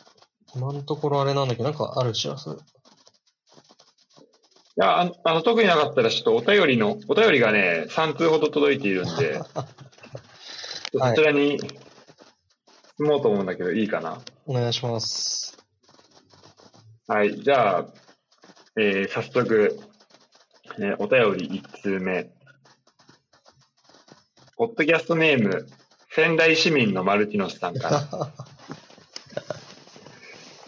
[SPEAKER 2] 今のところあれなんだけど、なんかある知らせ。
[SPEAKER 1] いや、あの、あの特になかったら、ちょっとお便りの、お便りがね、3通ほど届いているんで、そちらに進もうと思うんだけど、いいかな。
[SPEAKER 2] お願いします。
[SPEAKER 1] はい、じゃあ、えー早速、えーお便り1通目。ポッドキャストネーム、仙台市民のマルティノスさんから。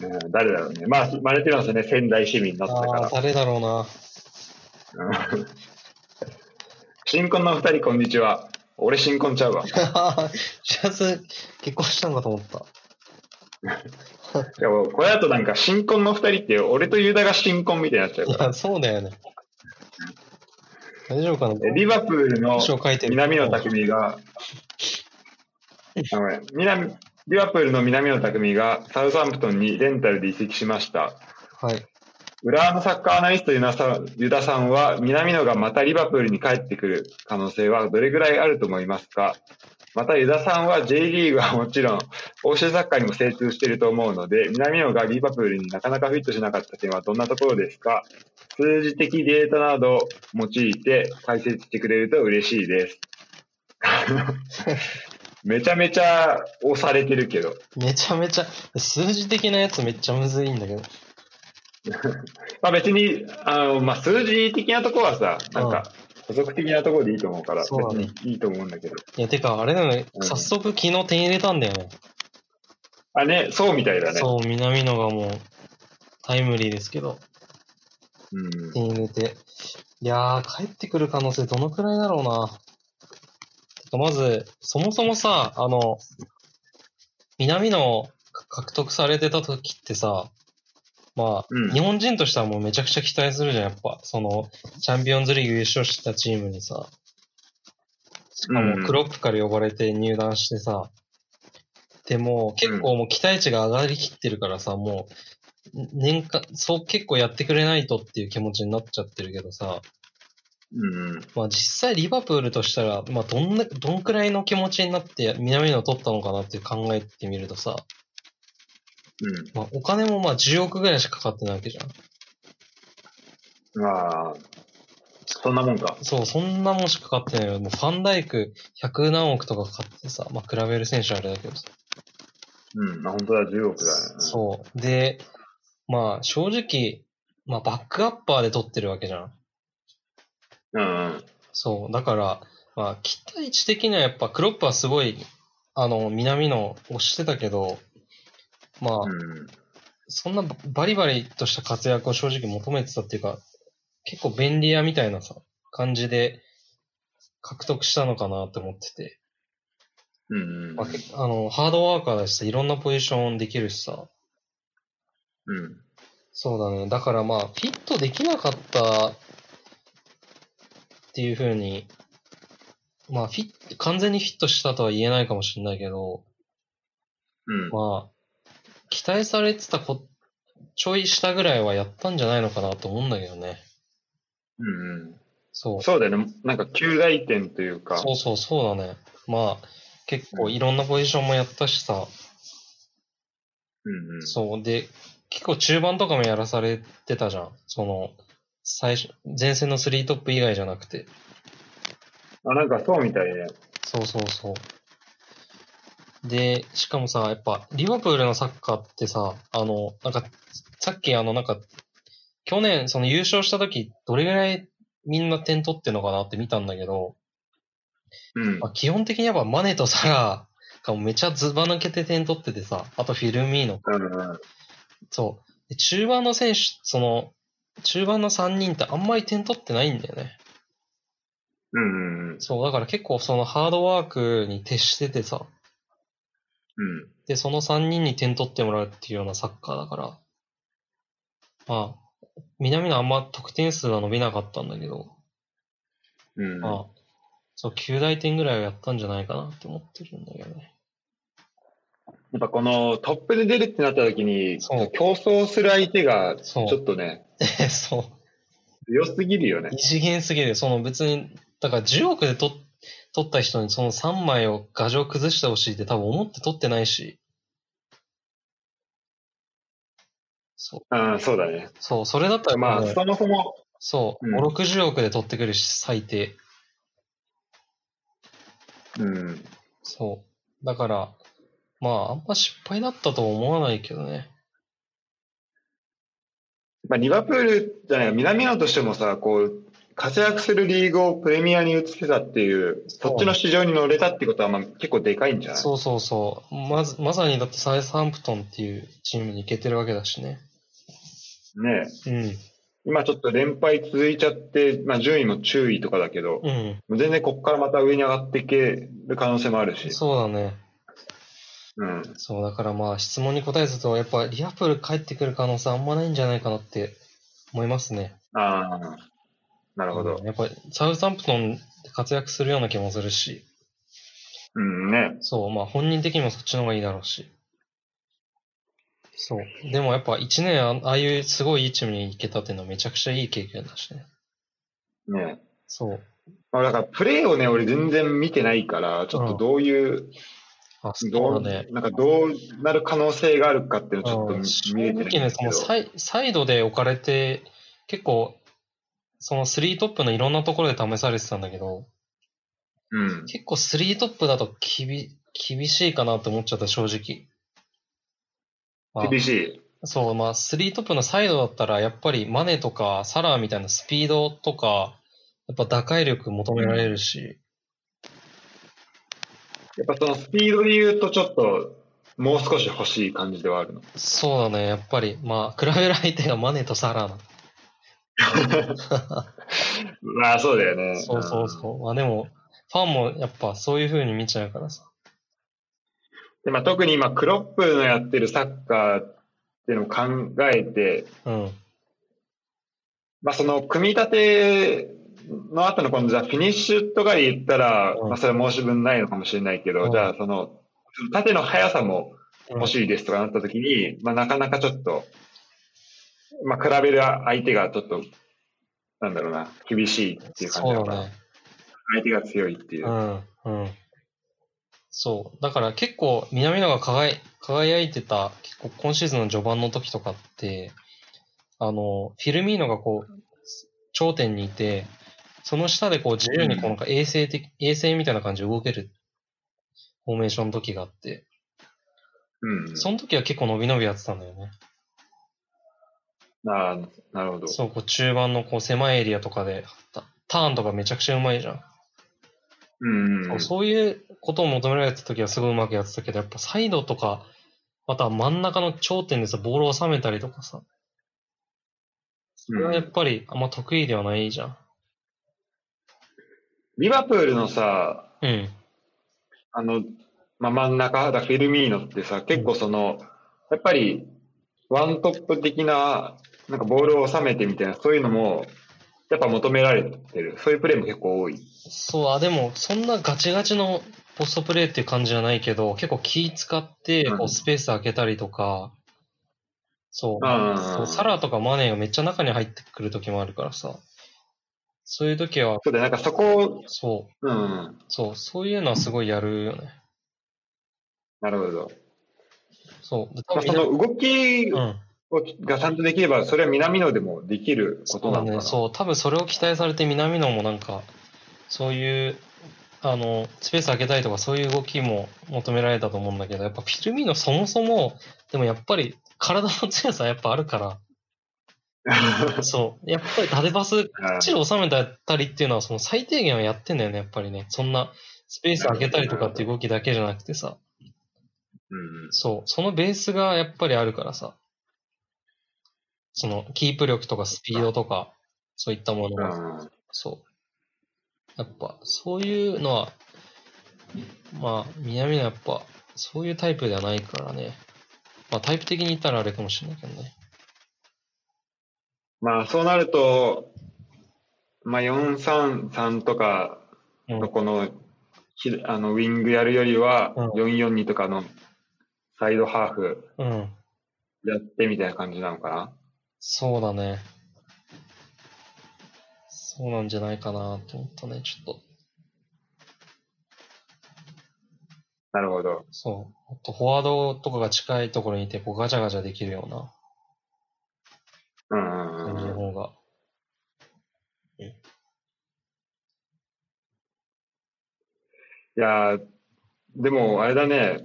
[SPEAKER 1] うん、誰だろうね。まあ、マルティノスね、仙台市民だったか
[SPEAKER 2] ああ、
[SPEAKER 1] ら。
[SPEAKER 2] 誰だろうな。 <laughs>
[SPEAKER 1] うん新婚のお二人、こんにちは。俺新婚ちゃうわ。
[SPEAKER 2] 知らず、結婚したんかと思った。
[SPEAKER 1] いやもうこれだとなんか新婚の二人って俺とユダが新婚みたいになっちゃう
[SPEAKER 2] い
[SPEAKER 1] か
[SPEAKER 2] や、そうだよね。大丈夫かな
[SPEAKER 1] ら。リバプールの
[SPEAKER 2] 文章書いてる。
[SPEAKER 1] 南野拓実が、あごめん南リバプールの南野拓実がサウサンプトンにレンタルで移籍しました。
[SPEAKER 2] はい。浦
[SPEAKER 1] 浦和のサッカーアナリストユナさんユダさんは、南野がまたリバプールに帰ってくる可能性はどれぐらいあると思いますかまた、ユダさんは J リーグはもちろん、欧州サッカーにも精通していると思うので、南野がリバプールになかなかフィットしなかった点はどんなところですか数字的データなどを用いて解説してくれると嬉しいです。 <laughs> めちゃめちゃ押されてるけど。
[SPEAKER 2] めちゃめちゃ、数字的なやつめっちゃむずいんだけど。
[SPEAKER 1] まあ別に、あの、まあ数字的なところはさ、なん
[SPEAKER 2] うん
[SPEAKER 1] か、補足的なところでいいと思うから、別
[SPEAKER 2] そうだね
[SPEAKER 1] にいいと思うんだけど。
[SPEAKER 2] いや、てか、あれだよね。
[SPEAKER 1] うん
[SPEAKER 2] 早速昨日点入れたんだよね。
[SPEAKER 1] あ、ね、そうみたいだね。
[SPEAKER 2] そう、南野がもう、タイムリーですけど、
[SPEAKER 1] うん。
[SPEAKER 2] 手に入れて。いやー、帰ってくる可能性どのくらいだろうな。てかまず、そもそもさ、あの、南野獲得されてた時ってさ、まあ、
[SPEAKER 1] うん
[SPEAKER 2] 日本人としてはもうめちゃくちゃ期待するじゃん、やっぱ。その、チャンピオンズリーグ優勝してたチームにさ、しか
[SPEAKER 1] うん
[SPEAKER 2] もクロップから呼ばれて入団してさ、でもう結構もう期待値が上がりきってるからさ、もう、年間、そう結構やってくれないとっていう気持ちになっちゃってるけどさ、
[SPEAKER 1] うん。
[SPEAKER 2] まあ実際リバプールとしたら、まあどんな、どんくらいの気持ちになって南野を取ったのかなって考えてみるとさ、
[SPEAKER 1] う
[SPEAKER 2] まあお金もまあ10億ぐらいしかかかってないわけじゃん。
[SPEAKER 1] ん。まあ、そんなもんか。
[SPEAKER 2] そう、そんなもんしかかかってないよ。もうファンダイク100何億とかかかってさ、まあ比べる選手あれだけどさ。
[SPEAKER 1] うん。まあ本当だ、10億だね。
[SPEAKER 2] そう。で、まあ正直、まあバックアッパーで取ってるわけじゃん。
[SPEAKER 1] うん。うん。
[SPEAKER 2] そう、だから、まあ、期待値的にはやっぱクロップはすごい、あの、南野をしてたけど、まあ、
[SPEAKER 1] うん。
[SPEAKER 2] そんなバリバリとした活躍を正直求めてたっていうか、結構便利屋みたいなさ、感じで獲得したのかなって思ってて、
[SPEAKER 1] うん。
[SPEAKER 2] まあ、けあの、ハードワーカーだしさ、いろんなポジションできるしさ、
[SPEAKER 1] うん。
[SPEAKER 2] そうだね。だからまあ、フィットできなかったっていうふうに、まあ、フィット、完全にフィットしたとは言えないかもしれないけど、
[SPEAKER 1] うん。
[SPEAKER 2] まあ、期待されてたこ、ちょい下ぐらいはやったんじゃないのかなと思うんだけどね。
[SPEAKER 1] うんうん。
[SPEAKER 2] そう。
[SPEAKER 1] そうだよね。なんか、旧大点というか。
[SPEAKER 2] そうそうそうだね。まあ、結構いろんなポジションもやったしさ、
[SPEAKER 1] うんうん。
[SPEAKER 2] そう。で、結構中盤とかもやらされてたじゃん。その、最初、前線のスリートップ以外じゃなくて。
[SPEAKER 1] あ、なんかそうみたいね。
[SPEAKER 2] そうそうそう。で、しかもさ、やっぱ、リバプールのサッカーってさ、あの、なんか、さっきあの、なんか、去年、その優勝した時、どれぐらいみんな点取ってんのかなって見たんだけど、
[SPEAKER 1] うん
[SPEAKER 2] まあ、。基本的にやっぱマネとサラーがめちゃずば抜けて点取っててさ、あとフィルミーノ。
[SPEAKER 1] うんうん。
[SPEAKER 2] そう。で中盤の選手、その、中盤の3人ってあんまり点取ってないんだよね。
[SPEAKER 1] うんうん。
[SPEAKER 2] そう、だから結構そのハードワークに徹しててさ、
[SPEAKER 1] うん。
[SPEAKER 2] で、その3人に点取ってもらうっていうようなサッカーだから、まあ、南のあんま得点数は伸びなかったんだけど、
[SPEAKER 1] うん。
[SPEAKER 2] まあ、そう、9大点ぐらいはやったんじゃないかなって思ってるんだけどね。
[SPEAKER 1] やっぱこのトップで出るってなった時に、
[SPEAKER 2] そう
[SPEAKER 1] 競争する相手が、ち
[SPEAKER 2] そう
[SPEAKER 1] ょっとね、
[SPEAKER 2] <laughs> そう。
[SPEAKER 1] 強すぎるよね
[SPEAKER 2] 二。次元すぎる。その別に、だから10億で取っ取った人にその3枚を画像崩してほしいって多分思って取ってないし。そう、
[SPEAKER 1] うん、そうだね。
[SPEAKER 2] そう、それだったら
[SPEAKER 1] まあ、
[SPEAKER 2] もう
[SPEAKER 1] そもそも、
[SPEAKER 2] そう、
[SPEAKER 1] うん
[SPEAKER 2] 5、60億で取ってくるし、最低。
[SPEAKER 1] うん。
[SPEAKER 2] そう。だから、まあ、あんま失敗だったとは思わないけどね。
[SPEAKER 1] まあ、リバプールじゃない、南野としてもさ、こう、活躍するリーグをプレミアに移せたっていう、そっちの市場に乗れたってことは、まあ、結構でかいんじゃない
[SPEAKER 2] そうそうそう。まず、まさにだってサイサンプトンっていうチームに行けてるわけだしね。
[SPEAKER 1] ねえ
[SPEAKER 2] うん。
[SPEAKER 1] 今ちょっと連敗続いちゃって、まあ、順位も注意とかだけど、
[SPEAKER 2] うん。
[SPEAKER 1] 全然ここからまた上に上がっていける可能性もあるし。
[SPEAKER 2] そうだね。
[SPEAKER 1] うん。
[SPEAKER 2] そう、だからまあ質問に答えずと、やっぱリアプール帰ってくる可能性あんまないんじゃないかなって思いますね。
[SPEAKER 1] ああ、なるほど
[SPEAKER 2] うん。やっぱりサウサンプトンで活躍するような気もするし、
[SPEAKER 1] うんね。
[SPEAKER 2] そう、まあ本人的にもそっちの方がいいだろうし。そう。でもやっぱ1年あああいうすごいいいチームに行けたっていうのはめちゃくちゃいい経験だしね。
[SPEAKER 1] ね。
[SPEAKER 2] そう。
[SPEAKER 1] まあ、だからプレーをね、俺全然見てないから、ちょっとどういう、
[SPEAKER 2] あ、
[SPEAKER 1] ど
[SPEAKER 2] そう
[SPEAKER 1] う、
[SPEAKER 2] だね。
[SPEAKER 1] なんかどうなる可能性があるかっていうのを
[SPEAKER 2] うん
[SPEAKER 1] ちょ
[SPEAKER 2] 正
[SPEAKER 1] っと見えて
[SPEAKER 2] 直
[SPEAKER 1] ないん
[SPEAKER 2] ね、
[SPEAKER 1] です
[SPEAKER 2] そ
[SPEAKER 1] け
[SPEAKER 2] の
[SPEAKER 1] ど。
[SPEAKER 2] サイサイドで置かれて、結構、そのスリートップのいろんなところで試されてたんだけど、
[SPEAKER 1] うん。
[SPEAKER 2] 結構スリートップだときび厳しいかなって思っちゃった、正直。まあ
[SPEAKER 1] 厳しい。
[SPEAKER 2] そう、まあ、スリートップのサイドだったら、やっぱりマネとかサラーみたいなスピードとか、やっぱ打開力求められるし、
[SPEAKER 1] やっぱそのスピードで言うと、ちょっと、もう少し欲しい感じではあるの。 <laughs>
[SPEAKER 2] そうだね、やっぱり、まあ、比べる相手がマネとサラーな。
[SPEAKER 1] まあ、そうだよね。
[SPEAKER 2] そうそうそう。まあ、でも、ファンもやっぱそういう風に見ちゃうからさ。
[SPEAKER 1] うんで、まあ、特に今、クロップのやってるサッカーっていうのを考えて、
[SPEAKER 2] うん。
[SPEAKER 1] まあ、その組み立ての後のこのじゃあフィニッシュとかで言ったら、
[SPEAKER 2] うん
[SPEAKER 1] まあ、それは申し分ないのかもしれないけど、
[SPEAKER 2] うん
[SPEAKER 1] じゃあその縦の速さも欲しいですとかなった時に、まあ、なかなかちょっと、まあ、比べる相手がちょっとなんだろうな厳しいっていう感じ
[SPEAKER 2] そ
[SPEAKER 1] だ
[SPEAKER 2] う
[SPEAKER 1] か
[SPEAKER 2] だ
[SPEAKER 1] ら、
[SPEAKER 2] ね。
[SPEAKER 1] 相手が強いっていうう。
[SPEAKER 2] ん、うん。そう。だから結構、南野が輝い輝いてた、結構今シーズンの序盤の時とかって、あの、フィルミーノがこう、頂点にいて、その下でこう自由にこうなんか衛星的、衛星みたいな感じで動けるフォーメーションの時があって、
[SPEAKER 1] うん。
[SPEAKER 2] その時は結構伸び伸びやってたんだよね。
[SPEAKER 1] ああ、なるほど。
[SPEAKER 2] そう、こう中盤のこう狭いエリアとかで、はたターンとかめちゃくちゃうまいじゃん。
[SPEAKER 1] うん。うん。
[SPEAKER 2] そういうことを求められてた時はすごいうまくやってたけど、やっぱサイドとか、または真ん中の頂点でさ、ボールを収めたりとかさ、それはやっぱりあんま得意ではないじゃん。
[SPEAKER 1] リバプールのさ、
[SPEAKER 2] うん。
[SPEAKER 1] あの、まあ、真ん中、だフィルミーノってさ、結構その、やっぱり、ワントップ的な、なんかボールを収めてみたいな、そういうのも、やっぱ求められてる。そういうプレーも結構多い。
[SPEAKER 2] そう、あ、でも、そんなガチガチのポストプレーっていう感じじゃないけど、結構気使って、
[SPEAKER 1] うん
[SPEAKER 2] こう、スペース開けたりとか、そう、
[SPEAKER 1] うん
[SPEAKER 2] そうサラとかマネーがめっちゃ中に入ってくる時もあるからさ、そういう時は、
[SPEAKER 1] そうだよ、なんかそこを、
[SPEAKER 2] そ
[SPEAKER 1] うん
[SPEAKER 2] う、、そう、そういうのはすごいやるよね。
[SPEAKER 1] なるほど。
[SPEAKER 2] そう。で多
[SPEAKER 1] まあ、そ
[SPEAKER 2] 分
[SPEAKER 1] の動き
[SPEAKER 2] うん。
[SPEAKER 1] をがちゃんとできれば、それは南野でもできるこ
[SPEAKER 2] そ
[SPEAKER 1] と
[SPEAKER 2] う
[SPEAKER 1] な
[SPEAKER 2] だ
[SPEAKER 1] のか
[SPEAKER 2] ね、
[SPEAKER 1] な。
[SPEAKER 2] そう、多分それを期待されて南野もなんか、そういう、あの、スペース開けたりとかそういう動きも求められたと思うんだけど、やっぱフィルミーノそもそも、でもやっぱり体の強さやっぱあるから、
[SPEAKER 1] <laughs>
[SPEAKER 2] そう、やっぱり縦パス、きっちり収めたりっていうのはその最低限はやってんだよね、やっぱりね。そんなスペース開けたりとかっていう動きだけじゃなくてさ、
[SPEAKER 1] うん
[SPEAKER 2] そう、そのベースがやっぱりあるからさ、そのキープ力とかスピードとか、そういったも
[SPEAKER 1] う
[SPEAKER 2] のが
[SPEAKER 1] ん。うん。
[SPEAKER 2] そう。やっぱ、そういうのは、まあ、南野やっぱ、そういうタイプではないからね。まあ、タイプ的に言ったらあれかもしれないけどね。
[SPEAKER 1] まあ、そうなると、まあ、433とか
[SPEAKER 2] うん
[SPEAKER 1] のこの、ひあのウィングやるよりは、
[SPEAKER 2] うん
[SPEAKER 1] 442とかのサイドハーフ
[SPEAKER 2] うん。
[SPEAKER 1] やってみたいな感じなのかな。
[SPEAKER 2] そうだね。そうなんじゃないかなと思ったね、ちょっと。
[SPEAKER 1] なるほど。
[SPEAKER 2] そう。もっとフォワードとかが近いところにいて、こうガチャガチャできるような
[SPEAKER 1] うんうん
[SPEAKER 2] 感じ
[SPEAKER 1] う
[SPEAKER 2] の
[SPEAKER 1] んうん。
[SPEAKER 2] 方が。
[SPEAKER 1] いやーでも、あれだね、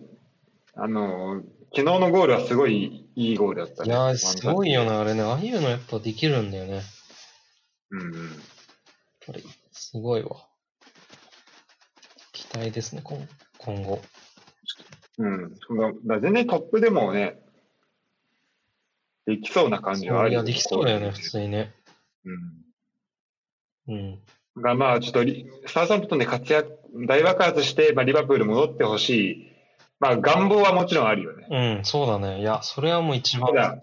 [SPEAKER 1] あの、昨日のゴールはすごいいいゴールだった
[SPEAKER 2] い
[SPEAKER 1] ね。
[SPEAKER 2] やー、すごいよ
[SPEAKER 1] ね。
[SPEAKER 2] ね、あれね。ああいうのやっぱできるんだよね。やっ
[SPEAKER 1] うんうん。
[SPEAKER 2] ぱり、すごいわ。期待ですね、今今後。
[SPEAKER 1] うん、そのだ全然トップでもね、できそうな感じはある
[SPEAKER 2] いや、できそうだよね、普
[SPEAKER 1] に。
[SPEAKER 2] 通にね。うん。
[SPEAKER 1] うん、がまあ、ちょっとリ、スターサンプトンで活躍、大爆発して、まあ、リバプール戻ってほしい。まあ、願望はもちろんあるよね。
[SPEAKER 2] うん、そうだね。いや、それはもう一番
[SPEAKER 1] た。だ、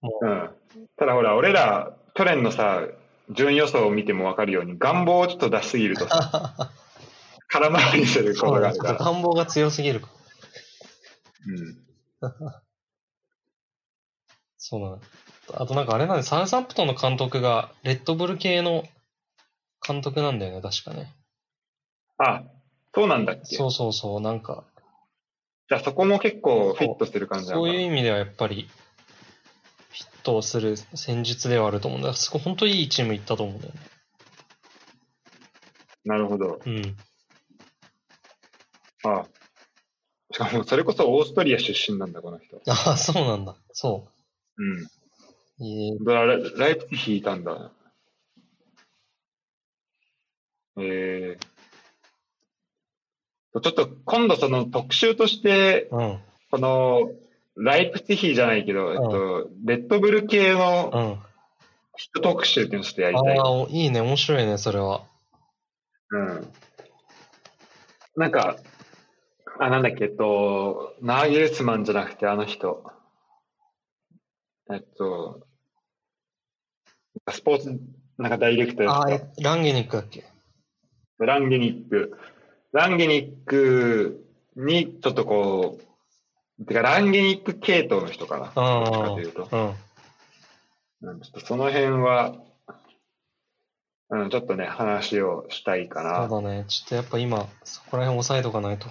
[SPEAKER 2] も
[SPEAKER 1] うん。ただほら、俺ら、去年のさ、順位予想を見ても分かるように、願望をちょっと出しすぎるとさ、
[SPEAKER 2] <laughs>
[SPEAKER 1] 空回りするこ
[SPEAKER 2] そ
[SPEAKER 1] と
[SPEAKER 2] う
[SPEAKER 1] があ
[SPEAKER 2] だね。
[SPEAKER 1] る
[SPEAKER 2] ちょ
[SPEAKER 1] か
[SPEAKER 2] っと
[SPEAKER 1] ら。
[SPEAKER 2] 願望が強すぎるか。
[SPEAKER 1] うん。
[SPEAKER 2] そうだね。あとなんかあれなんで、サウサンプトンの監督が、レッドブル系の監督なんだよね、確かね。
[SPEAKER 1] あ、そうなんだっけ。じ
[SPEAKER 2] そうそうそう、なんか、
[SPEAKER 1] ゃあそこも結構フィットする感じなの
[SPEAKER 2] そう
[SPEAKER 1] か
[SPEAKER 2] い
[SPEAKER 1] な
[SPEAKER 2] う意味ではやっぱり、ヒットをする戦術ではあると思うんだ。すごい、本当いいチーム行ったと思うんだよね。
[SPEAKER 1] なるほど。
[SPEAKER 2] うん。
[SPEAKER 1] ああしかも、それこそオーストリア出身なんだ、この人。
[SPEAKER 2] ああ、そうなんだ。そ
[SPEAKER 1] うん。
[SPEAKER 2] う。いいね
[SPEAKER 1] 本当だラライプツィヒ引いたんだ。えー、ちょっと今度その特集として、
[SPEAKER 2] うん、
[SPEAKER 1] この、ライプツィヒじゃないけど、えっと、レッドブル系
[SPEAKER 2] う
[SPEAKER 1] の
[SPEAKER 2] ん。
[SPEAKER 1] ヒット特集っていうのをちょっとやり
[SPEAKER 2] あ
[SPEAKER 1] たい。
[SPEAKER 2] あ、おいいね、面白いね、それは。
[SPEAKER 1] うん。なんか、あ、なんだっけ、えっと、ナーギルスマンじゃなくて、あの人。えっと、スポーツ、なんかダイレクト
[SPEAKER 2] ああ、
[SPEAKER 1] や
[SPEAKER 2] えランゲニックだっけ
[SPEAKER 1] つランゲニック。ランゲニックに、ちょっとこう、てか、ランゲニック系統の人かな。ど
[SPEAKER 2] あー
[SPEAKER 1] っちかというと。
[SPEAKER 2] うん。
[SPEAKER 1] うん、ちょっとその辺は、うん、ちょっとね、話をしたいかな。
[SPEAKER 2] そうだね。ちょっとやっぱ今、そこら辺押さえとかないと。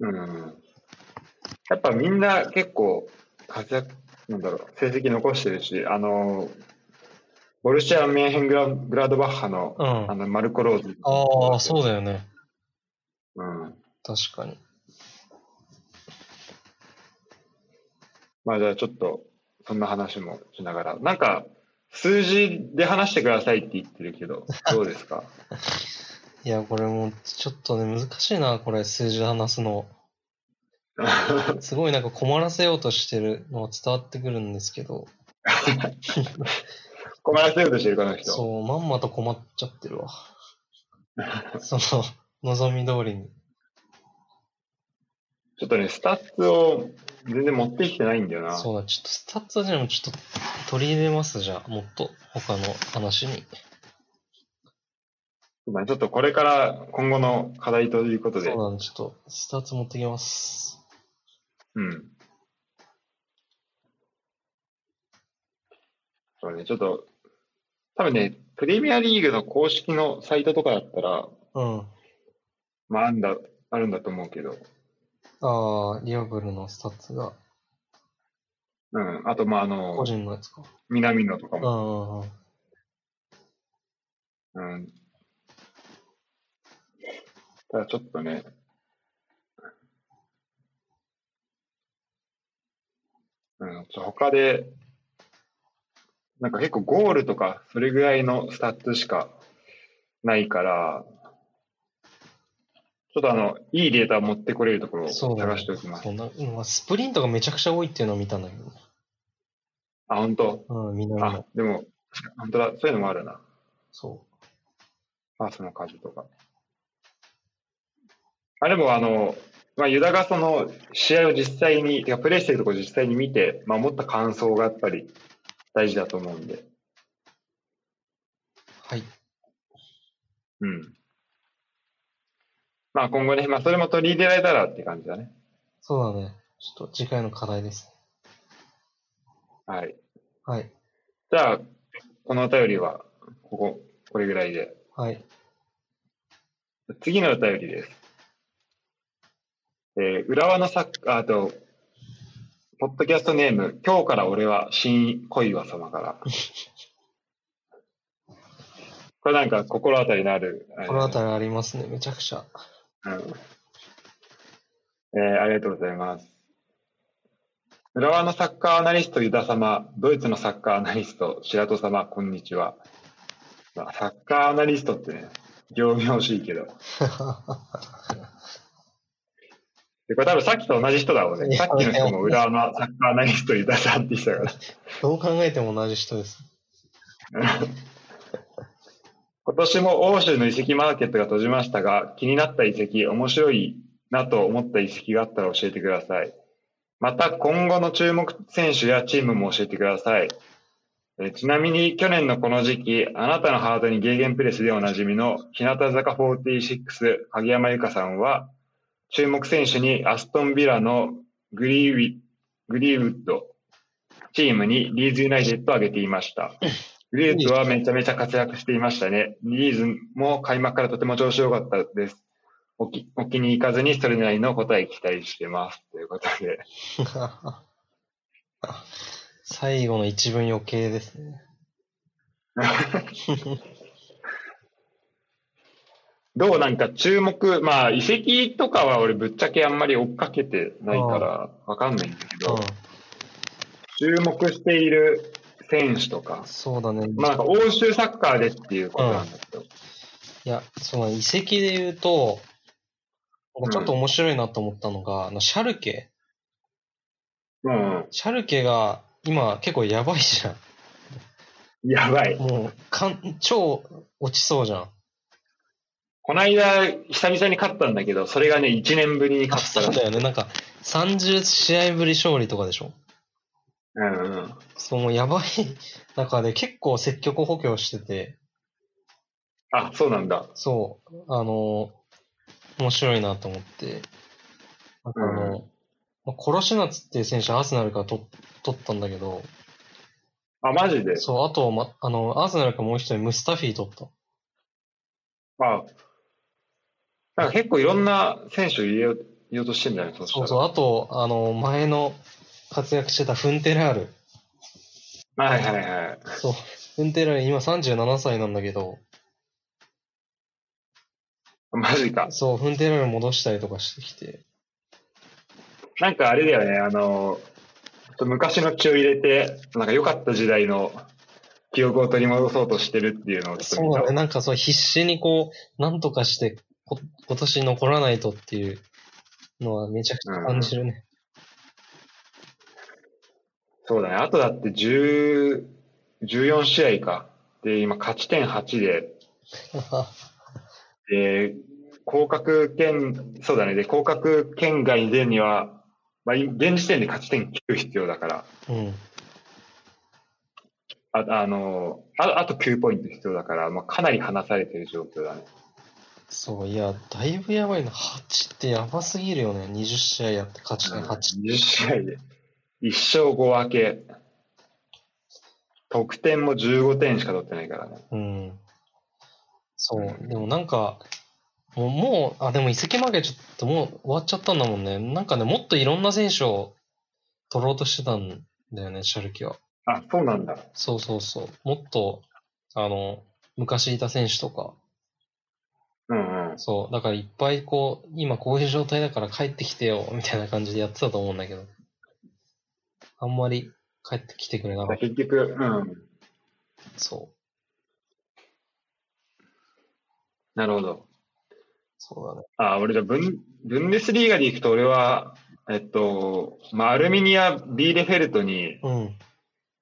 [SPEAKER 1] うんやっぱみんな結構活躍、なんだろう、成績残してるし、あの、ボルシア・メンヘングラグラードバッハの
[SPEAKER 2] うん。
[SPEAKER 1] あ
[SPEAKER 2] あ
[SPEAKER 1] のマルコ・ローズ。
[SPEAKER 2] あ、そうだよね。
[SPEAKER 1] うん。
[SPEAKER 2] 確かに。
[SPEAKER 1] まあじゃあちょっと、そんな話もしながら。なんか、数字で話してくださいって言ってるけ
[SPEAKER 2] <laughs>
[SPEAKER 1] ど、どうですか
[SPEAKER 2] いや、これもうちょっとね、難しいな、これ、数字で話す
[SPEAKER 1] <laughs>
[SPEAKER 2] の。すごいなんか困らせようとしてるのは伝わってくるんですけど、
[SPEAKER 1] 困らせようとしてるこの人。
[SPEAKER 2] そう、まんまと困っちゃってるわ。その、 <laughs> 望み通りに。
[SPEAKER 1] ちょっとね、スタッツを全然持ってきてないんだよな。
[SPEAKER 2] そうだ、ちょっとスタッツはじゃあもうちょっと取り入れます、じゃあ、もっと他の話に。
[SPEAKER 1] まあちょっとこれから今後の課題ということで、
[SPEAKER 2] そう
[SPEAKER 1] う
[SPEAKER 2] なんで、ちょっとスタッツ持ってきます。
[SPEAKER 1] ん。そうね、ちょっと、多分ね、プレミアリーグの公式のサイトとかだったら、
[SPEAKER 2] うん。
[SPEAKER 1] まああるんだ、あるんだと思うけど、
[SPEAKER 2] ああ、リアブルのスタッツが、
[SPEAKER 1] うん。あと、まああの
[SPEAKER 2] 個、人のやつか。
[SPEAKER 1] 南野とか
[SPEAKER 2] う
[SPEAKER 1] も、
[SPEAKER 2] んうんう
[SPEAKER 1] う
[SPEAKER 2] ん。
[SPEAKER 1] ん。ただちょっとね、うん、ちょ他で、なんか結構ゴールとか、それぐらいのスタッツしかないから、ちょっとあの、いいデータ持ってこれるところを
[SPEAKER 2] そうだね
[SPEAKER 1] 探しておきます。
[SPEAKER 2] そんな、うんスプリントがめちゃくちゃ多いっていうのを見たんだけどね。
[SPEAKER 1] あ、本当
[SPEAKER 2] うん、みんな
[SPEAKER 1] あ
[SPEAKER 2] の。、
[SPEAKER 1] でも、本当だ、そういうのもあるな。
[SPEAKER 2] そ
[SPEAKER 1] パースの数とか。あれもあの、まあ、ユダがその試合を実際に、てかプレイしてるところ実際に見て、まあ、持った感想がやっぱり大事だと思うんで。
[SPEAKER 2] う。はい。
[SPEAKER 1] うん。まあ今後ね、まあそれも取り入れられたらって感じだね。
[SPEAKER 2] そうだね。ちょっと次回の課題ですね。
[SPEAKER 1] はい。
[SPEAKER 2] はい。
[SPEAKER 1] じゃあ、このお便りは、ここ、これぐらいで。
[SPEAKER 2] はい。
[SPEAKER 1] 次のお便りです。えー浦和のサッカーあと、ポッドキャストネーム、今日から俺は新恋は様から。 <laughs> これなんか心当たりのある。
[SPEAKER 2] このあ
[SPEAKER 1] り。
[SPEAKER 2] たりありますね。めちゃくちゃ。 <laughs>
[SPEAKER 1] うんえーありがとうございます。浦和のサッカーアナリスト、ユダ様、ドイツのサッカーアナリスト、白戸様、こんにちは。まあ、サッカーアナリストってね、行々しいけど。で、これ多分さっきと同じ人だろうね。さっきの人も浦和のサッカーアナリスト、ユダさんって人が。
[SPEAKER 2] どう考えても同じ人です。
[SPEAKER 1] 今年も欧州の遺跡マーケットが閉じましたが、気になった遺跡、面白いなと思った遺跡があったら教えてください。また今後の注目選手やチームも教えてください。えーちなみに去年のこの時期、あなたのハートにゲーゲンプレスでおなじみの日向坂46影山由佳さんは、注目選手にアストンビラのグリーウィグリーウッドチームにリーズユナイテッドを挙げていました。リーズはめちゃめちゃ活躍していましたね。リーズも開幕からとても調子良かったです。おきお気に行かずにそれなりの答え期待してます。ということで。
[SPEAKER 2] <laughs> 最後の一文余計ですね。
[SPEAKER 1] どうなんか注目、まあ遺跡とかは俺ぶっちゃけあんまり追っかけてないからわかんないんだけど、
[SPEAKER 2] う
[SPEAKER 1] 注目している選手とか
[SPEAKER 2] ん。、そうだね。
[SPEAKER 1] まあなんか欧州サッカーでっていうことなんだけど、
[SPEAKER 2] いや、その遺跡で言うと、なんかちょっと面白いなと思ったのが、あの、シャルケ。
[SPEAKER 1] うん、
[SPEAKER 2] シャルケが今結構やばいじゃ
[SPEAKER 1] やばい
[SPEAKER 2] ん。。もう、かん、超落ちそうじゃん。
[SPEAKER 1] この間久々に勝ったんだけど、それがね、1年ぶりに
[SPEAKER 2] あ、
[SPEAKER 1] 勝
[SPEAKER 2] そ
[SPEAKER 1] っ
[SPEAKER 2] う
[SPEAKER 1] た
[SPEAKER 2] だよね。なんか、30試合ぶり勝利とかでしょ。
[SPEAKER 1] ら。うんうん。
[SPEAKER 2] そう、もうやばい中で結構積極補強してて、
[SPEAKER 1] あ、そうなんだ。
[SPEAKER 2] そう、あの、面白いなと思って。なんかあ
[SPEAKER 1] う
[SPEAKER 2] の、まあコロシナツっていう選手アーセナルからと取ったんだけど、
[SPEAKER 1] あ、マジで。
[SPEAKER 2] そう、あと、ま、あの、アーセナルからもう一人ムスタフィー取った。
[SPEAKER 1] あ、なんか結構いろんな選手を入れよう入れようとしてんだよね、そした
[SPEAKER 2] そう
[SPEAKER 1] ら
[SPEAKER 2] そう、あと、あの、前の活躍してたフンテラール。
[SPEAKER 1] はいはいはい。
[SPEAKER 2] そう、フンテラール今37歳なんだけど、
[SPEAKER 1] マジか。
[SPEAKER 2] そう、フンテラール戻したりとかしてきて、
[SPEAKER 1] なんかあれだよね、あの、ちょっと昔の血を入れて、なんか良かった時代の記憶を取り戻そうとしてるっていうのをちょっと
[SPEAKER 2] そ
[SPEAKER 1] 見
[SPEAKER 2] う
[SPEAKER 1] た
[SPEAKER 2] だね。なんかそう必死にこう、なんとかしてこ、今年残らないとっていうのはめちゃくちゃ感じるね。
[SPEAKER 1] そうだね。あとだって10 14試合か。で、今勝ち点8で、で、降格圏、そうだね。で、降格圏外に出るには、まあ、い現時点で勝ち点9必要だから、
[SPEAKER 2] <laughs> うん。
[SPEAKER 1] ああのあ、あと9ポイント必要だから、まあ、かなり離されてる状況だね。
[SPEAKER 2] そう、いや、だいぶやばいな。8ってやばすぎるよね。20試合やって勝ち点8。
[SPEAKER 1] 10試合で。1勝5分け。得点も15点しか取ってないからね。
[SPEAKER 2] うん。そう
[SPEAKER 1] う。ん
[SPEAKER 2] でもなんか、もう、もうあ、でも移籍負けちょっともう終わっちゃったんだもんね。なんかね、もっといろんな選手を取ろうとしてたんだよね、シャルキは。
[SPEAKER 1] あ、そうなんだ。
[SPEAKER 2] そうそうそう。もっと、あの、昔いた選手とか。
[SPEAKER 1] うんうん。
[SPEAKER 2] そう。だからいっぱいこう、今こういう状態だから帰ってきてよ、みたいな感じでやってたと思うんだけど。あんまり帰ってきてくれなかっ
[SPEAKER 1] 結局、うん。
[SPEAKER 2] た。そう。
[SPEAKER 1] なるほど。
[SPEAKER 2] そうだね。
[SPEAKER 1] あ、俺じゃブン、ブンデスリーガで行くと、俺は、えっと、まあ、アルミニア・ビーレフェルトに、
[SPEAKER 2] うん。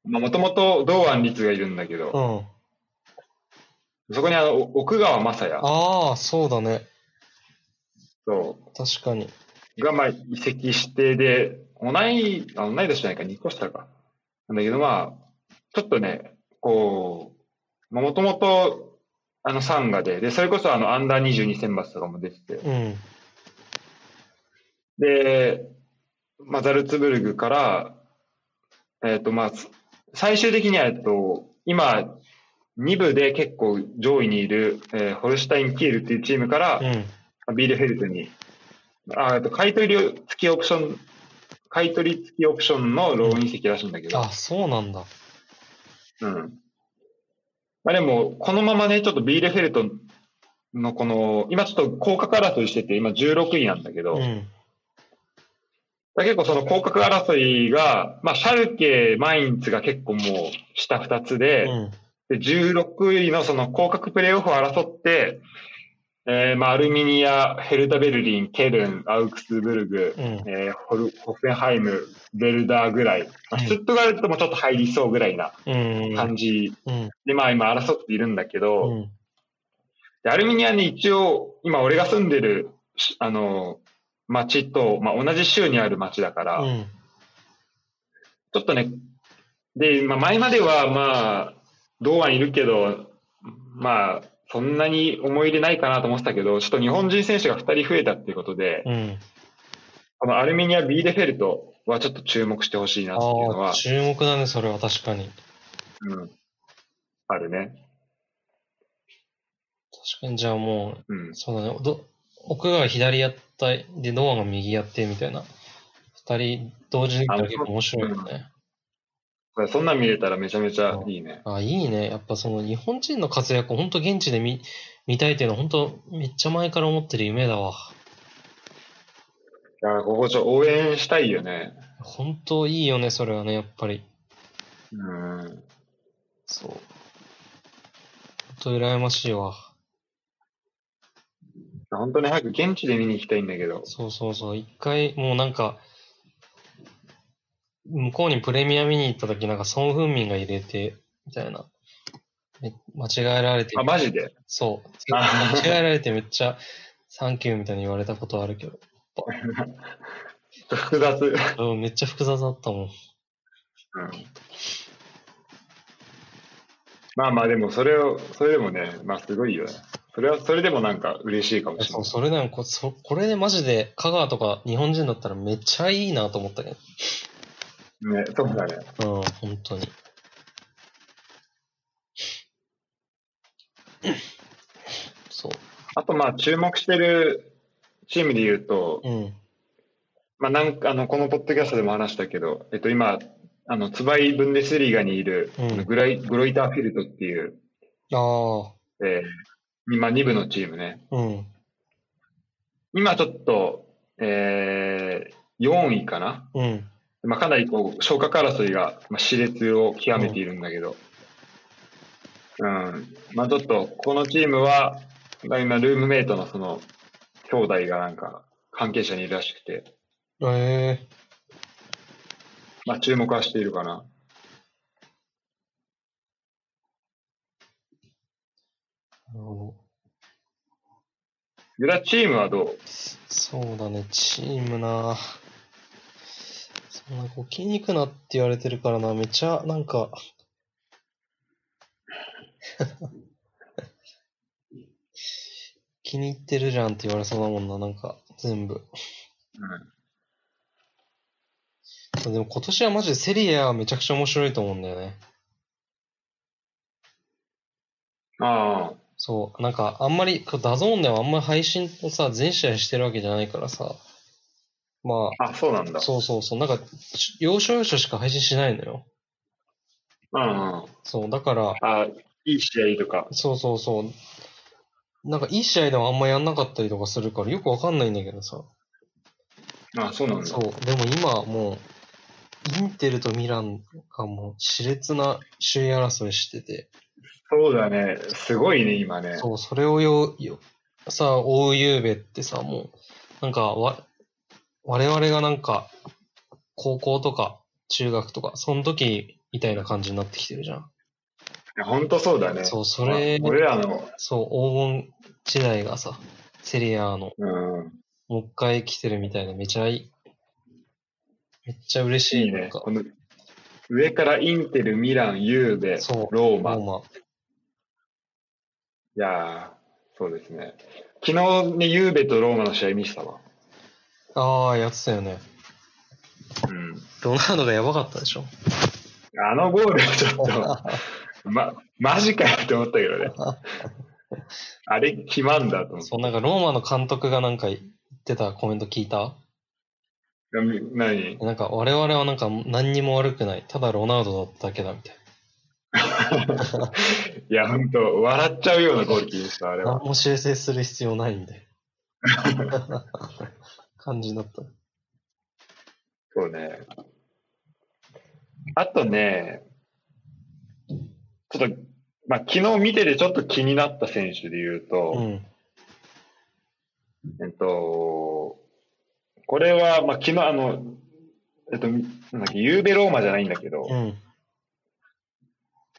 [SPEAKER 1] まあ、もともと堂安律がいるんだけど、
[SPEAKER 2] うん。
[SPEAKER 1] そこにあの、お奥川雅也
[SPEAKER 2] ああ、そうだね。
[SPEAKER 1] そ
[SPEAKER 2] 確かに。
[SPEAKER 1] うが、まあ、移籍して、で、同い、あ同い年じゃないか、2個下か。なんだけど、まあ、ちょっとね、こう、もともと、あの、サンガで、で、それこそあの、アンダー22選抜とかも出てて、
[SPEAKER 2] うん。
[SPEAKER 1] で、まあ、ザルツブルグから、えっ、と、まあ、す最終的には、えっと、今、2部で結構上位にいる、えーホルシュタイン・キールっていうチームから
[SPEAKER 2] う、ん。
[SPEAKER 1] ビールフェルトに、あえっと買い取りを付きオプション、買い取り付きオプションのローン移籍らしいんだけど、
[SPEAKER 2] あ、そうなんだ。
[SPEAKER 1] うん。まあ、でも、このままね、ちょっとビールフェルトのこの、今ちょっと降格争いしてて、今16位なんだけど、
[SPEAKER 2] うん。
[SPEAKER 1] だから結構その降格争いが、まあ、シャルケ、マインツが結構もう下2つ
[SPEAKER 2] う
[SPEAKER 1] で、
[SPEAKER 2] ん。
[SPEAKER 1] で16位のその降格プレーオフを争って、えーまあ、アルミニア、ヘルタ・ベルリン、ケルン、アウクスブルグ、
[SPEAKER 2] うん。
[SPEAKER 1] えーホルホッフェンハイム、ベルダーぐらい、まあ
[SPEAKER 2] うん
[SPEAKER 1] シュットガルトもちょっと入りそうぐらいな
[SPEAKER 2] うん。
[SPEAKER 1] 感じ
[SPEAKER 2] うん。
[SPEAKER 1] で、まあ今争っているんだけど、
[SPEAKER 2] うん。
[SPEAKER 1] でアルミニアに一応、今俺が住んでる、しあの、町と、まあ同じ州にある町だから、
[SPEAKER 2] うん。
[SPEAKER 1] ちょっとね、で、まあ、前までは、まあ、堂安いるけど、まあ、そんなに思い入れないかなと思ってたけど、ちょっと日本人選手が2人増えたっていうことで、
[SPEAKER 2] うん。
[SPEAKER 1] このアルミニア・ビーレフェルトはちょっと注目してほしいなっていうの
[SPEAKER 2] ああ、
[SPEAKER 1] は、
[SPEAKER 2] 注目だね、それは確かに。
[SPEAKER 1] うん、あるね。
[SPEAKER 2] 確かに、じゃあも
[SPEAKER 1] うん
[SPEAKER 2] う、、そうだね。ど奥が左やった、で、ドアが右やって、みたいな。二人同時に見たら結構面白いよね。
[SPEAKER 1] そんなん見れたらめちゃめちゃいいね。
[SPEAKER 2] あ、いいね。やっぱその日本人の活躍を本当現地で見見たいっていうのは本当めっちゃ前から思ってる夢だわ。
[SPEAKER 1] だから、ここちょっと応援したいよね。
[SPEAKER 2] 本当いいよね、それはね、やっぱり。
[SPEAKER 1] うん。
[SPEAKER 2] そう。本当羨ましいわ。
[SPEAKER 1] 本当に早く現地で見に行きたいんだけど。
[SPEAKER 2] そうそうそう。一回、もうなんか、向こうにプレミア見に行った時なんか、ソン・フンミンが入れて、みたいな。め間違えられて
[SPEAKER 1] あ、、マジで
[SPEAKER 2] そう。
[SPEAKER 1] あ
[SPEAKER 2] 間違えられてめっちゃ、サンキューみたいに言われたことあるけど、
[SPEAKER 1] 複雑。
[SPEAKER 2] うんめっちゃ複雑だったもん。
[SPEAKER 1] うんまあまあでもそれをそれでもねまあすごいよねそれはそれでもなんか嬉しいかもしれ
[SPEAKER 2] そ
[SPEAKER 1] な
[SPEAKER 2] う、
[SPEAKER 1] い
[SPEAKER 2] それでもこ、そこれでマジで、香川とか日本人だったらめっちゃいいなと思ったけ
[SPEAKER 1] ねそうだね
[SPEAKER 2] ど。うん、本当に。そう。
[SPEAKER 1] あとまあ注目してるチームで言うと、
[SPEAKER 2] うん。
[SPEAKER 1] まあなんかあのこのポッドキャストでも話したけどえっと今あのツバイブンデスリーガにいる、
[SPEAKER 2] うん
[SPEAKER 1] あのグライグロイターフィルトっていう、
[SPEAKER 2] あ
[SPEAKER 1] えー、今2部のチームね
[SPEAKER 2] あ、うん。
[SPEAKER 1] 今ちょっと、えー、4位かな
[SPEAKER 2] うん。
[SPEAKER 1] まあ、かなりこう、昇格争いが、まあ、熾烈を極めているんだけど、うん。まあちょっと、このチームは、今、ルームメイトのその、兄弟がなんか、関係者にいるらしくて、
[SPEAKER 2] ええ
[SPEAKER 1] まあ注目はしているかな。
[SPEAKER 2] なるほど。
[SPEAKER 1] グラチームはどう
[SPEAKER 2] そうだね、チームなそんな、こう、筋肉なって言われてるからな、めちゃ、なんか、 <laughs> 気に入ってるじゃんって言われそうだもんな、なんか、全部。でも今年はマジでセリエはめちゃくちゃ面白いと思うんだよね。
[SPEAKER 1] うん。ああ、
[SPEAKER 2] そう、なんかあんまり、こうダゾーンではあんまり配信をさ、全試合してるわけじゃないからさ、ま
[SPEAKER 1] あ、そうなん
[SPEAKER 2] あ、
[SPEAKER 1] だ。
[SPEAKER 2] そうそうそう、なんか、し要所要所しか配信しないのよ。
[SPEAKER 1] うんうん。
[SPEAKER 2] そう、だから、
[SPEAKER 1] あいい試合とか。
[SPEAKER 2] そうそうそう、なんかいい試合でもあんまやんなかったりとかするからよくわかんないんだけどさ、
[SPEAKER 1] あそうなんだ。
[SPEAKER 2] そう、でも今もう、インテルとミランがもう熾烈な首位争いしてて、
[SPEAKER 1] そうだね。すごいね、今ね。
[SPEAKER 2] そう、それをよ、よさあ、追うゆうべってさ、もう、なんか、わ、我々がなんか、高校とか、中学とか、その時みたいな感じになってきてるじゃん。
[SPEAKER 1] 本当そうだね。
[SPEAKER 2] そう、それ、
[SPEAKER 1] まあ俺らの、
[SPEAKER 2] そう、黄金時代がさ、セリアの、
[SPEAKER 1] うん。
[SPEAKER 2] もう一回来てるみたいな、めちゃいい。めっちゃ嬉し
[SPEAKER 1] い
[SPEAKER 2] い。
[SPEAKER 1] い
[SPEAKER 2] な
[SPEAKER 1] ね。
[SPEAKER 2] んか
[SPEAKER 1] この上からインテル、ミラン、ユーベ、
[SPEAKER 2] そう
[SPEAKER 1] ロー
[SPEAKER 2] ロ
[SPEAKER 1] マ。い
[SPEAKER 2] ーマ。
[SPEAKER 1] やー、そうですね。昨日ね、ユーベとローマの試合見せたわ。
[SPEAKER 2] ああ、やってたよね。
[SPEAKER 1] うん。
[SPEAKER 2] ロナウドがやばかったでしょ。
[SPEAKER 1] あのゴールはちょっと、
[SPEAKER 2] <laughs>
[SPEAKER 1] ま、マジかよって思ったけどね。あれ、決まんだと思って
[SPEAKER 2] そう、なんかローマの監督がなんか言ってたコメント聞いた。
[SPEAKER 1] 何
[SPEAKER 2] なんか我々はなんか何にも悪くない。ただロナウドだっただけだみたい
[SPEAKER 1] いや、ほんと、笑っちゃうようなゴールキーでした、あれ
[SPEAKER 2] な。
[SPEAKER 1] は。
[SPEAKER 2] 何も修正する必要ない <laughs> みたいな感じだった。
[SPEAKER 1] そうね。あとね、ちょっと、まあ、昨日見ててちょっと気になった選手で言う
[SPEAKER 2] う
[SPEAKER 1] と、
[SPEAKER 2] ん。
[SPEAKER 1] えっと、これは、まあ、昨日あの、えっと、なんだっけ、ゆうべローマじゃないんだけど、
[SPEAKER 2] うん。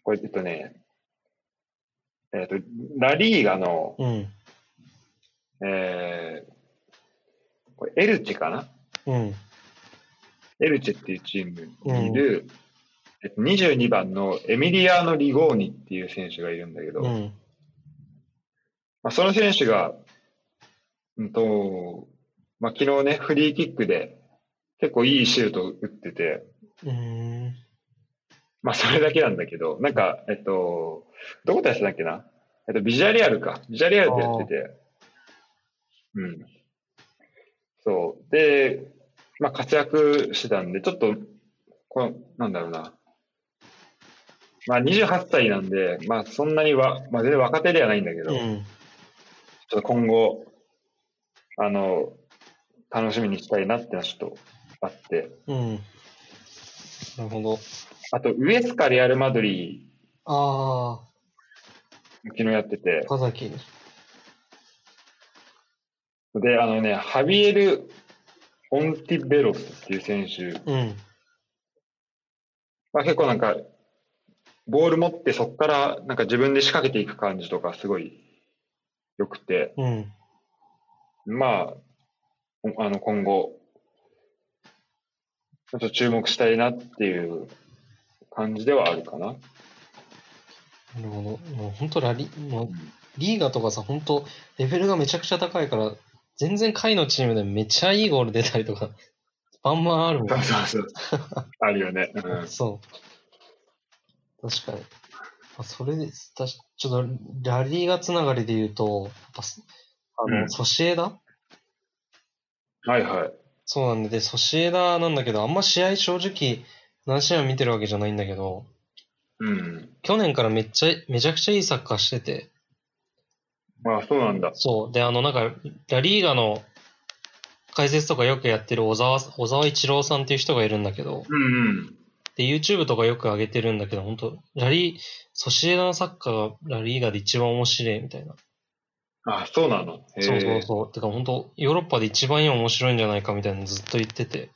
[SPEAKER 1] これ、えっとね、えっと、ラリーガの、
[SPEAKER 2] うん。
[SPEAKER 1] えー、これエルチェかな
[SPEAKER 2] うん。
[SPEAKER 1] エルチェっていうチームにいる、えっと22番のエミリアーノ・リゴーニっていう選手がいるんだけど、
[SPEAKER 2] うん。
[SPEAKER 1] まあ、その選手が、うんとまあ、昨日ね、フリーキックで結構いいシュートを打ってて、
[SPEAKER 2] うん。
[SPEAKER 1] まあ、それだけなんだけど、なんか、えっと、どこでやってたんだっけな、えっと、ビジャリアルか。ビジャリアルでやってて、うん。そう。で、まあ、活躍してたんで、ちょっと、この、なんだろうな。まあ、28歳なんで、まあ、そんなには、まあ、全然若手ではないんだけど、
[SPEAKER 2] うん。
[SPEAKER 1] ちょっと今後、あの、楽しみにしたいなってのはちょっとあって。
[SPEAKER 2] うん。なるほど。
[SPEAKER 1] あと、ウエスカ・レアル・マドリ
[SPEAKER 2] あ
[SPEAKER 1] ー、昨日やって
[SPEAKER 2] あ、
[SPEAKER 1] て、
[SPEAKER 2] 岡崎。
[SPEAKER 1] で、あのね、ハビエル・オンティベロスっていう選手、
[SPEAKER 2] うん。
[SPEAKER 1] まあ、結構なんか、ボール持ってそこからなんか自分で仕掛けていく感じとかすごい良くて、
[SPEAKER 2] うん。
[SPEAKER 1] まあ、あの、今後、ちょっと注目したいなっていう感じではあるかな。
[SPEAKER 2] なるほど。もう本当ラリ、もうリーガとかさ、本当レベルがめちゃくちゃ高いから、全然下位のチームでめちゃいいゴール出たりとか、バンバンあるもん
[SPEAKER 1] そ。うそうそう。
[SPEAKER 2] <laughs>
[SPEAKER 1] あるよね。うん。
[SPEAKER 2] そう。確かに。あそれです。たしちょっと、ラリーがつながりで言うと、やっぱすあの、
[SPEAKER 1] うん
[SPEAKER 2] ソシエダ
[SPEAKER 1] はいはい。
[SPEAKER 2] そうなんでで、ソシエダなんだけど、あんま試合正直、何試合も見てるわけじゃないんだけど、
[SPEAKER 1] うん。
[SPEAKER 2] 去年からめっちゃ、めちゃくちゃいいサッカーしてて、
[SPEAKER 1] まあ、そうなんだ。
[SPEAKER 2] そう。で、あの、なんか、ラリーガの解説とかよくやってる小沢、小沢一郎さんっていう人がいるんだけど、
[SPEAKER 1] うんうん。
[SPEAKER 2] で、YouTube とかよく上げてるんだけど、本当ラリー、ソシエダのサッカーがラリーガで一番面白いみたいな。
[SPEAKER 1] あ、そうなの。へー
[SPEAKER 2] そうそうそう。てか本当ヨーロッパで一番いい面白いんじゃないかみたいなのずっと言ってて。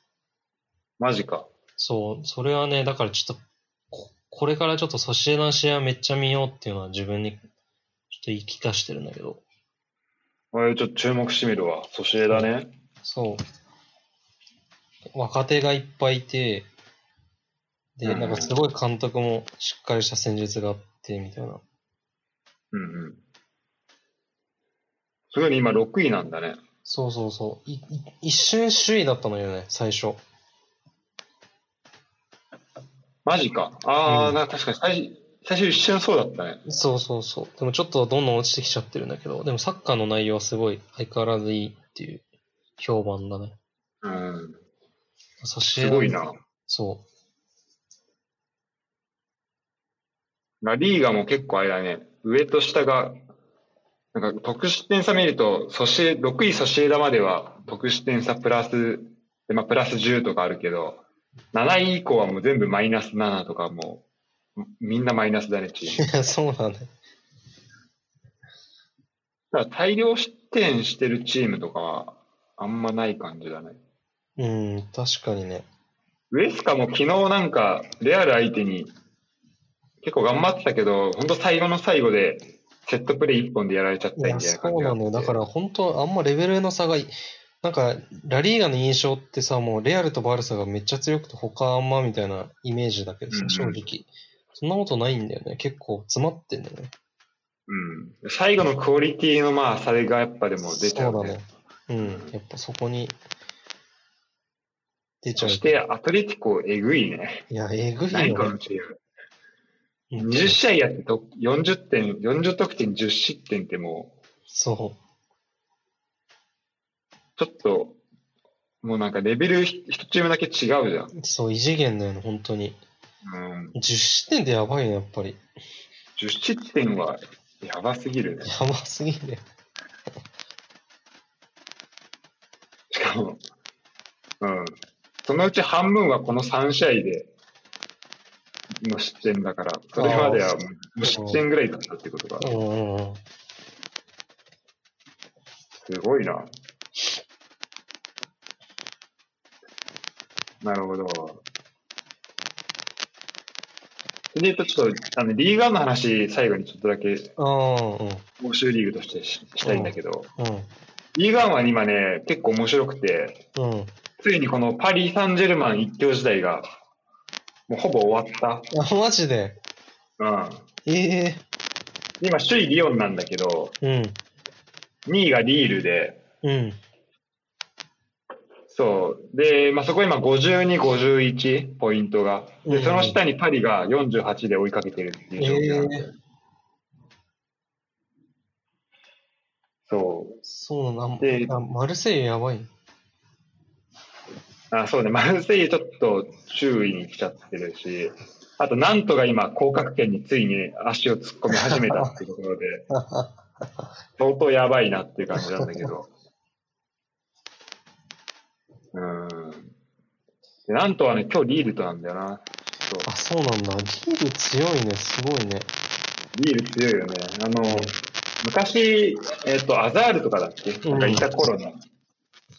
[SPEAKER 1] マジか。
[SPEAKER 2] そう、それはね、だからちょっと、ここれからちょっとソシエダの試合をめっちゃ見ようっていうのは自分にちょっと言い聞かしてるんだけど。
[SPEAKER 1] 俺ちょっと注目してみるわ。ソシエダね。
[SPEAKER 2] そう。若手がいっぱいいて、で、
[SPEAKER 1] うん
[SPEAKER 2] なんかすごい監督もしっかりした戦術があって、みたいな。
[SPEAKER 1] うんうん。すごいね、今6位なんだね。
[SPEAKER 2] そうそうそう。いい一瞬首位だったのよね、最初。
[SPEAKER 1] マジか。ああ、
[SPEAKER 2] うん
[SPEAKER 1] なんか確かに最初、最初一瞬そうだったね。
[SPEAKER 2] そうそうそう。でもちょっとどんどん落ちてきちゃってるんだけど、でもサッカーの内容はすごい相変わらずいいっていう評判だね。
[SPEAKER 1] うん。
[SPEAKER 2] ソシエ
[SPEAKER 1] す
[SPEAKER 2] ダ
[SPEAKER 1] ごい。な。
[SPEAKER 2] そう。
[SPEAKER 1] ラリーガも結構あれだね。上と下が、なんか得失点差見ると、ソシエ、6位ソシエダまでは得失点差プラス、でまあ、プラス10とかあるけど、7位以降はもう全部マイナス7とかもう、みんなマイナスだね、チーム。
[SPEAKER 2] そう <laughs> なんだね。
[SPEAKER 1] だから大量失点してるチームとかはあんまない感じだね。
[SPEAKER 2] うん、確かにね。
[SPEAKER 1] ウエスカも昨日なんかレアル相手に結構頑張ってたけど、本当最後の最後でセットプレー1本でやられちゃっ
[SPEAKER 2] い
[SPEAKER 1] たみたい
[SPEAKER 2] や、
[SPEAKER 1] な感じ
[SPEAKER 2] そうなのよ。
[SPEAKER 1] があ
[SPEAKER 2] だ
[SPEAKER 1] って
[SPEAKER 2] から本当、あんまレベルの差がい、なんか、ラリーガの印象ってさ、もうレアルとバルサがめっちゃ強くて、他あんまみたいなイメージだけど
[SPEAKER 1] うんう
[SPEAKER 2] さ
[SPEAKER 1] ん、
[SPEAKER 2] 正直。そんなことないんだよね。結構詰まってんだよね。
[SPEAKER 1] うん。最後のクオリティのまあ、それがやっぱでも出ちゃう
[SPEAKER 2] そうだ
[SPEAKER 1] ね
[SPEAKER 2] ね。。うん、やっぱそこに出ちゃ。
[SPEAKER 1] そうして、アトレティコ、えぐいね。
[SPEAKER 2] いや、えぐいよ
[SPEAKER 1] 何この
[SPEAKER 2] ね。
[SPEAKER 1] チーム。
[SPEAKER 2] 本当
[SPEAKER 1] 20
[SPEAKER 2] に
[SPEAKER 1] 試合やってと40点、40得点、10失点ってもう、
[SPEAKER 2] そ
[SPEAKER 1] ちょっと、もうなんかレベルひ一チームだけ違うじゃん。
[SPEAKER 2] う、そう、異次元だよね、本当に。
[SPEAKER 1] うん。
[SPEAKER 2] 10失点でやばいね、やっぱり。
[SPEAKER 1] 10失点はやばすぎるね。
[SPEAKER 2] やばすぎるね。
[SPEAKER 1] しかも、うん。そのうち半分はこの3試合での失点だから、それまではもう無失点ぐらいだったってことが、
[SPEAKER 2] うんうんうん。
[SPEAKER 1] すごいな。なるほど。で、ちょっと、あの、リーガーの話、最後にちょっとだけ、
[SPEAKER 2] ああ、
[SPEAKER 1] 欧州リーグとしてししたいんだけど、
[SPEAKER 2] う
[SPEAKER 1] リーガーは今ね、結構面白くて、
[SPEAKER 2] ん、うん、うん。
[SPEAKER 1] ついにこのパリ・サンジェルマン一強時代が、もうほぼ終わっ
[SPEAKER 2] あ、マジで
[SPEAKER 1] た。うん。
[SPEAKER 2] ええ
[SPEAKER 1] 今、首位リオンなんだけど、2位がリールで、
[SPEAKER 2] うん、うん。
[SPEAKER 1] そう。で、まあ、そこ今52、51ポイントが。
[SPEAKER 2] う
[SPEAKER 1] で、
[SPEAKER 2] ん
[SPEAKER 1] その下にパリが48で追いかけてるっていう状況なんで。
[SPEAKER 2] え
[SPEAKER 1] そう。
[SPEAKER 2] そうなんだ
[SPEAKER 1] で
[SPEAKER 2] あ、マルセイユやばい。
[SPEAKER 1] あ、そうね。マルセイユちょっと周囲に来ちゃってるし、あと、なんとが今、降格圏についに足を突っ込み始めたっていうところで、
[SPEAKER 2] <laughs>
[SPEAKER 1] 相当やばいなっていう感じなんだけど。うーん。でなんとはね、今日リールとなんだよな。そう
[SPEAKER 2] あ、そうなんだ。リーグ強いね。すごいね。
[SPEAKER 1] リール強いよね。あの、昔、えっ、と、アザールとかだっけなんかいた頃の、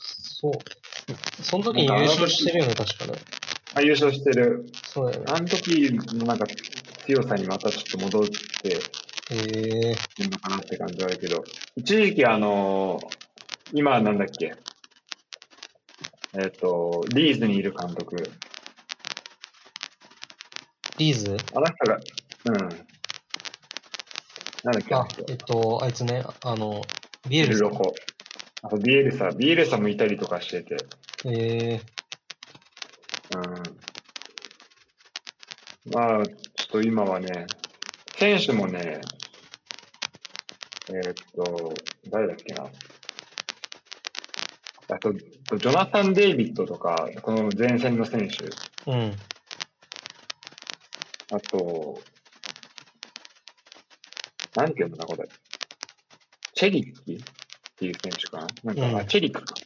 [SPEAKER 2] そう。その時に優勝してるよね、確かね。
[SPEAKER 1] あ優勝してる。
[SPEAKER 2] そうだよね。
[SPEAKER 1] あの時のなんか強さにまたちょっと戻って、
[SPEAKER 2] ええ
[SPEAKER 1] るのかなって感じはあるけど、一時期あのー今なんだっけ、えっ、と、リーズにいる監督、
[SPEAKER 2] リーズ
[SPEAKER 1] あの人が、うん。なんだっけ、あの
[SPEAKER 2] あ
[SPEAKER 1] 人、
[SPEAKER 2] えっと、あいつね、あの、ビエ
[SPEAKER 1] ビ
[SPEAKER 2] ル
[SPEAKER 1] ル
[SPEAKER 2] さん
[SPEAKER 1] ロコ。あと、ビエルサ、ビエルサもいたりとかしてて、
[SPEAKER 2] ええ
[SPEAKER 1] うん。まあ、ちょっと今はね、選手もね、えーっと、誰だっけな。あと、ジョナサン・デイビッドとか、この前線の選手、
[SPEAKER 2] うん。
[SPEAKER 1] あと、なんていうのかな、これ。チェリッキっていう選手かな。なんか、
[SPEAKER 2] うん
[SPEAKER 1] あチェリックか。っ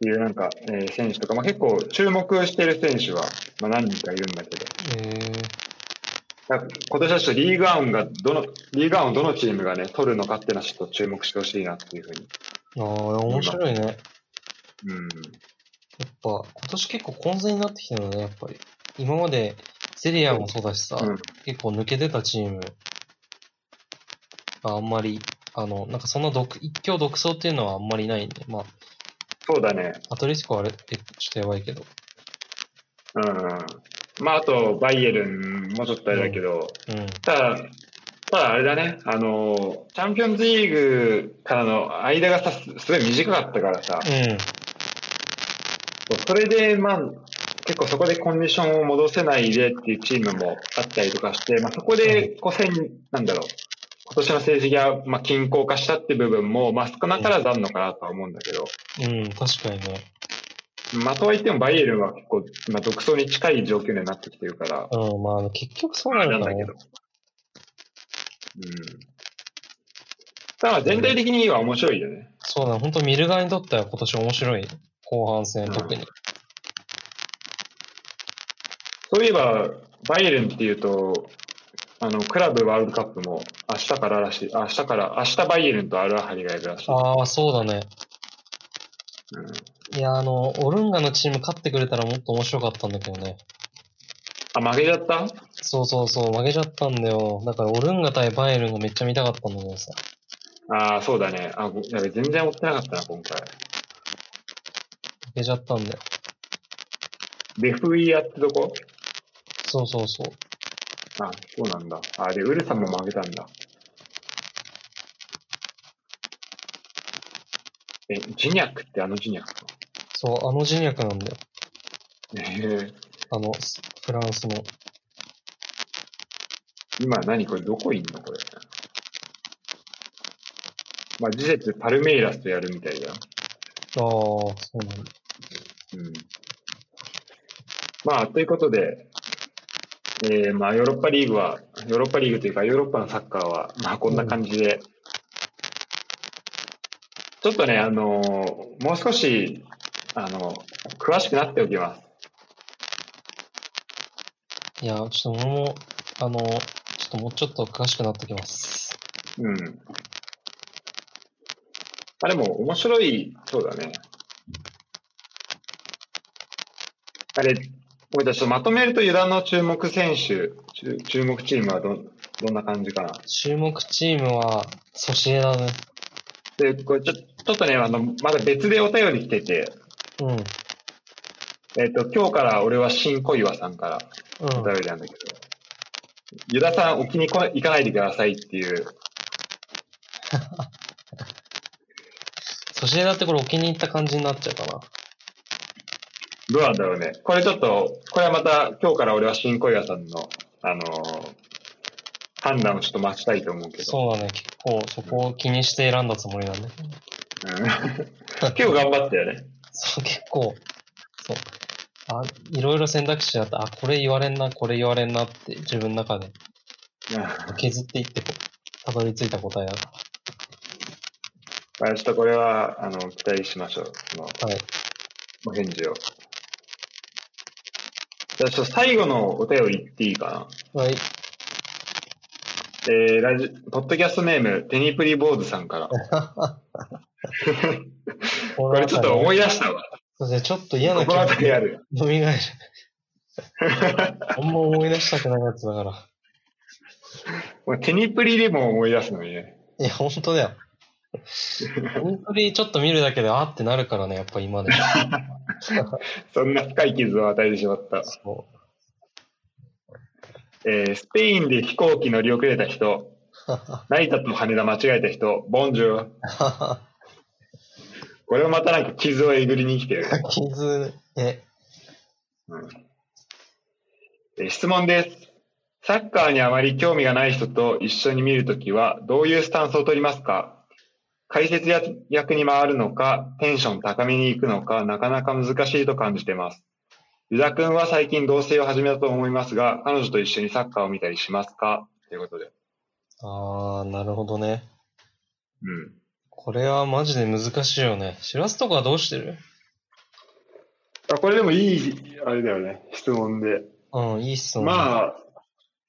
[SPEAKER 1] ていうなんか、えー選手とか、まあ、結構注目してる選手はまあ、何人かいるんだけど。
[SPEAKER 2] えー、
[SPEAKER 1] だから今年はちょっとリーグアウンがどの、リーグアウンをどのチームがね、取るのかっていうのはちょっと注目してほしいなっていうふうに。
[SPEAKER 2] ああ、面白いね。やっ
[SPEAKER 1] うん。
[SPEAKER 2] ぱ、今年結構混戦になってきてるのね、やっぱり。今まで、セリアもそうだしさ、
[SPEAKER 1] うん
[SPEAKER 2] 結構抜けてたチームがあんまり、あの、なんかそんな独、一強独走っていうのはあんまりないんで、まあ、
[SPEAKER 1] そうだね。
[SPEAKER 2] アトレティコはあれってちょっとやばいけど。
[SPEAKER 1] うん。まあ、あと、バイエルンもちょっとあれだけど、
[SPEAKER 2] うん。
[SPEAKER 1] ただ、ただあれだね、あの、チャンピオンズリーグからの間がさ、すすごい短かったからさ、そうそれで、まあ、結構そこでコンディションを戻せないでっていうチームもあったりとかして、まあ、そこで、こう、せん、なんだろう、今年の成績が、まあ、均衡化したって部分も、まあ、少なからずあるのかなとは思うんだけど、
[SPEAKER 2] うん。うん、確かにね。
[SPEAKER 1] まあ、とはいってもバイエルンは結構、まあ、独走に近い状況になってきてるから、
[SPEAKER 2] うん、まあ、結局そう
[SPEAKER 1] あ
[SPEAKER 2] な
[SPEAKER 1] れな
[SPEAKER 2] る
[SPEAKER 1] ん
[SPEAKER 2] ん
[SPEAKER 1] だ
[SPEAKER 2] だ
[SPEAKER 1] けど。。
[SPEAKER 2] ね
[SPEAKER 1] うん。ただ、全体的には面白いよね。
[SPEAKER 2] そうだ、本当見る側にとっては今年面白い後半戦、
[SPEAKER 1] うん
[SPEAKER 2] 特に。
[SPEAKER 1] そういえば、バイエルンっていうと、あの、クラブワールドカップも明日かららしい、明日から、明日バイエルンとアルアハリがやるらしい。
[SPEAKER 2] ああ、そうだね。
[SPEAKER 1] うん
[SPEAKER 2] いや、あの、オルンガのチーム勝ってくれたらもっと面白かったんだけどね。
[SPEAKER 1] あ、負けちゃった
[SPEAKER 2] そうそうそう、負けちゃったんだよ。だから、オルンガ対バイエルンがめっちゃ見たかったんだけどさ。
[SPEAKER 1] ああ、そうだね。あ、ごやべ、全然追ってなかったな、今回。
[SPEAKER 2] 負けちゃったんだよ。
[SPEAKER 1] レフイアってとこ
[SPEAKER 2] そうそうそう。
[SPEAKER 1] あ、そうなんだ。あ、で、ウルサも負けたんだ。え、ジニャックってあのジニャックか
[SPEAKER 2] そう、あの人脈なんだよ。
[SPEAKER 1] えー、
[SPEAKER 2] あの、スフランスの。
[SPEAKER 1] 今何これ、どこいんのこれ。まあ、事実、パルメイラスとやるみたいだよ。
[SPEAKER 2] ああ、そうなんだ。
[SPEAKER 1] うんまあ、ということで、えーまあ、ヨーロッパリーグは、ヨーロッパリーグというか、ヨーロッパのサッカーは、まあ、こんな感じで、ちょっとね、あのーもう少し、あの詳しくなっておきます。
[SPEAKER 2] いや、ちょっと俺も、あの、ちょっともうちょっと詳しくなってきます。
[SPEAKER 1] うん。あ、でも、面白い、そうだね。あれ、ごめんなさいちょっとまとめると、油断の注目選手、注注目チームはど、どんな感じかな。
[SPEAKER 2] 注目チームは、ソシエダね。
[SPEAKER 1] で、これちょ、ちょっとね、あの、まだ別でお便り来てて、
[SPEAKER 2] うん。うん。
[SPEAKER 1] えっ、と、今日から俺は新小岩さんからお便りなんだけど、ユダさん、沖に来ない行かないでくださいっていう、
[SPEAKER 2] ソシエダってこれお気に入った感じになっちゃうかな。
[SPEAKER 1] どうなんだろうね。これちょっと、これはまた、今日から俺は新小岩さんの、あのー判断をちょっと待ちたいと思うけど。
[SPEAKER 2] そうだね。結構そこを気にして選んだつもりなんだけど。
[SPEAKER 1] うん <laughs> 結構頑張ったよね。
[SPEAKER 2] そう、結構、そう。あ、いろいろ選択肢あって、あ、これ言われんな、これ言われんなって自分の中で
[SPEAKER 1] うん
[SPEAKER 2] 削っていってこう、たどり着いた答えだか
[SPEAKER 1] まあちょっとこれは、あの、期待しましょう。その
[SPEAKER 2] ら。はい。
[SPEAKER 1] お返事を。じゃあ、ちょっと最後のお便り言っていいかな。
[SPEAKER 2] はい。
[SPEAKER 1] えー、ラジ、ポッドキャストネーム、テニプリ坊主さんから。これちょっと思
[SPEAKER 2] い。
[SPEAKER 1] い出したわ。
[SPEAKER 2] <laughs> そうですね、ちょっと嫌な気
[SPEAKER 1] 心当
[SPEAKER 2] 持
[SPEAKER 1] たりある。
[SPEAKER 2] ち、みがえる。 <laughs> あんま思い出したくないやつだから。
[SPEAKER 1] もうテニプリでも思い出すのにね。
[SPEAKER 2] いや、本当だよ。本当にちょっと見るだけで、あーってなるからね、やっぱ今でも。
[SPEAKER 1] そんな深い傷を与えてしまった。
[SPEAKER 2] そ
[SPEAKER 1] えー、スペインで飛行機乗り遅れた人、
[SPEAKER 2] <laughs>
[SPEAKER 1] 成田と羽田間違えた人、ボンジュール。
[SPEAKER 2] う。
[SPEAKER 1] これもまたなんか傷をえぐりに来てる。
[SPEAKER 2] 傷、え、
[SPEAKER 1] うんえー質問です。サッカーにあまり興味がない人と一緒に見るときは、どういうスタンスを取りますか解説や役に回るのか、テンション高めに行くのか、なかなか難しいと感じてます。ユダ君は最近同棲を始めたと思いますが、彼女と一緒にサッカーを見たりしますかということで。
[SPEAKER 2] あー、なるほどね。
[SPEAKER 1] うん。
[SPEAKER 2] これはマジで難しいよね。しらすとかどうしてる
[SPEAKER 1] あこれでもいい、あれだよね、質問で。
[SPEAKER 2] うん、いいっすもんね。
[SPEAKER 1] まあ、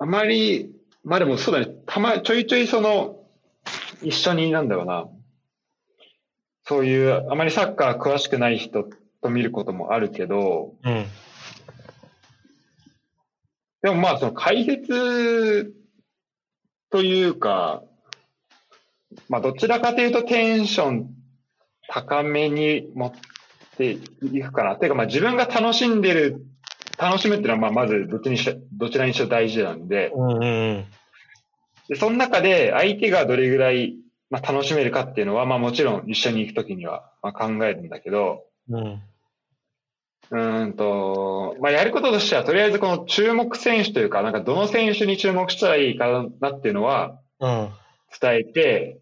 [SPEAKER 1] あまり、まあでもそうだね、たま、ちょいちょいその、一緒になんだろうな、そういう、あまりサッカー詳しくない人と見ることもあるけど、
[SPEAKER 2] うん。
[SPEAKER 1] でもまあその解説というか、まあどちらかというとテンション高めに持っていくかな。ていうかまあ自分が楽しんでる、楽しむっていうのはまあまずどっちにしろどちらにしろ大事なんで、
[SPEAKER 2] うんうん
[SPEAKER 1] で、その中で相手がどれぐらい、まあ、楽しめるかっていうのは、まあもちろん一緒に行くときには、まあ、考えるんだけど、
[SPEAKER 2] うん。うん。
[SPEAKER 1] うーんと、まあやることとしては、とりあえずこの注目選手というか、なんかどの選手に注目したらいいかなっていうのは
[SPEAKER 2] うん。
[SPEAKER 1] 伝えて、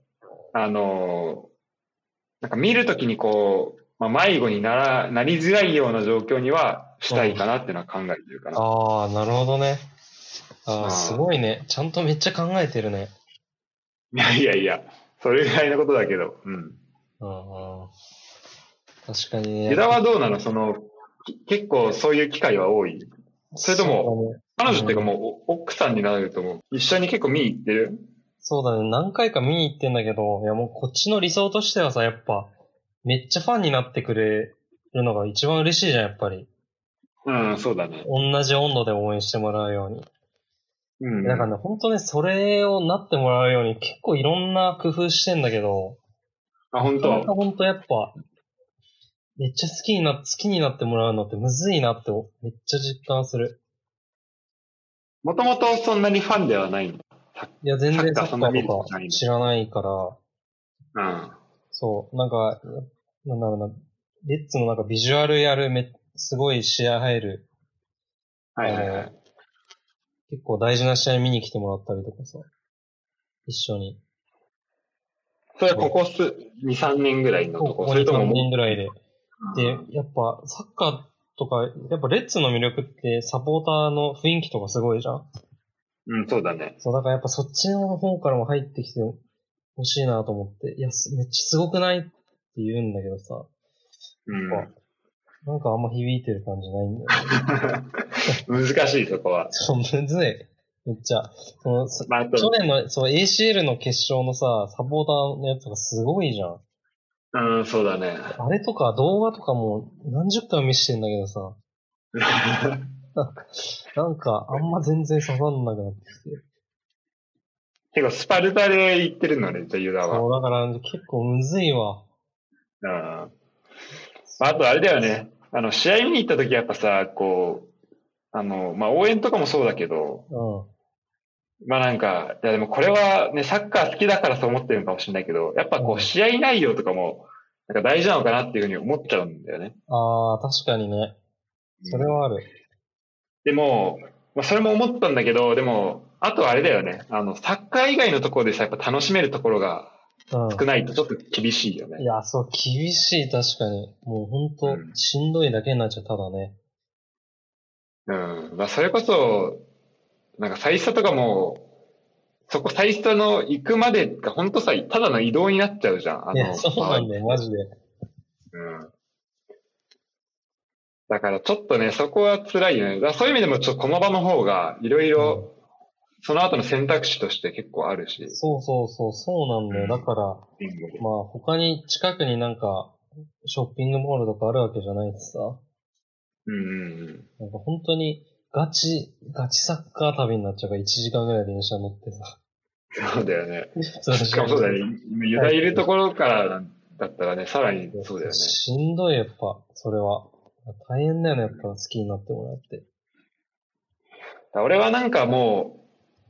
[SPEAKER 1] あの、なんか見るときにこう、まあ迷子になら、なりづらいような状況にはしたいかなっていうのは考えてるかな。
[SPEAKER 2] ああ、なるほどね。あ
[SPEAKER 1] う
[SPEAKER 2] あ、
[SPEAKER 1] ん
[SPEAKER 2] すごいね。ちゃんとめっちゃ考えてるね。
[SPEAKER 1] いや <laughs> いやいや、それぐらいのことだけど、うん。
[SPEAKER 2] うんうん。確かにね。
[SPEAKER 1] 枝はどうなのその、き結構そういう機会は多いそれとも
[SPEAKER 2] そうだね、
[SPEAKER 1] 彼女っていうかもうお奥さんになると思う。一緒に結構見に行ってる
[SPEAKER 2] そうだね。何回か見に行ってんだけど、いやもうこっちの理想としてはさ、やっぱ、めっちゃファンになってくれるのが一番嬉しいじゃん、やっぱり。
[SPEAKER 1] うん、そうだね。
[SPEAKER 2] 同じ温度で応援してもらうように。
[SPEAKER 1] うん。
[SPEAKER 2] だからね、ほんとね、それをなってもらうように結構いろんな工夫してんだけど、
[SPEAKER 1] あ、本
[SPEAKER 2] なかなか
[SPEAKER 1] 当。
[SPEAKER 2] ほんとやっぱ、めっちゃ好きにな、好きになってもらうのってむずいなって、めっちゃ実感する。
[SPEAKER 1] もともとそんなにファンではないんだ。
[SPEAKER 2] いや、全
[SPEAKER 1] サ
[SPEAKER 2] 然サ
[SPEAKER 1] ッカー
[SPEAKER 2] ッカ
[SPEAKER 1] そんな見
[SPEAKER 2] ー
[SPEAKER 1] る
[SPEAKER 2] と
[SPEAKER 1] こ
[SPEAKER 2] か
[SPEAKER 1] とないんだ
[SPEAKER 2] 知らないから、
[SPEAKER 1] うん。
[SPEAKER 2] そう、なんか、なんだろうな、レッツのなんかビジュアルやるめ、すごい試合入る、
[SPEAKER 1] はいはいはい。
[SPEAKER 2] 結構大事な試合見に来てもらったりとかさ、一緒に。
[SPEAKER 1] それはここす、2、3年ぐらいのと
[SPEAKER 2] こ
[SPEAKER 1] こ。
[SPEAKER 2] こ
[SPEAKER 1] それ
[SPEAKER 2] に
[SPEAKER 1] と
[SPEAKER 2] 3
[SPEAKER 1] もも
[SPEAKER 2] 年ぐらいで。
[SPEAKER 1] う、
[SPEAKER 2] で、やっぱサッカーとか、やっぱレッツの魅力ってサポーターの雰囲気とかすごいじゃん。
[SPEAKER 1] うん、そうだね。
[SPEAKER 2] そう、だからやっぱそっちの方からも入ってきてほしいなと思って、いや、すめっちゃすごくないって言うんだけどさ、
[SPEAKER 1] うん。
[SPEAKER 2] なんかあんま響いてる感じないんだよね。
[SPEAKER 1] <laughs>
[SPEAKER 2] <laughs>
[SPEAKER 1] 難しい、そこは。
[SPEAKER 2] そう、むずい。めっちゃ。そのさ
[SPEAKER 1] まあ、あと
[SPEAKER 2] 去、年の、そう、ACL の決勝のさ、サポーターのやつがすごいじゃん。
[SPEAKER 1] うん、そうだね。 <laughs>
[SPEAKER 2] あれとか動画とかも何十回も見してんだけどさ、なんかあんま全然刺さんなくなってきて。
[SPEAKER 1] 結構スパルタで行ってるのね、じゃあユダは。
[SPEAKER 2] そう、だから結構むずいわ。
[SPEAKER 1] うん。まああとあれだよね。あの、試合見に行った時やっぱさ、こう、あの、まあ、応援とかもそうだけど、
[SPEAKER 2] うん。
[SPEAKER 1] まあなんか、いやでもこれはね、サッカー好きだからそう思ってるのかもしれないけど、やっぱこ
[SPEAKER 2] うん
[SPEAKER 1] う、試合内容とかも、なんか大事なのかなっていうふうに思っちゃうんだよね。
[SPEAKER 2] ああ、確かにね。それはある。
[SPEAKER 1] でも、まあそれも思ったんだけど、でも、あとはあれだよね。あの、サッカー以外のところでさ、やっぱ楽しめるところが少
[SPEAKER 2] う
[SPEAKER 1] ないとちょっと厳しいよ
[SPEAKER 2] ん。い
[SPEAKER 1] ね。
[SPEAKER 2] や、そう、厳しい、確かに。もうほん
[SPEAKER 1] う
[SPEAKER 2] と、
[SPEAKER 1] ん
[SPEAKER 2] しんどいだけになっちゃう、ただね。
[SPEAKER 1] うん。まあ、それこそ、なんか最初とかも、そこ最初の行くまでが本当さ、ただの移動になっちゃうじゃん。あ
[SPEAKER 2] いや、
[SPEAKER 1] の、
[SPEAKER 2] そうなんだよ、マジで。
[SPEAKER 1] うんだからちょっとね、そこは辛いよね。だからそういう意味でも、ちょっと駒場の方が、いろいろ、その後の選択肢として結構あるし、
[SPEAKER 2] そうそうそう、そうなんだよ。
[SPEAKER 1] うん
[SPEAKER 2] だから、
[SPEAKER 1] リンゴで
[SPEAKER 2] まあ他に近くになんかショッピングモールとかあるわけじゃないしさ、
[SPEAKER 1] うんうんうん。
[SPEAKER 2] なんか本当にガチ、ガチサッカー旅になっちゃうから1時間ぐらい電車乗ってさ。 <laughs>
[SPEAKER 1] そうだよね。
[SPEAKER 2] そう
[SPEAKER 1] しかもそうだよね。ユダいるところからだったらね、さらにそうだよね。
[SPEAKER 2] しんどいやっぱ、それは。大変だよね、やっぱ好きになってもらって。
[SPEAKER 1] 俺はなんかも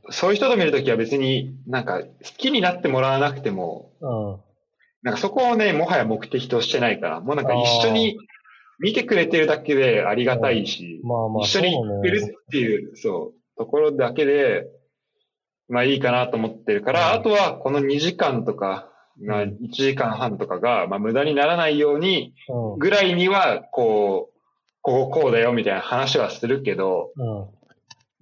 [SPEAKER 1] う、そういう人と見るときは別になんか好きになってもらわなくても、
[SPEAKER 2] うん。
[SPEAKER 1] なんかそこをね、もはや目的としてないから、もうなんか一緒に見てくれてるだけでありがたいし、
[SPEAKER 2] まあまあ、
[SPEAKER 1] 一緒に行ってるっていう、そう、ところだけで、まあいいかなと思ってるから、
[SPEAKER 2] うん
[SPEAKER 1] あとはこの2時間とか、まあ
[SPEAKER 2] うん
[SPEAKER 1] 1時間半とかが、まあ無駄にならないように、
[SPEAKER 2] そうね。
[SPEAKER 1] ぐらいには、こう、こうこうだよみたいな話はするけど、
[SPEAKER 2] うん。うん。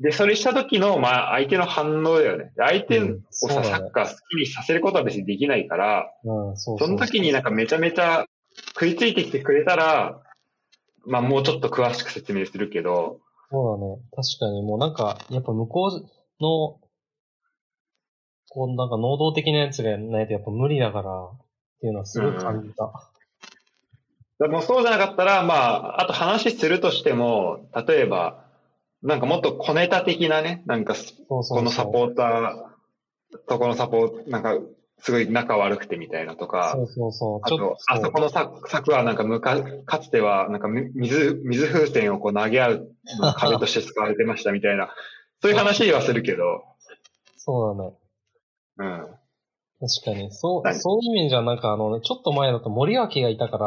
[SPEAKER 1] で、それした時の、まあ相手の反応だよね。で相手
[SPEAKER 2] う
[SPEAKER 1] を
[SPEAKER 2] んそう
[SPEAKER 1] さ、
[SPEAKER 2] だね
[SPEAKER 1] サッカー好きにさせることは別にできないから、
[SPEAKER 2] うん、そうそう
[SPEAKER 1] その時になんかめちゃめちゃ食いついてきてくれたら、まあもうちょっと詳しく説明するけど、
[SPEAKER 2] そうだね。確かにもうなんか、やっぱ向こうの、こうなんか能動的なやつがないとやっぱ無理だから、っていうのはすごい感じた。
[SPEAKER 1] だからもうそうじゃなかったら、まあ、あと話するとしても、例えば、なんかもっと小ネタ的なね、なんかす
[SPEAKER 2] そうそうそう。
[SPEAKER 1] このサポーターとこのサポーなんかすごい仲悪くてみたいなとか、
[SPEAKER 2] そうそうそう。
[SPEAKER 1] あ
[SPEAKER 2] ちょっ
[SPEAKER 1] と
[SPEAKER 2] と、、
[SPEAKER 1] あそこの柵柵はなんかむか、かつてはなんかみ水、水風船をこう投げ合う壁として使われてましたみたいな、そういう話はするけど、
[SPEAKER 2] そうだね。
[SPEAKER 1] うん。
[SPEAKER 2] 確かに。そ
[SPEAKER 1] は
[SPEAKER 2] う、
[SPEAKER 1] い
[SPEAKER 2] そういう面じゃなんかあの、ちょっと前だと森脇がいたか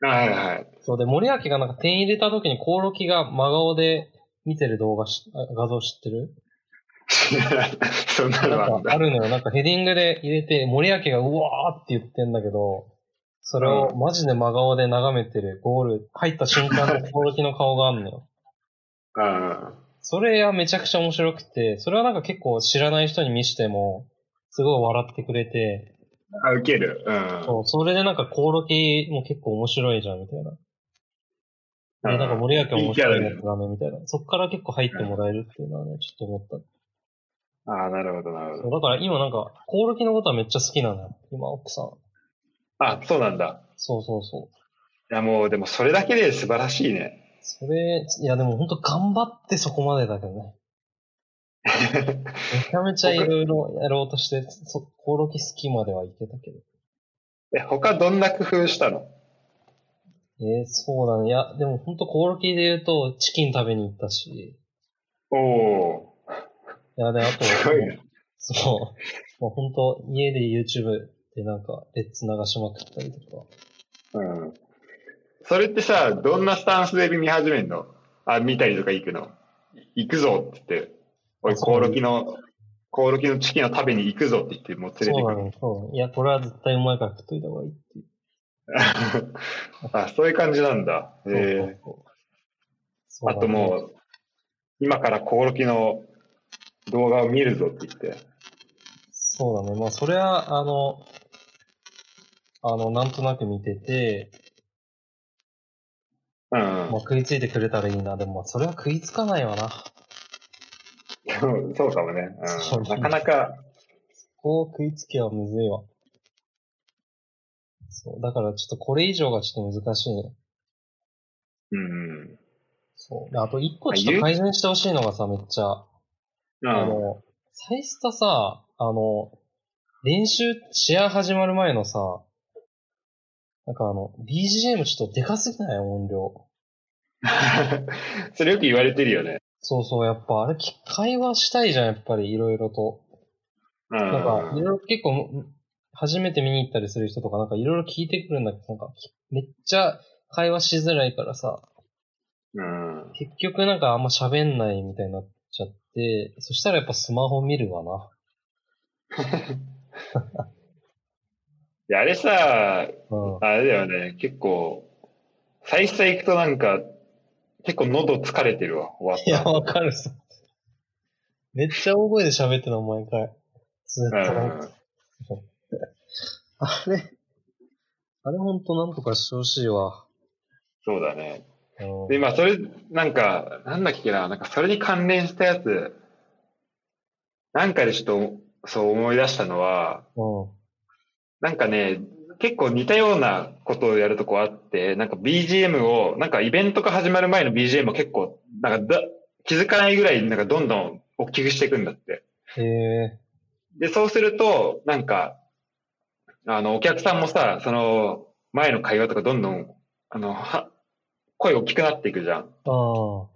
[SPEAKER 2] ら、
[SPEAKER 1] はいはい。 <laughs>
[SPEAKER 2] そうで、森脇がなんか点入れた時にコオロギが真顔で見てる動画し、あ画像知ってる
[SPEAKER 1] そんなのあ
[SPEAKER 2] なんん
[SPEAKER 1] だ
[SPEAKER 2] かあるのよ。なんかヘディングで入れて、森脇がうわーって言ってんだけど、それをマジで真顔で眺めてるゴール、入った瞬間のコオロギの顔があるのよ。
[SPEAKER 1] うん。
[SPEAKER 2] それはめちゃくちゃ面白くて、それはなんか結構知らない人に見しても、すごい笑ってくれて、
[SPEAKER 1] あ、受ける。うん。
[SPEAKER 2] そう、それでなんか、コオロギも結構面白いじゃん、みたいな。
[SPEAKER 1] う
[SPEAKER 2] で、なんか、森脇面白いや
[SPEAKER 1] いいキャラだ
[SPEAKER 2] つだね、みたいな。そっから結構入ってもらえるっていうのはね、ちょっと思った。
[SPEAKER 1] ああ、なるほど、なるほ
[SPEAKER 2] そ
[SPEAKER 1] ど。
[SPEAKER 2] うだから今なんか、コオロギのことはめっちゃ好きなのよ、今、奥さん。
[SPEAKER 1] あ、そうなんだ。
[SPEAKER 2] そうそうそう。
[SPEAKER 1] いや、もう、でもそれだけで素晴らしいね。 <laughs>
[SPEAKER 2] それ、いやでもほんと頑張ってそこまでだけどね。めちゃめちゃいろいろやろうとして、そコオロギ好きまではいけたけど。
[SPEAKER 1] え、他どんな工夫したの
[SPEAKER 2] えー、そうだね。いや、でもほんとコオロギで言うと、チキン食べに行ったし。
[SPEAKER 1] おお
[SPEAKER 2] いや、で、あと、
[SPEAKER 1] ー、すごいね。
[SPEAKER 2] そう。もう本当家で YouTube でなんか、レッツ流しまくったりとか。
[SPEAKER 1] うん。それってさ、どんなスタンスで見始めんのあ、見たりとか行くの行くぞって言って、おい、
[SPEAKER 2] あそう
[SPEAKER 1] コオロギの、コオロギのチキンを食べに行くぞって言って、もう連れ
[SPEAKER 2] そ
[SPEAKER 1] て
[SPEAKER 2] う
[SPEAKER 1] く
[SPEAKER 2] な
[SPEAKER 1] る。
[SPEAKER 2] の、そうなの。いや、これは絶対うまいから食っといた方がいいっていう。
[SPEAKER 1] <laughs> あ、そういう感じなんだ。え
[SPEAKER 2] そう
[SPEAKER 1] ー、
[SPEAKER 2] そうそう
[SPEAKER 1] あともう、今からコオロギの動画を見るぞって言って。
[SPEAKER 2] そうだね。そうだね。まあ、それは、あの、あの、なんとなく見てて、
[SPEAKER 1] うん
[SPEAKER 2] まあ、食いついてくれたらいいな。でも、まあ、それは食いつかないわな。
[SPEAKER 1] うん。 <laughs> そうかもね。、
[SPEAKER 2] そううん
[SPEAKER 1] なかなか、
[SPEAKER 2] こう食いつけはむずいわ。そう。だから、ちょっとこれ以上がちょっと難しいね。
[SPEAKER 1] うん。
[SPEAKER 2] そう。であと一個ちょっと改善してほしいのがさ、めっちゃ。
[SPEAKER 1] う
[SPEAKER 2] あ
[SPEAKER 1] ん。
[SPEAKER 2] の、サイスタさ、あの、練習、試合始まる前のさ、なんかあの、BGM ちょっとでかすぎない音量。
[SPEAKER 1] <laughs> それよく言われてるよね。
[SPEAKER 2] そうそう、やっぱあれ、き会話したいじゃん、やっぱりいろいろと。
[SPEAKER 1] うん。
[SPEAKER 2] なんか、いろいろ結構、ん初めて見に行ったりする人とか、なんかいろいろ聞いてくるんだけど、なんか、きめっちゃ会話しづらいからさ、
[SPEAKER 1] うん。
[SPEAKER 2] 結局なんかあんま喋んないみたいになっちゃって、そしたらやっぱスマホ見るわな。
[SPEAKER 1] いや、あれさ、
[SPEAKER 2] うん。
[SPEAKER 1] あれだよね、結構、最初行くとなんか、結構喉疲れてるわ、終
[SPEAKER 2] い
[SPEAKER 1] わ
[SPEAKER 2] や、
[SPEAKER 1] った後。
[SPEAKER 2] わかるさ。めっちゃ大声で喋ってたの、毎回。ずっとなんか。あれ、あれほんとなんとかしてほしいわ。
[SPEAKER 1] うん、そうだね。
[SPEAKER 2] うん
[SPEAKER 1] で、今、それ、なんか、なんだっけな、なんかそれに関連したやつ、なんかでちょっと、そう思い出したのは、
[SPEAKER 2] うん。
[SPEAKER 1] なんかね、結構似たようなことをやるとこあって、なんか BGM を、なんかイベントが始まる前の BGM を結構、なんかだ気づかないぐらい、なんかどんどん大きくしていくんだって。
[SPEAKER 2] へえ
[SPEAKER 1] で、そうすると、なんか、あの、お客さんもさ、その、前の会話とかどんどん、あの、は、声大きくなっていくじゃん。
[SPEAKER 2] ー。あ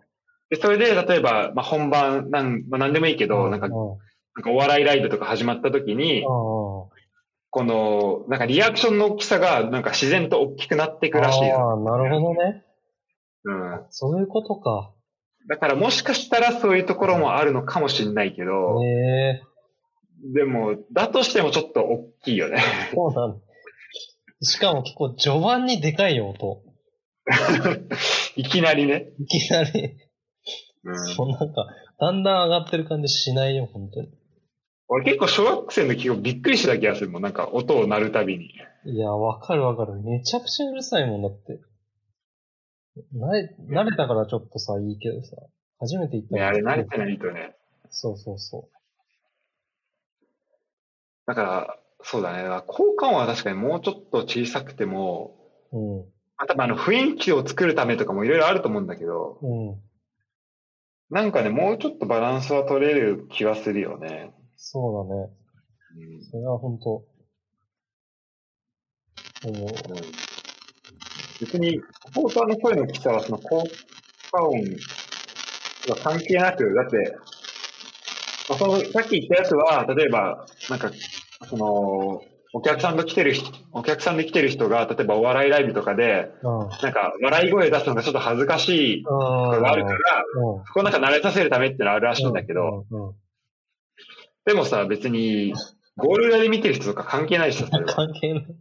[SPEAKER 1] で、それで、例えば、まあ、本番、なん、まあ、なんでもいいけ
[SPEAKER 2] あ。
[SPEAKER 1] ど、なんか、
[SPEAKER 2] あ
[SPEAKER 1] なんかお笑いライブとか始まった時に、
[SPEAKER 2] あ。
[SPEAKER 1] この、なんかリアクションの大きさが、なんか自然と大きくなっていくらしいよ。
[SPEAKER 2] ああ、なるほどね。
[SPEAKER 1] うん。
[SPEAKER 2] そういうことか。
[SPEAKER 1] だから、もしかしたらそういうところもあるのかもしれないけど、
[SPEAKER 2] へえ
[SPEAKER 1] でも、だとしてもちょっと大きいよね。 <laughs>
[SPEAKER 2] そうなの。しかも結構序盤にでかいよ、音。
[SPEAKER 1] いきなりね。
[SPEAKER 2] いきなり。
[SPEAKER 1] うん
[SPEAKER 2] そう、なんか、だんだん上がってる感じしないよ、本当に。
[SPEAKER 1] 俺結構小学生の時びっくりしてた気がするもん。なんか音を鳴るたびに。
[SPEAKER 2] いや、わかるわかる。めちゃくちゃうるさいもんだって。慣れ、慣れたからちょっとさ、いいけどさ。初めて行った
[SPEAKER 1] ね、
[SPEAKER 2] ら
[SPEAKER 1] あれ慣れてないとね。
[SPEAKER 2] そうそうそ
[SPEAKER 1] だから、そうだね。効果音は確かにもうちょっと小さくても、
[SPEAKER 2] う。うん。
[SPEAKER 1] まあ、多分あの雰囲気を作るためとかもいろいろあると思うんだけど、
[SPEAKER 2] うん。
[SPEAKER 1] なんかね、もうちょっとバランスは取れる気はするよね。
[SPEAKER 2] そうだね。それは本当思う。
[SPEAKER 1] うんうん別に、サポーターの声の大きさはその効果音は関係なく、だって、まあ、そのさっき言ったやつは、例えば、なんか、その、お客さんと来てる人、お客さんで来てる人が、例えばお笑いライブとかで、
[SPEAKER 2] うん。
[SPEAKER 1] なんか、笑い声出すのがちょっと恥ずかしいと
[SPEAKER 2] あ
[SPEAKER 1] かがあるから、
[SPEAKER 2] うん。
[SPEAKER 1] そこをなんか慣れさせるためってのはあるらしいんだけど、
[SPEAKER 2] うん。うんうん
[SPEAKER 1] でもさ、別に、ゴール裏で見てる人とか関係ないしさ、それは。
[SPEAKER 2] 関係ない。
[SPEAKER 1] う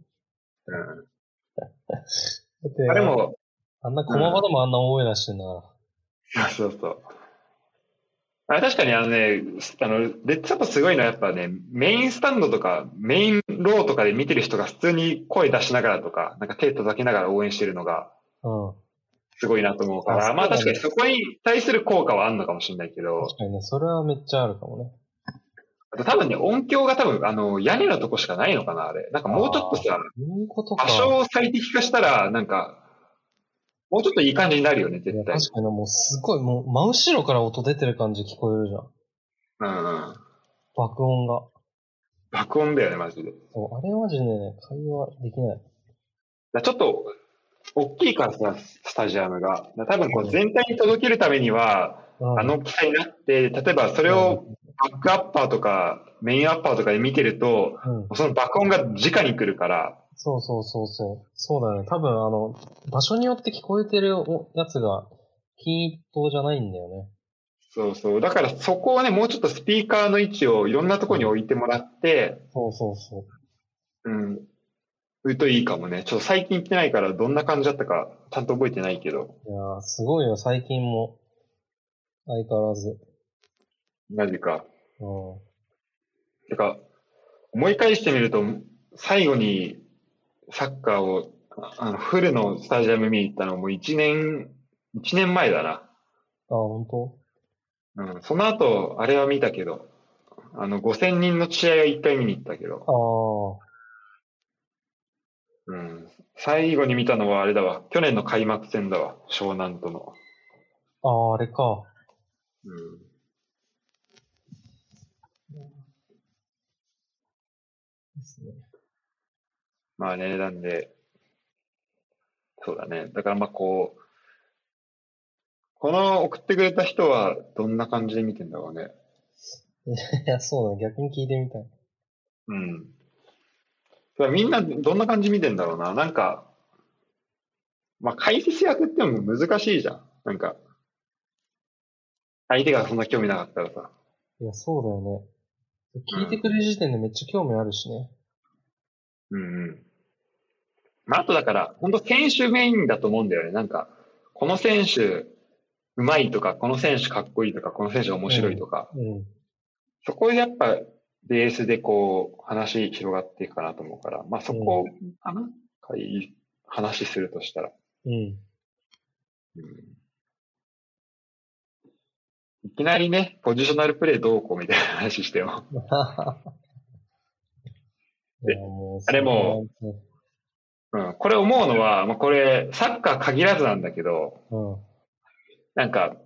[SPEAKER 2] だって
[SPEAKER 1] ん、あれも、
[SPEAKER 2] あんな駒場でもあんな大声出してんだから。
[SPEAKER 1] そうそうそう。あれ確かにあのね、あの、レッツアップすごいのはやっぱね、メインスタンドとか、メインローとかで見てる人が普通に声出しながらとか、なんか手叩きながら応援してるのが
[SPEAKER 2] うん。
[SPEAKER 1] すごいなと思うから、
[SPEAKER 2] あ
[SPEAKER 1] まあ
[SPEAKER 2] そ
[SPEAKER 1] 確
[SPEAKER 2] うだ
[SPEAKER 1] か
[SPEAKER 2] ね
[SPEAKER 1] にそこに対する効果はあるのかもしれないけど、
[SPEAKER 2] 確かにね、それはめっちゃあるかもね。
[SPEAKER 1] あと多分ね、音響が多分、あの、屋根のとこしかないのかな、あれ。なんかもうちょっとさ、
[SPEAKER 2] いうことか。
[SPEAKER 1] 場所を最適化したら、なんか、もうちょっといい感じになるよね、
[SPEAKER 2] いや
[SPEAKER 1] 絶対。
[SPEAKER 2] 確かにもうすごい、もう真後ろから音出てる感じ聞こえるじゃん。
[SPEAKER 1] うんうん。
[SPEAKER 2] 爆音が。
[SPEAKER 1] 爆音だよね、マジで。だか
[SPEAKER 2] そう、あれマジでね、会話できない。
[SPEAKER 1] らちょっと、大きいからさ、スタジアムが。だから多分こう全体に届けるためには、
[SPEAKER 2] うん
[SPEAKER 1] あの機体になって、例えばそれをバックアッパーとか、メインアッパーとかで見てると、
[SPEAKER 2] うん。
[SPEAKER 1] その爆音が直に来るから、
[SPEAKER 2] そうそうそうそう。そうだよね。多分あの、場所によって聞こえてるおやつが均一等じゃないんだよね。
[SPEAKER 1] そうそう。だからそこをね、もうちょっとスピーカーの位置をいろんなところに置いてもらって、
[SPEAKER 2] そうそうそう。
[SPEAKER 1] うん。うといいかもね。ちょっと最近行ってないから、どんな感じだったか、ちゃんと覚えてないけど。
[SPEAKER 2] いやー、すごいよ、最近も。相変わらず。
[SPEAKER 1] マジか。
[SPEAKER 2] うん。
[SPEAKER 1] てか、思い返してみると、最後にサッカーを、ああの、フルのスタジアム見に行ったのも1年、1年前だな。
[SPEAKER 2] あ、本当
[SPEAKER 1] うん。その後、あれは見たけど、あの、5000人の試合は1回見に行ったけど、
[SPEAKER 2] ああ、
[SPEAKER 1] うん。最後に見たのはあれだわ。去年の開幕戦だわ。湘南との。
[SPEAKER 2] ああ、あれか。
[SPEAKER 1] うん。
[SPEAKER 2] ですね。
[SPEAKER 1] まあね、なんで、そうだね。だからまあこう、この送ってくれた人はどんな感じで見てんだろうね。
[SPEAKER 2] いや、そうだね。逆に聞いてみたい。
[SPEAKER 1] うん。それはみんなどんな感じ見てんだろうな。なんか、まあ解説役ってのも難しいじゃん。なんか、相手がそんな興味なかったらさ。
[SPEAKER 2] いや、そうだよね。聞いてくれる時点でめっちゃ興味あるしね。
[SPEAKER 1] うんうん。まああとだから、本当選手メインだと思うんだよね。なんか、この選手、うまいとか、この選手かっこいいとか、この選手面白いとか、
[SPEAKER 2] うん。
[SPEAKER 1] そこでやっぱベースでこう話広がっていくかなと思うから、まあそこかな、かい話するとしたら。
[SPEAKER 2] <laughs> うん。
[SPEAKER 1] うんいきなりね、ポジショナルプレイどうこうみたいな話しても。
[SPEAKER 2] いや、もう、
[SPEAKER 1] あれも
[SPEAKER 2] そんな
[SPEAKER 1] <laughs> うん、これ思うのは、まあ、これ、サッカー限らずなんだけど、
[SPEAKER 2] うん。
[SPEAKER 1] なんか、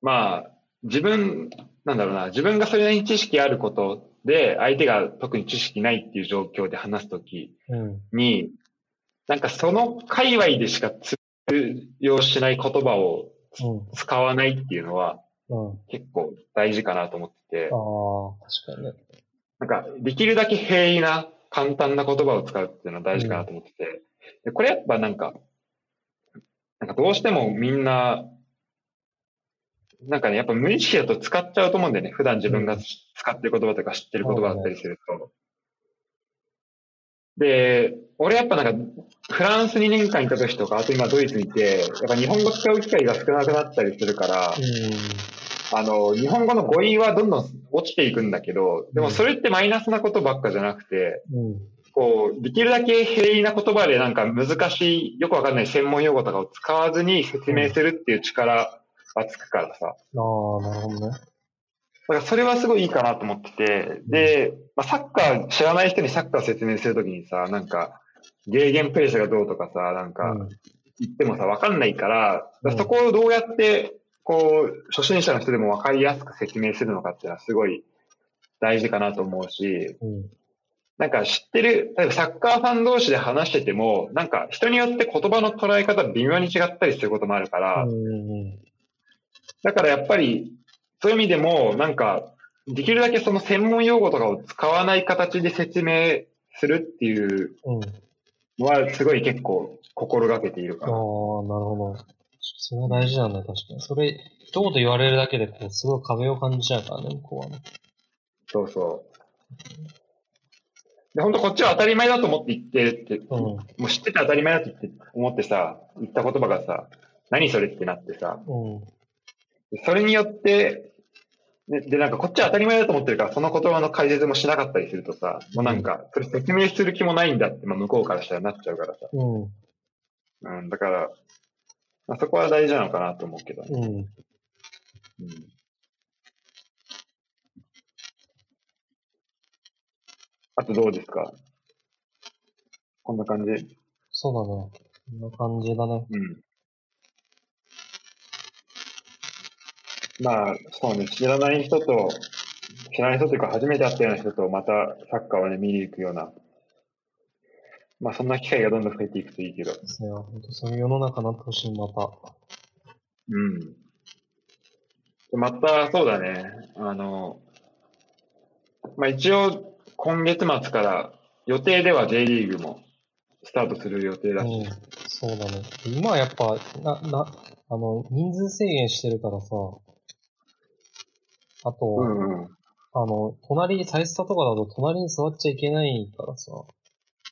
[SPEAKER 1] まあ、自分、なんだろうな、自分がそれなりに知識あることで、相手が特に知識ないっていう状況で話すとき、
[SPEAKER 2] うん。
[SPEAKER 1] に、なんかその界隈でしか通用しない言葉を
[SPEAKER 2] うん。
[SPEAKER 1] 使わないっていうのは
[SPEAKER 2] うん。
[SPEAKER 1] 結構大事かなと思ってて、
[SPEAKER 2] ああ、確かにね。
[SPEAKER 1] なんかできるだけ平易な簡単な言葉を使うっていうのは大事かなと思ってて、でこれやっぱなんか、なんかどうしてもみんな、なんかね、やっぱ無意識だと使っちゃうと思うんだよね。普段自分が使ってる言葉とか知ってる言葉だったりすると。で、俺やっぱなんか、フランスに年間いた時とか、あと今ドイツにいて、やっぱ日本語使う機会が少なくなったりするから、あの、日本語の語彙はどんどん落ちていくんだけど、でもそれってマイナスなことばっかじゃなくて、
[SPEAKER 2] うん。
[SPEAKER 1] こう、できるだけ平易な言葉でなんか難しい、よくわかんない専門用語とかを使わずに説明するっていう力がつくからさ。
[SPEAKER 2] ああ、なるほどね。
[SPEAKER 1] だからそれはすごいいいかなと思ってて、で、まあ、サッカー、知らない人にサッカー説明するときにさ、なんか、ゲーゲンプレスがどうとかさ、なんか、
[SPEAKER 2] うん
[SPEAKER 1] 言ってもさ、わかんないから、だか
[SPEAKER 2] うん
[SPEAKER 1] らそこをどうやって、こう、初心者の人でもわかりやすく説明するのかっていうのはすごい大事かなと思うし、
[SPEAKER 2] うん。
[SPEAKER 1] なんか知ってる、例えばサッカーファン同士で話してても、なんか人によって言葉の捉え方微妙に違ったりすることもあるから、
[SPEAKER 2] うん。
[SPEAKER 1] だからやっぱり、そういう意味でも、なんか、できるだけその専門用語とかを使わない形で説明するっていう
[SPEAKER 2] うん。
[SPEAKER 1] のは、すごい結構心がけている
[SPEAKER 2] あ
[SPEAKER 1] か
[SPEAKER 2] あ、なる
[SPEAKER 1] な。
[SPEAKER 2] ほど。それは大事なんだ、確かに。それ、一言言われるだけで、こう、すごい壁を感じちゃうからね、向こうはね。
[SPEAKER 1] そうそう。で、本当こっちは当たり前だと思って言ってるって、
[SPEAKER 2] うん。
[SPEAKER 1] もう知ってて当たり前だと言って思ってさ、言った言葉がさ、何それってなってさ、
[SPEAKER 2] うん。
[SPEAKER 1] でそれによって、で、でなんかこっちは当たり前だと思ってるから、その言葉の解説もしなかったりするとさ、もうなんか、それ説明する気もないんだって、まあ、向こうからしたらなっちゃうからさ。
[SPEAKER 2] うん。
[SPEAKER 1] うん、だから、まあ、そこは大事なのかなと思うけど、ね
[SPEAKER 2] うん。
[SPEAKER 1] うん。あとどうですかこんな感じ
[SPEAKER 2] そうだね。こんな感じだね。
[SPEAKER 1] うん。まあ、そうね、知らない人と、知らない人というか、初めて会ったような人と、またサッカーをね、見に行くような、まあ、そんな機会がどんどん増えていくといいけど、
[SPEAKER 2] ですね。本当そういう世の中になってほしい、また。
[SPEAKER 1] うん。でまた、そうだね、あの、まあ、一応、今月末から、予定では J リーグもスタートする予定だし、
[SPEAKER 2] うん。そうだね。今はやっぱ、な、な、あの、人数制限してるからさ。あと、
[SPEAKER 1] うんうん。
[SPEAKER 2] あの、隣、サイスタとかだと隣に座っちゃいけないからさ。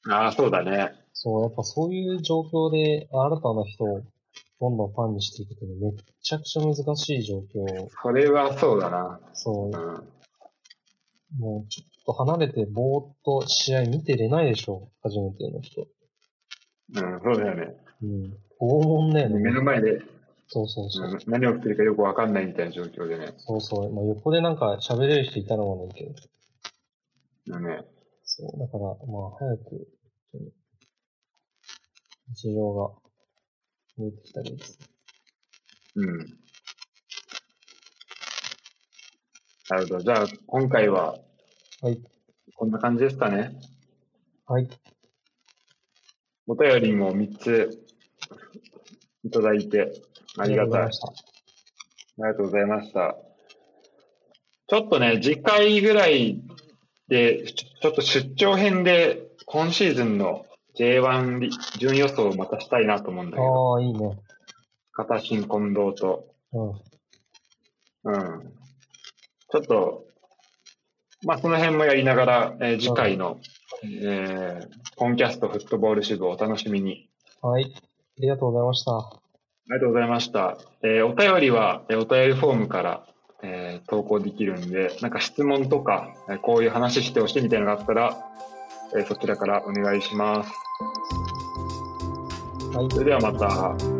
[SPEAKER 1] ああ、そうだね。
[SPEAKER 2] そう、やっぱそういう状況で新たな人をどんどんファンにしていくっていうのめっちゃくちゃ難しい状況。
[SPEAKER 1] それはそうだな。
[SPEAKER 2] そう
[SPEAKER 1] う、ん。
[SPEAKER 2] もうちょっと離れてぼーっと試合見てれないでしょ、初めての人。
[SPEAKER 1] うん、そうだよね。
[SPEAKER 2] うん。拷問だよ
[SPEAKER 1] 目
[SPEAKER 2] ね。
[SPEAKER 1] の前で、
[SPEAKER 2] そうそうそう。
[SPEAKER 1] うん何が起きてるかよくわかんないみたいな状況でね。
[SPEAKER 2] そうそう。まあ、横でなんか喋れる人いたのもないけど。
[SPEAKER 1] うんね
[SPEAKER 2] そう、だから、まあ、早く、本当に日常が見えてきたらいいですね。
[SPEAKER 1] うん。なるほど。じゃあ、今回は、
[SPEAKER 2] はい。
[SPEAKER 1] こんな感じですかね。
[SPEAKER 2] はい。
[SPEAKER 1] お便りも3ついただいて、ありがたい。あ
[SPEAKER 2] ありがとうございました。
[SPEAKER 1] りがとうございました。ちょっとね、次回ぐらいで、ちょちょっと出張編で、今シーズンの J1 り順予想をまたしたいなと思うんだけど、
[SPEAKER 2] ああ、いいね。
[SPEAKER 1] 片新近藤と、
[SPEAKER 2] うん。
[SPEAKER 1] うん。ちょっと、まあ、その辺もやりながら、えー次回の、えーコンキャストフットボール支部をお楽しみに。
[SPEAKER 2] はい。ありがとうございました。
[SPEAKER 1] ありがとうございました。えーお便りは、えーお便りフォームから、えー投稿できるんで、なんか質問とか、えーこういう話してほしいみたいなのがあったら、えーそちらからお願いします。
[SPEAKER 2] はい。
[SPEAKER 1] それではまた。